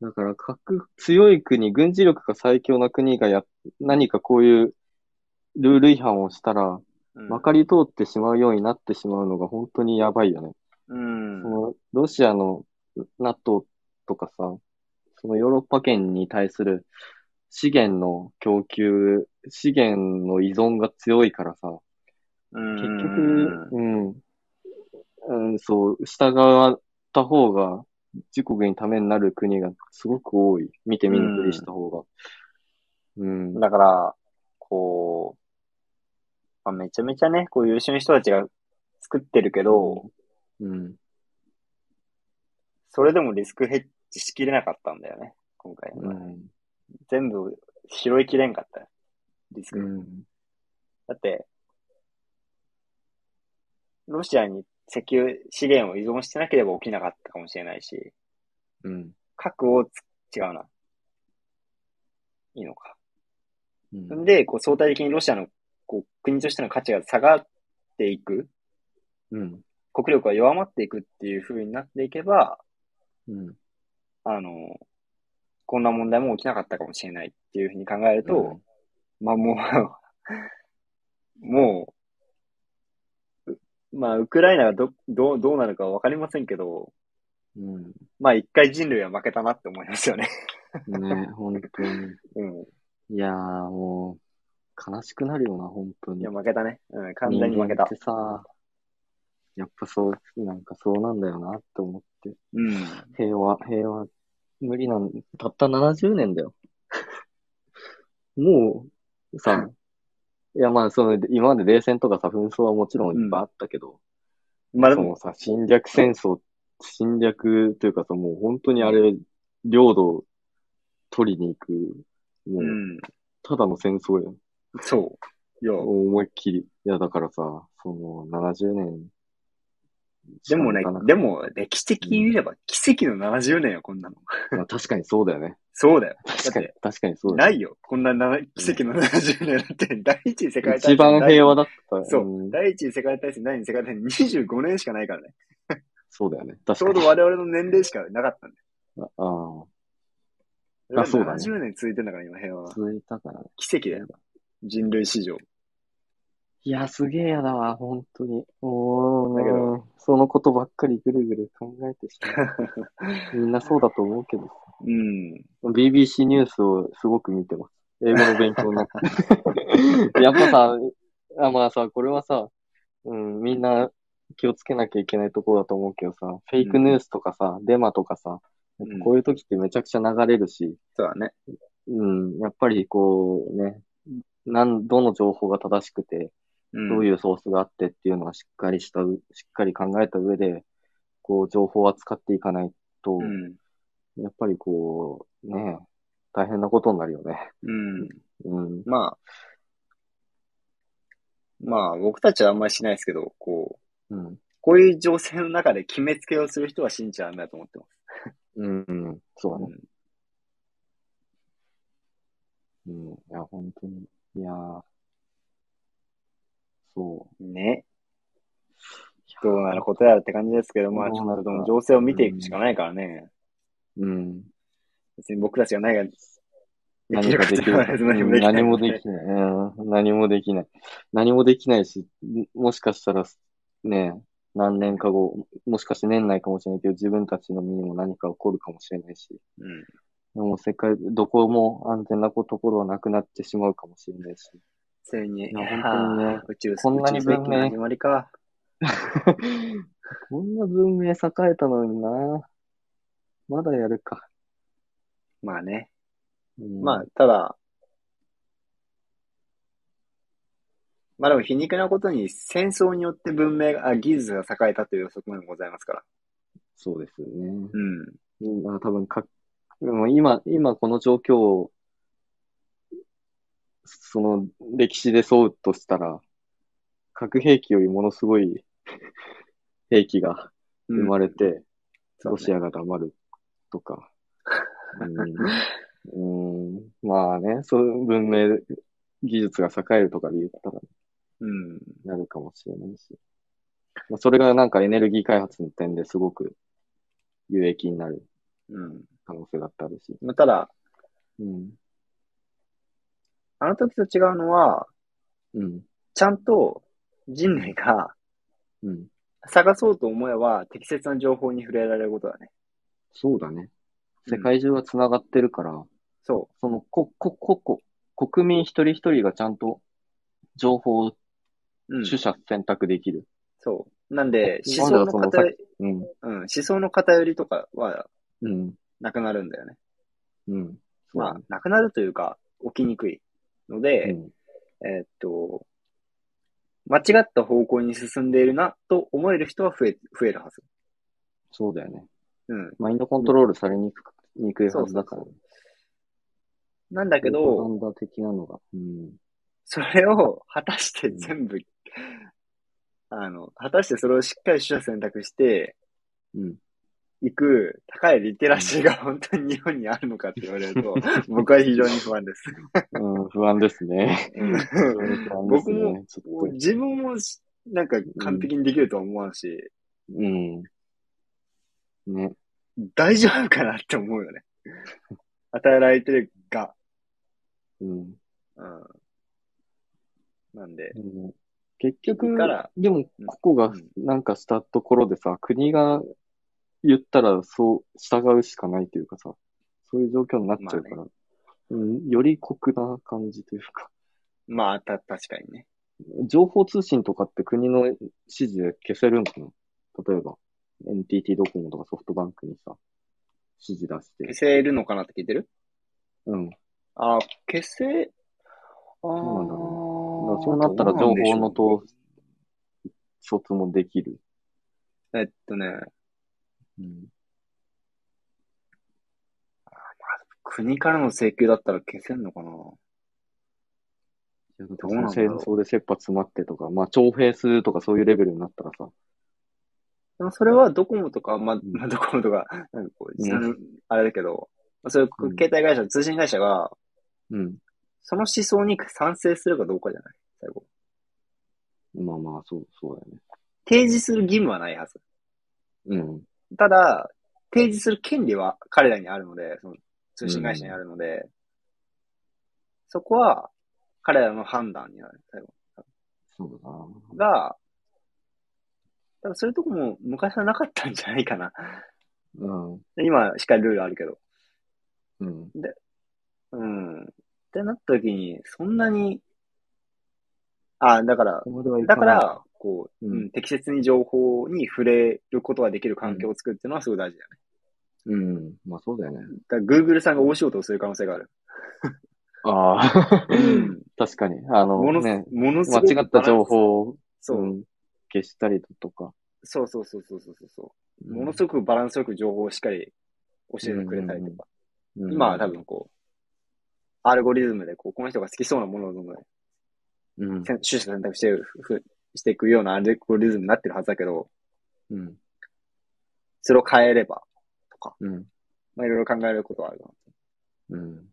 [SPEAKER 2] だから核、強い国、軍事力が最強な国がや、何かこういうルール違反をしたら、
[SPEAKER 1] うん
[SPEAKER 2] まかり通ってしまうようになってしまうのが本当にやばいよね。
[SPEAKER 1] うん
[SPEAKER 2] そ。のロシアの NATO とかさ、そのヨーロッパ圏に対する資源の供給、資源の依存が強いからさ、
[SPEAKER 1] うん
[SPEAKER 2] 結局、うん、うん、そう、従った方が自国にためになる国がすごく多い。見て見ぬふりした方が。うん、
[SPEAKER 1] だから、こう、まあ、めちゃめちゃね、こう優秀な人たちが作ってるけど、
[SPEAKER 2] うん、
[SPEAKER 1] それでもリスクヘッジしきれなかったんだよね、今回は。
[SPEAKER 2] うん、
[SPEAKER 1] 全部拾いきれんかったよリスク。
[SPEAKER 2] うん、
[SPEAKER 1] だって、ロシアに石油資源を依存してなければ起きなかったかもしれないし、
[SPEAKER 2] うん、
[SPEAKER 1] 核をつ、違うな。いいのか。
[SPEAKER 2] うん
[SPEAKER 1] ん、で、こう相対的にロシアのこう国としての価値が下がっていく、
[SPEAKER 2] うん、
[SPEAKER 1] 国力が弱まっていくっていう風になっていけば、
[SPEAKER 2] うん、
[SPEAKER 1] あの、こんな問題も起きなかったかもしれないっっていうふうに考えると、
[SPEAKER 2] うん
[SPEAKER 1] まあもう、もう、うまあウクライナがど、どう、どうなるかわかりませんけど、
[SPEAKER 2] うん。
[SPEAKER 1] まあ一回人類は負けたなって思いますよね。
[SPEAKER 2] ね、 本当に。
[SPEAKER 1] うん。
[SPEAKER 2] いやー、もう、悲しくなるよな、本当
[SPEAKER 1] い
[SPEAKER 2] に
[SPEAKER 1] や、。負けたね。うん、完全に負けた
[SPEAKER 2] 人間っ。てさ、やっぱそう、なんかそうなんだよなって思って。
[SPEAKER 1] うん。
[SPEAKER 2] 平和、平和、無理なん、たった70年だよ。 もう、さ、いやまあ、その、今まで冷戦とかさ、紛争はもちろんいっぱいあったけど、
[SPEAKER 1] まあで
[SPEAKER 2] そ
[SPEAKER 1] も
[SPEAKER 2] の、さ、侵略戦争、侵略というかさ、もう本当にあれ、領土を取りに行く、も
[SPEAKER 1] う
[SPEAKER 2] う、
[SPEAKER 1] ん。
[SPEAKER 2] ただの戦争やん。
[SPEAKER 1] そう。いや、
[SPEAKER 2] 思いっきり。いや、だからさ、その、70年。
[SPEAKER 1] でもね
[SPEAKER 2] なかな、か
[SPEAKER 1] で、も歴史的に見れば奇跡の70年よ、こんなの。
[SPEAKER 2] まあ確かにそうだよね。
[SPEAKER 1] そうだよ。
[SPEAKER 2] 確かに
[SPEAKER 1] だっ、
[SPEAKER 2] 確かにそうだ
[SPEAKER 1] な
[SPEAKER 2] よ、
[SPEAKER 1] いよ。こんなな奇跡の70年だって、第一次世界大戦。
[SPEAKER 2] 一番平和だった。
[SPEAKER 1] 第そうう。
[SPEAKER 2] ん
[SPEAKER 1] 第一次世界大戦、第二次世界大戦、25年しかないからね。
[SPEAKER 2] そうだよね。確
[SPEAKER 1] ち
[SPEAKER 2] か
[SPEAKER 1] ょう
[SPEAKER 2] に。
[SPEAKER 1] ど我々の年齢しかなかったんだ
[SPEAKER 2] ああ
[SPEAKER 1] よ。
[SPEAKER 2] あそうだね
[SPEAKER 1] 70年続いてんだから、今平和
[SPEAKER 2] ー、
[SPEAKER 1] は。
[SPEAKER 2] 続いたからね。
[SPEAKER 1] 奇跡だよ。人類史上。
[SPEAKER 2] いや、すげえやだわ、本当に。もう、
[SPEAKER 1] だけ
[SPEAKER 2] ど、そのことばっかりぐるぐる考えてしまう。みんなそうだと思うけど。
[SPEAKER 1] うん。
[SPEAKER 2] BBC ニュースをすごく見てます。英語の勉強に なって。やっぱさ、あまあさ、これはさ、うん、みんな気をつけなきゃいけないところだと思うけどさ、フェイクニュースとかさ、デマとかさ、やっぱこういう時ってめちゃくちゃ流れるし、
[SPEAKER 1] そうだね。
[SPEAKER 2] うん、やっぱりこうね、なん、どの情報が正しくて、
[SPEAKER 1] うん
[SPEAKER 2] どういうソースがあってっていうのはしっかりしたう、しっかり考えた上で、こう、情報を扱っていかないと、
[SPEAKER 1] うん。
[SPEAKER 2] やっぱりこう、ね、大変なことになるよね。
[SPEAKER 1] うん。
[SPEAKER 2] うん。
[SPEAKER 1] まあ。まあ、僕たちはあんまりしないですけど、こう、
[SPEAKER 2] うん。
[SPEAKER 1] こういう情勢の中で決めつけをする人は信じちゃダメだと思ってます。
[SPEAKER 2] うん。うんそうだ
[SPEAKER 1] う
[SPEAKER 2] ね。
[SPEAKER 1] ん
[SPEAKER 2] うん。いや、本当に。いやーそ
[SPEAKER 1] ね。
[SPEAKER 2] う。
[SPEAKER 1] どうなることやらって感じですけど、まあ、ち
[SPEAKER 2] ど
[SPEAKER 1] ょ
[SPEAKER 2] うな
[SPEAKER 1] っと
[SPEAKER 2] る
[SPEAKER 1] で
[SPEAKER 2] か
[SPEAKER 1] も情勢を見ていくしかないからね。
[SPEAKER 2] うん。
[SPEAKER 1] 別に僕たちが何ができ
[SPEAKER 2] 何
[SPEAKER 1] る
[SPEAKER 2] か
[SPEAKER 1] か
[SPEAKER 2] で
[SPEAKER 1] と
[SPEAKER 2] き
[SPEAKER 1] 言わ
[SPEAKER 2] な
[SPEAKER 1] れ
[SPEAKER 2] い。
[SPEAKER 1] ず何もできない。
[SPEAKER 2] 何もできない。うん。何もできない。何もできないし、もしかしたら、ね、何年か後、もしかして年内かもしれないけど、自分たちの身にも何か起こるかもしれないし。
[SPEAKER 1] うん。
[SPEAKER 2] もう世界、どこも安全なところはなくなってしまうかもしれない し。
[SPEAKER 1] ついに、
[SPEAKER 2] いや本当にね
[SPEAKER 1] あー宇宙、
[SPEAKER 2] こんなに
[SPEAKER 1] 宇宙世紀の
[SPEAKER 2] 文明
[SPEAKER 1] 始まりか。
[SPEAKER 2] こんな文明栄えたのにな。まだやるか。
[SPEAKER 1] まあね。
[SPEAKER 2] うん
[SPEAKER 1] まあ、ただ、まあでも皮肉なことに戦争によって文明が、あ技術が栄えたという側面もございますから。
[SPEAKER 2] そうですよね。
[SPEAKER 1] うん。
[SPEAKER 2] まあ、多分か、でも今、今この状況を、その歴史でそうとしたら、核兵器よりものすごい 兵器が生まれて、ロシ
[SPEAKER 1] ア。
[SPEAKER 2] アが黙るとか。うん、うんまあね、そういう文明、技術が栄えるとかで言ったら
[SPEAKER 1] うん。
[SPEAKER 2] なるかもしれないし。まあ、それがなんかエネルギー開発の点ですごく有益になる
[SPEAKER 1] うん。
[SPEAKER 2] 可能性だったるし。
[SPEAKER 1] まあ、ただ、
[SPEAKER 2] うん。
[SPEAKER 1] あの時と違うのは、
[SPEAKER 2] うん。
[SPEAKER 1] ちゃんと人類が
[SPEAKER 2] うん。
[SPEAKER 1] 探そうと思えば適切な情報に触れられることだね。
[SPEAKER 2] そうだね。世界中が繋がってるから、
[SPEAKER 1] そ
[SPEAKER 2] その、こ、こ、こ、こ、国民一人一人がちゃんと情報を
[SPEAKER 1] う。うん。
[SPEAKER 2] 取捨選択できる。
[SPEAKER 1] そう。なんで、思
[SPEAKER 2] まだ
[SPEAKER 1] 想の
[SPEAKER 2] その
[SPEAKER 1] 偏り、
[SPEAKER 2] うん。
[SPEAKER 1] うん、思想の偏りとかは
[SPEAKER 2] うん。
[SPEAKER 1] なくなるんだよね。
[SPEAKER 2] うん。そう
[SPEAKER 1] ま
[SPEAKER 2] だ
[SPEAKER 1] あ
[SPEAKER 2] ね、
[SPEAKER 1] なくなるというか、起きにくいので、
[SPEAKER 2] うん。
[SPEAKER 1] えーっと、間違った方向に進んでいるなと思える人は増え、増えるはず。
[SPEAKER 2] そうだよね。
[SPEAKER 1] うん。
[SPEAKER 2] マインドコントロールされにくく、にくいはずだからね。
[SPEAKER 1] なんだけ
[SPEAKER 2] プロパ
[SPEAKER 1] ど、
[SPEAKER 2] ガンダ的なのが。うん。
[SPEAKER 1] それを果たして全部、あの、果たしてそれをしっかり取捨選択して
[SPEAKER 2] うん。
[SPEAKER 1] いく高いリテラシーが本当に日本にあるのかって言われる と、僕は非常に不安です。
[SPEAKER 2] うん、不安ですね。非常に 不安です
[SPEAKER 1] 僕も
[SPEAKER 2] ね。ち
[SPEAKER 1] も
[SPEAKER 2] ょ
[SPEAKER 1] う
[SPEAKER 2] っと。
[SPEAKER 1] 自分もしなんか完璧にできるとは思わんし、
[SPEAKER 2] うん。ね。
[SPEAKER 1] 大丈夫かなって思うよね。与えられてるが、
[SPEAKER 2] うん。
[SPEAKER 1] うん。なんで、
[SPEAKER 2] でも結局
[SPEAKER 1] から、
[SPEAKER 2] でも、ここが
[SPEAKER 1] うん
[SPEAKER 2] なんかしたところでさ、国が言ったらそう従うしかないというかさ、そういう状況になっちゃうから、うん、より酷な感じというか、
[SPEAKER 1] まあ、た、確かにね。
[SPEAKER 2] 情報通信とかって国の指示で消せるんかな例えば、NTT ドコモとかソフトバンクにさ、指示出して
[SPEAKER 1] 消。せるのかなって聞いてる
[SPEAKER 2] うん。だか
[SPEAKER 1] あ、消せ、ああ
[SPEAKER 2] うなんだらそうなったら情報の
[SPEAKER 1] と
[SPEAKER 2] 統率もできる。
[SPEAKER 1] えっとね、
[SPEAKER 2] うん。
[SPEAKER 1] 国からの請求だったら消せんのかなど
[SPEAKER 2] ど
[SPEAKER 1] うなんだ
[SPEAKER 2] 戦
[SPEAKER 1] ろう
[SPEAKER 2] 争で切羽詰まってとか、まあ、徴兵するとかそういうレベルになったらさ、
[SPEAKER 1] でもそれはドコモとか、まあ、
[SPEAKER 2] ん
[SPEAKER 1] まあ、ドコモとか、なんかこう、
[SPEAKER 2] うん
[SPEAKER 1] そのあれだけど、まあそういう
[SPEAKER 2] うん
[SPEAKER 1] 携帯会社、通信会社が、
[SPEAKER 2] うん。
[SPEAKER 1] その思想に賛成するかどうかじゃない最後。
[SPEAKER 2] まあまあ、そう、そうだよね。
[SPEAKER 1] 提示する義務はないはず。
[SPEAKER 2] うん。
[SPEAKER 1] ただ、提示する権利は彼らにあるので、その通信会社にあるので、そこは彼らの判断になる。最後
[SPEAKER 2] そうだな。
[SPEAKER 1] が、多分そういうとこも昔はなかったんじゃないか な。
[SPEAKER 2] うん。
[SPEAKER 1] 今、しっかりルールあるけど。
[SPEAKER 2] うん。
[SPEAKER 1] うん。ってなった時に、そんなに、あ、だから、
[SPEAKER 2] ここまではい
[SPEAKER 1] だか
[SPEAKER 2] ない、
[SPEAKER 1] ら、こう、
[SPEAKER 2] うん
[SPEAKER 1] うん適切に情報に触れることができる環境を作るっていうのはすごい大事だよね。
[SPEAKER 2] うん。まあそうだよね。
[SPEAKER 1] だから、Google さんが大仕事をする可能性があ る。
[SPEAKER 2] あ あ、確かに。あの、
[SPEAKER 1] ものす、
[SPEAKER 2] ね、
[SPEAKER 1] ものす
[SPEAKER 2] 間
[SPEAKER 1] ごく
[SPEAKER 2] 違った情報を、
[SPEAKER 1] そうう、
[SPEAKER 2] ん消したりとか。
[SPEAKER 1] そうそうそうそうそうそう。もの
[SPEAKER 2] ご
[SPEAKER 1] すごくバランスよく情報をしっかり教えてくれたりとか。
[SPEAKER 2] く
[SPEAKER 1] 今は多、分こう、アルゴリズムでこう、この人が好きそうなものをどんどん
[SPEAKER 2] うん。
[SPEAKER 1] 選取捨選択してるふしていくようなアルゴリズムになってるはずだけど、
[SPEAKER 2] うん。
[SPEAKER 1] それを変えれば、
[SPEAKER 2] うん。
[SPEAKER 1] まあ、いろいろ考えることはあるかな。
[SPEAKER 2] うん。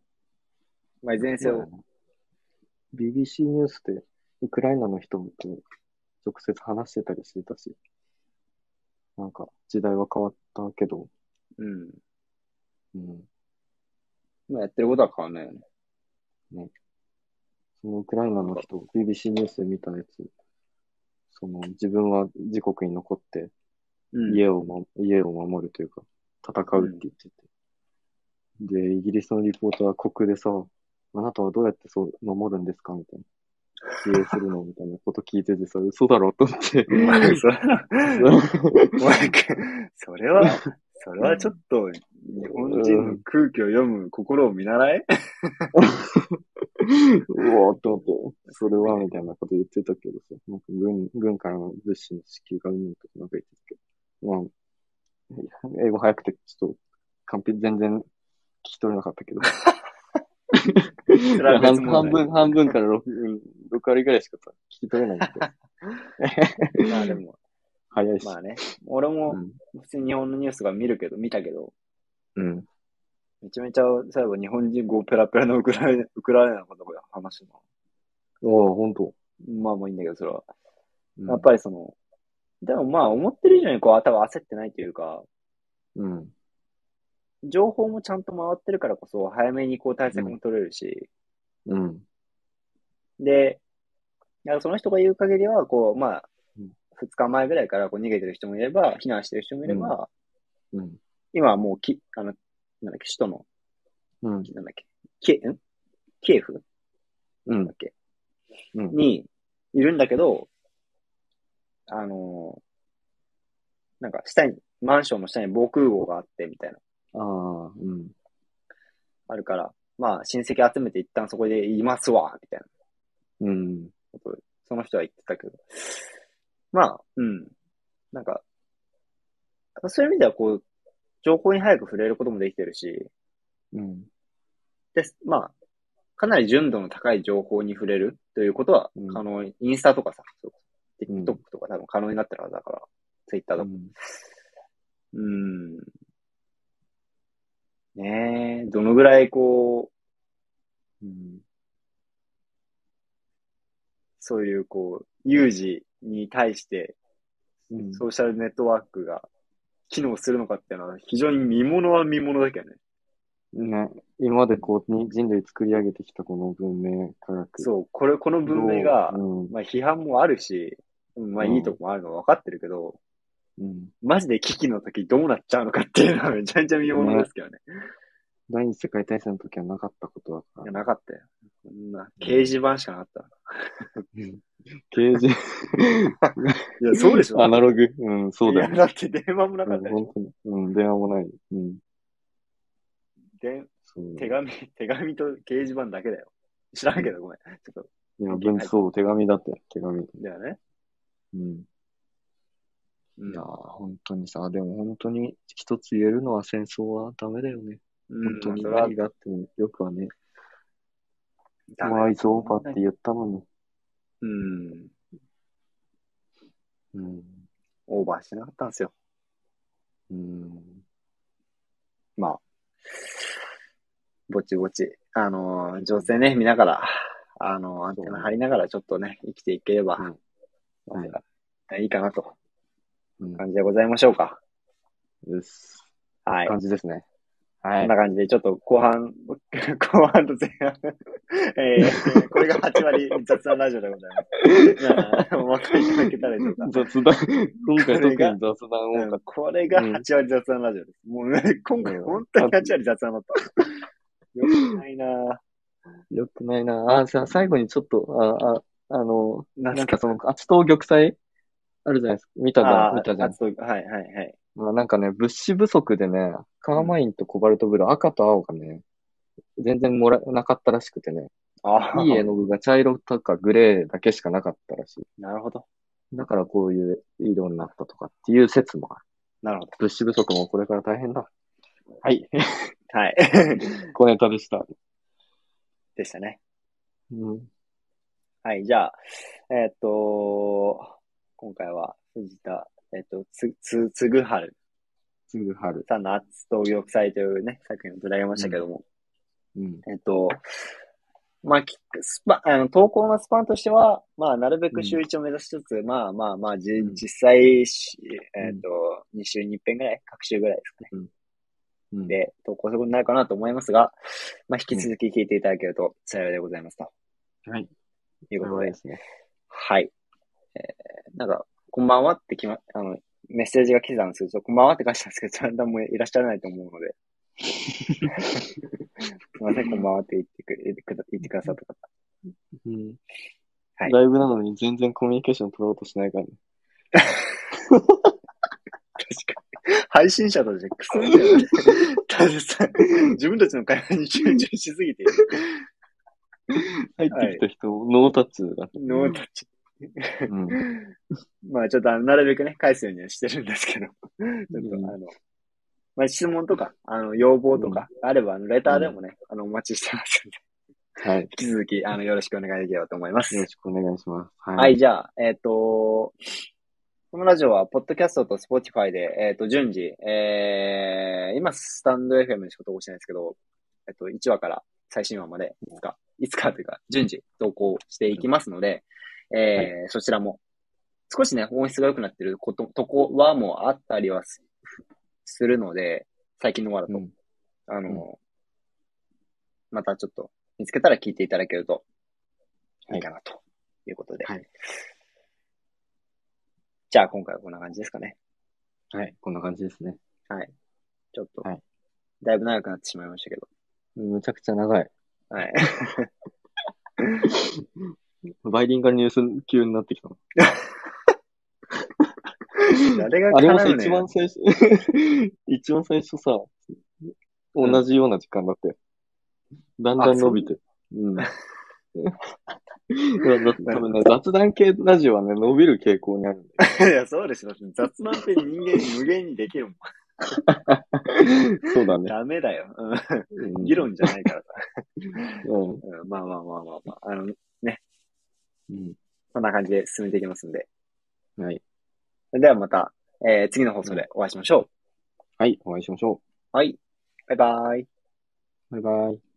[SPEAKER 1] まあ、いずれにせよ、
[SPEAKER 2] BBC ニュースで、ウクライナの人と直接話してたりしてたし、なんか時代は変わったけど、
[SPEAKER 1] うん。
[SPEAKER 2] うん。
[SPEAKER 1] まあ、やってることは変わんないよね。
[SPEAKER 2] そのウクライナの人、BBC ニュースで見たやつ、その自分は自国に残って
[SPEAKER 1] うん。
[SPEAKER 2] 家を、ま、家を守るというか、戦うって言ってて。で、イギリスのリポーターは国でさ、あなたはどうやってそう守るんですかみたいな。自衛するのみたいなこと聞いててさ、嘘だろと 思って。
[SPEAKER 1] お前 それは、お前それは、それはちょっと、日本人の空気を読む心を見習 え
[SPEAKER 2] うおーって思って、それはみたいなこと言ってたけどさ、なんか軍軍からの物資の支給がうんぬんとかなんか言ってたけど、まあ、英語早くてちょっと完璧、全然聞き取れなかったけど。
[SPEAKER 1] れは別
[SPEAKER 2] 半
[SPEAKER 1] 問
[SPEAKER 2] 半
[SPEAKER 1] 題
[SPEAKER 2] 分、半分から 6, 六割ぐらいしかさ、聞き取れ ないんで。
[SPEAKER 1] まあでも、
[SPEAKER 2] 早いし。
[SPEAKER 1] まあね。俺
[SPEAKER 2] う
[SPEAKER 1] も、
[SPEAKER 2] ん。
[SPEAKER 1] 普通に日本のニュースが見るけど、見たけど、
[SPEAKER 2] うん。
[SPEAKER 1] めちゃめちゃ、最後日本人語ペラペラのウクライナ、 ウクライナのことが話してる
[SPEAKER 2] おー、ほんと。
[SPEAKER 1] の。まあもういいんだけど、それは。
[SPEAKER 2] うん
[SPEAKER 1] やっぱりその、でもまあ思ってる以上にこう、多分焦ってないというか、
[SPEAKER 2] うん。
[SPEAKER 1] 情報もちゃんと回ってるからこそ、早めにこう対策も取れるし、
[SPEAKER 2] うん。
[SPEAKER 1] で、だからその人が言う限りは、こう、まあ
[SPEAKER 2] うん、
[SPEAKER 1] 2日前ぐらいからこう逃げてる人もいれば、避難してる人もいれば、
[SPEAKER 2] うん。
[SPEAKER 1] 今はもうき、あの、なんだっけ、首都の、
[SPEAKER 2] うん。
[SPEAKER 1] なんだっけ、キエ、んキエフ
[SPEAKER 2] うん
[SPEAKER 1] だっけ、
[SPEAKER 2] うん
[SPEAKER 1] にいるんだけど、あのーなんか下に、マンションの下に防空壕があってみたいな、
[SPEAKER 2] ああ、うん。
[SPEAKER 1] あるから、まあ親戚集めて一旦そこでいますわ、みたいな。
[SPEAKER 2] うん。
[SPEAKER 1] ことその人は言ってたけど。まあ、うん。なんか、そういう意味ではこう、情報に早く触れることもできてるし、
[SPEAKER 2] うん。
[SPEAKER 1] で、まあ、かなり純度の高い情報に触れるということは
[SPEAKER 2] うん
[SPEAKER 1] 可能、インスタとかさ、そう
[SPEAKER 2] うん
[SPEAKER 1] TikTok とか多分可能になってるはずだから、Twitter とか。うん。ねえ、どのぐらいこう、
[SPEAKER 2] うん。
[SPEAKER 1] そういうこう、有事に対して
[SPEAKER 2] うん。
[SPEAKER 1] ソーシャルネットワークが機能するのかっていうのは非常に見物は見物だけどね。
[SPEAKER 2] ね、今までこうに人類作り上げてきたこの文明科学。
[SPEAKER 1] そう、これ、この文明が
[SPEAKER 2] う、ん。
[SPEAKER 1] まあ批判もあるし、まあ
[SPEAKER 2] うん
[SPEAKER 1] いいとこもあるのは分かってるけど、
[SPEAKER 2] うん。
[SPEAKER 1] マジで危機の時どうなっちゃうのかっていうのは めちゃめちゃ見ものですけどね。
[SPEAKER 2] 第二次世界大戦の時はなかったことだか
[SPEAKER 1] いや
[SPEAKER 2] ら。
[SPEAKER 1] なかったよ。そんな、掲示板しかなかった。
[SPEAKER 2] 刑事、
[SPEAKER 1] いや、そうで しょ。
[SPEAKER 2] アナログ。うん、そうだよ
[SPEAKER 1] い
[SPEAKER 2] ね。
[SPEAKER 1] や、だって電話もなかっ
[SPEAKER 2] うん、
[SPEAKER 1] たでしょ
[SPEAKER 2] 本当に。うん、電話もない。うん。
[SPEAKER 1] で
[SPEAKER 2] そう。
[SPEAKER 1] 手紙、手紙と掲示板だけだよ。知らんけど、ごめん。ちょっと、
[SPEAKER 2] いや、文そう、手紙だって、手紙。
[SPEAKER 1] だよね。
[SPEAKER 2] うん。
[SPEAKER 1] う
[SPEAKER 2] いやー、
[SPEAKER 1] ん
[SPEAKER 2] 本当にさ、でも本当に一つ言えるのは戦争はダメだよね。本当に
[SPEAKER 1] うん、それは
[SPEAKER 2] 何があってもよくはね、
[SPEAKER 1] ダメ
[SPEAKER 2] ワイズオーバーって言ったのに。
[SPEAKER 1] うん。
[SPEAKER 2] うん。
[SPEAKER 1] オーバーしてなかったんですよ。
[SPEAKER 2] うん。
[SPEAKER 1] まあ、ぼちぼち、あのー情勢ね、見ながら、あのーアンテナ張りながら、ちょっとね、生きていければ、
[SPEAKER 2] うん
[SPEAKER 1] まあいいかなと、
[SPEAKER 2] うん。
[SPEAKER 1] 感じでございましょうか。
[SPEAKER 2] です。
[SPEAKER 1] はい。
[SPEAKER 2] 感じですね。
[SPEAKER 1] こ
[SPEAKER 2] は
[SPEAKER 1] んな感じで、ちょっと後半、 後半と前半、えー、これが8割雑談ラジオでございます。まあお分かりいただけたらいいですか。
[SPEAKER 2] 雑 談、今回特に雑談多
[SPEAKER 1] うん
[SPEAKER 2] かっ
[SPEAKER 1] これが8割雑談ラジオです。もう ね、今回
[SPEAKER 2] うん
[SPEAKER 1] 本当に8割雑談だった。よくないなぁ。
[SPEAKER 2] た。よくないな。あ、さ、最後にちょっと、あ、あ、あの、
[SPEAKER 1] な
[SPEAKER 2] なんかその、圧倒玉砕あるじゃないですか。見たじゃ
[SPEAKER 1] あ
[SPEAKER 2] ん、
[SPEAKER 1] ー
[SPEAKER 2] 見たじゃ
[SPEAKER 1] あ
[SPEAKER 2] ん。
[SPEAKER 1] そうはいはいはい。
[SPEAKER 2] まあ、なんかね、物資不足でね、カーマインとコバルトブルー、赤と青がね、全然もらえなかったらしくてね、
[SPEAKER 1] ああ、
[SPEAKER 2] いい絵の具が茶色とかグレーだけしかなかったらしい。
[SPEAKER 1] なるほど。
[SPEAKER 2] だからこういう色になったとかっていう説もある。
[SPEAKER 1] なるほど。
[SPEAKER 2] 物資不足もこれから大変だ。はい。
[SPEAKER 1] はい。
[SPEAKER 2] 小ネタでした。
[SPEAKER 1] でしたね。
[SPEAKER 2] うん。
[SPEAKER 1] はい、じゃあ、えーっと、今回は藤田、えーっと、つ、つ、つぐはる
[SPEAKER 2] すぐ春。
[SPEAKER 1] さんの圧倒玉砕というね、作品を取り上げましたけども、
[SPEAKER 2] うん。
[SPEAKER 1] えーっと、まあ、きスパ、あの、投稿のスパンとしては、まあ、なるべく週1を目指しつつ、まあまあまあ、じ、
[SPEAKER 2] うん
[SPEAKER 1] 実際し、えーっと、2週に1遍ぐらい、各週ぐらいですかね。
[SPEAKER 2] うん。
[SPEAKER 1] で、投稿することになるかなと思いますが、まあ、引き続き聞いていただけると幸いでございますと。
[SPEAKER 2] はい。
[SPEAKER 1] ということ
[SPEAKER 2] これ
[SPEAKER 1] で
[SPEAKER 2] で。すね。
[SPEAKER 1] はい。えー、なんか、こんばんはってきま、あの、メッセージが来てたんですけど、こんばんはって返したんですけど、ちゃんともういらっしゃらないと思うの で。すいません、こんばんはって言ってく言ってくだ言ってくださった方。
[SPEAKER 2] うん。
[SPEAKER 1] はい
[SPEAKER 2] ライブなのに全然コミュニケーション取ろうとしないからね。
[SPEAKER 1] 確かに。配信者としてクソみたいな。たださ、自分たちの会話に集中しすぎている、
[SPEAKER 2] 入ってきた人、ノータッチ だった。
[SPEAKER 1] ノータッチ。
[SPEAKER 2] うん。
[SPEAKER 1] まあちょっとあのなるべくね、返すようにはしてるんですけど、ちょっと
[SPEAKER 2] うん
[SPEAKER 1] あの、まあ質問とか、あの、要望とか、あれば、あの、レターでもね、あの、お待ちしてますんで、
[SPEAKER 2] はい。
[SPEAKER 1] 引き続き、あの、よろしくお願いできればと思います。
[SPEAKER 2] よろしくお願いします。
[SPEAKER 1] は、。
[SPEAKER 2] はい
[SPEAKER 1] じゃあ、えっ、と、このラジオは、ポッドキャストと Spotify で、えっ、と、順次、えー、今、スタンド FM にしか投稿してないんですけど、えっ、と、1話から最新話まで、いつか、いつかというか、順次投稿していきますので、えーそちらも、少しね、音質が良くなってること、とこはもうあったりはすするので、最近の話だと、
[SPEAKER 2] うん
[SPEAKER 1] あの、またちょっと、見つけたら聞いていただけると、いいかなと。ということで。
[SPEAKER 2] はい
[SPEAKER 1] じゃあ、今回はこんな感じですかね。
[SPEAKER 2] はい。こんな感じですね。
[SPEAKER 1] ちょっと、
[SPEAKER 2] はい
[SPEAKER 1] だいぶ長くなってしまいましたけど。
[SPEAKER 2] むちゃくちゃ長い。
[SPEAKER 1] はい。
[SPEAKER 2] バイリンガルニュース級になってきたの。
[SPEAKER 1] 誰が
[SPEAKER 2] あれ
[SPEAKER 1] 絡
[SPEAKER 2] もさ、
[SPEAKER 1] むね
[SPEAKER 2] 一番最初、 一番最初さ、同じような時間だったよ。だんだん伸びて。うん。 いやだ多分ね、雑談系ラジオはね、伸びる傾向にあるんだ よ。
[SPEAKER 1] いや、そうですよ。雑談って人間無限にできるもん。
[SPEAKER 2] そうだね。
[SPEAKER 1] ダメだよ。うん
[SPEAKER 2] うん
[SPEAKER 1] 議論じゃないからさ。
[SPEAKER 2] うん
[SPEAKER 1] うんまあまあまあまあまあ。あの、
[SPEAKER 2] う
[SPEAKER 1] こんな感じで進めていきますんで。
[SPEAKER 2] ん。はい。
[SPEAKER 1] ではまた、えー次の放送でお会いしましょう。
[SPEAKER 2] はい。お会いしましょ
[SPEAKER 1] はい。バイバイ。
[SPEAKER 2] う。バイバイ。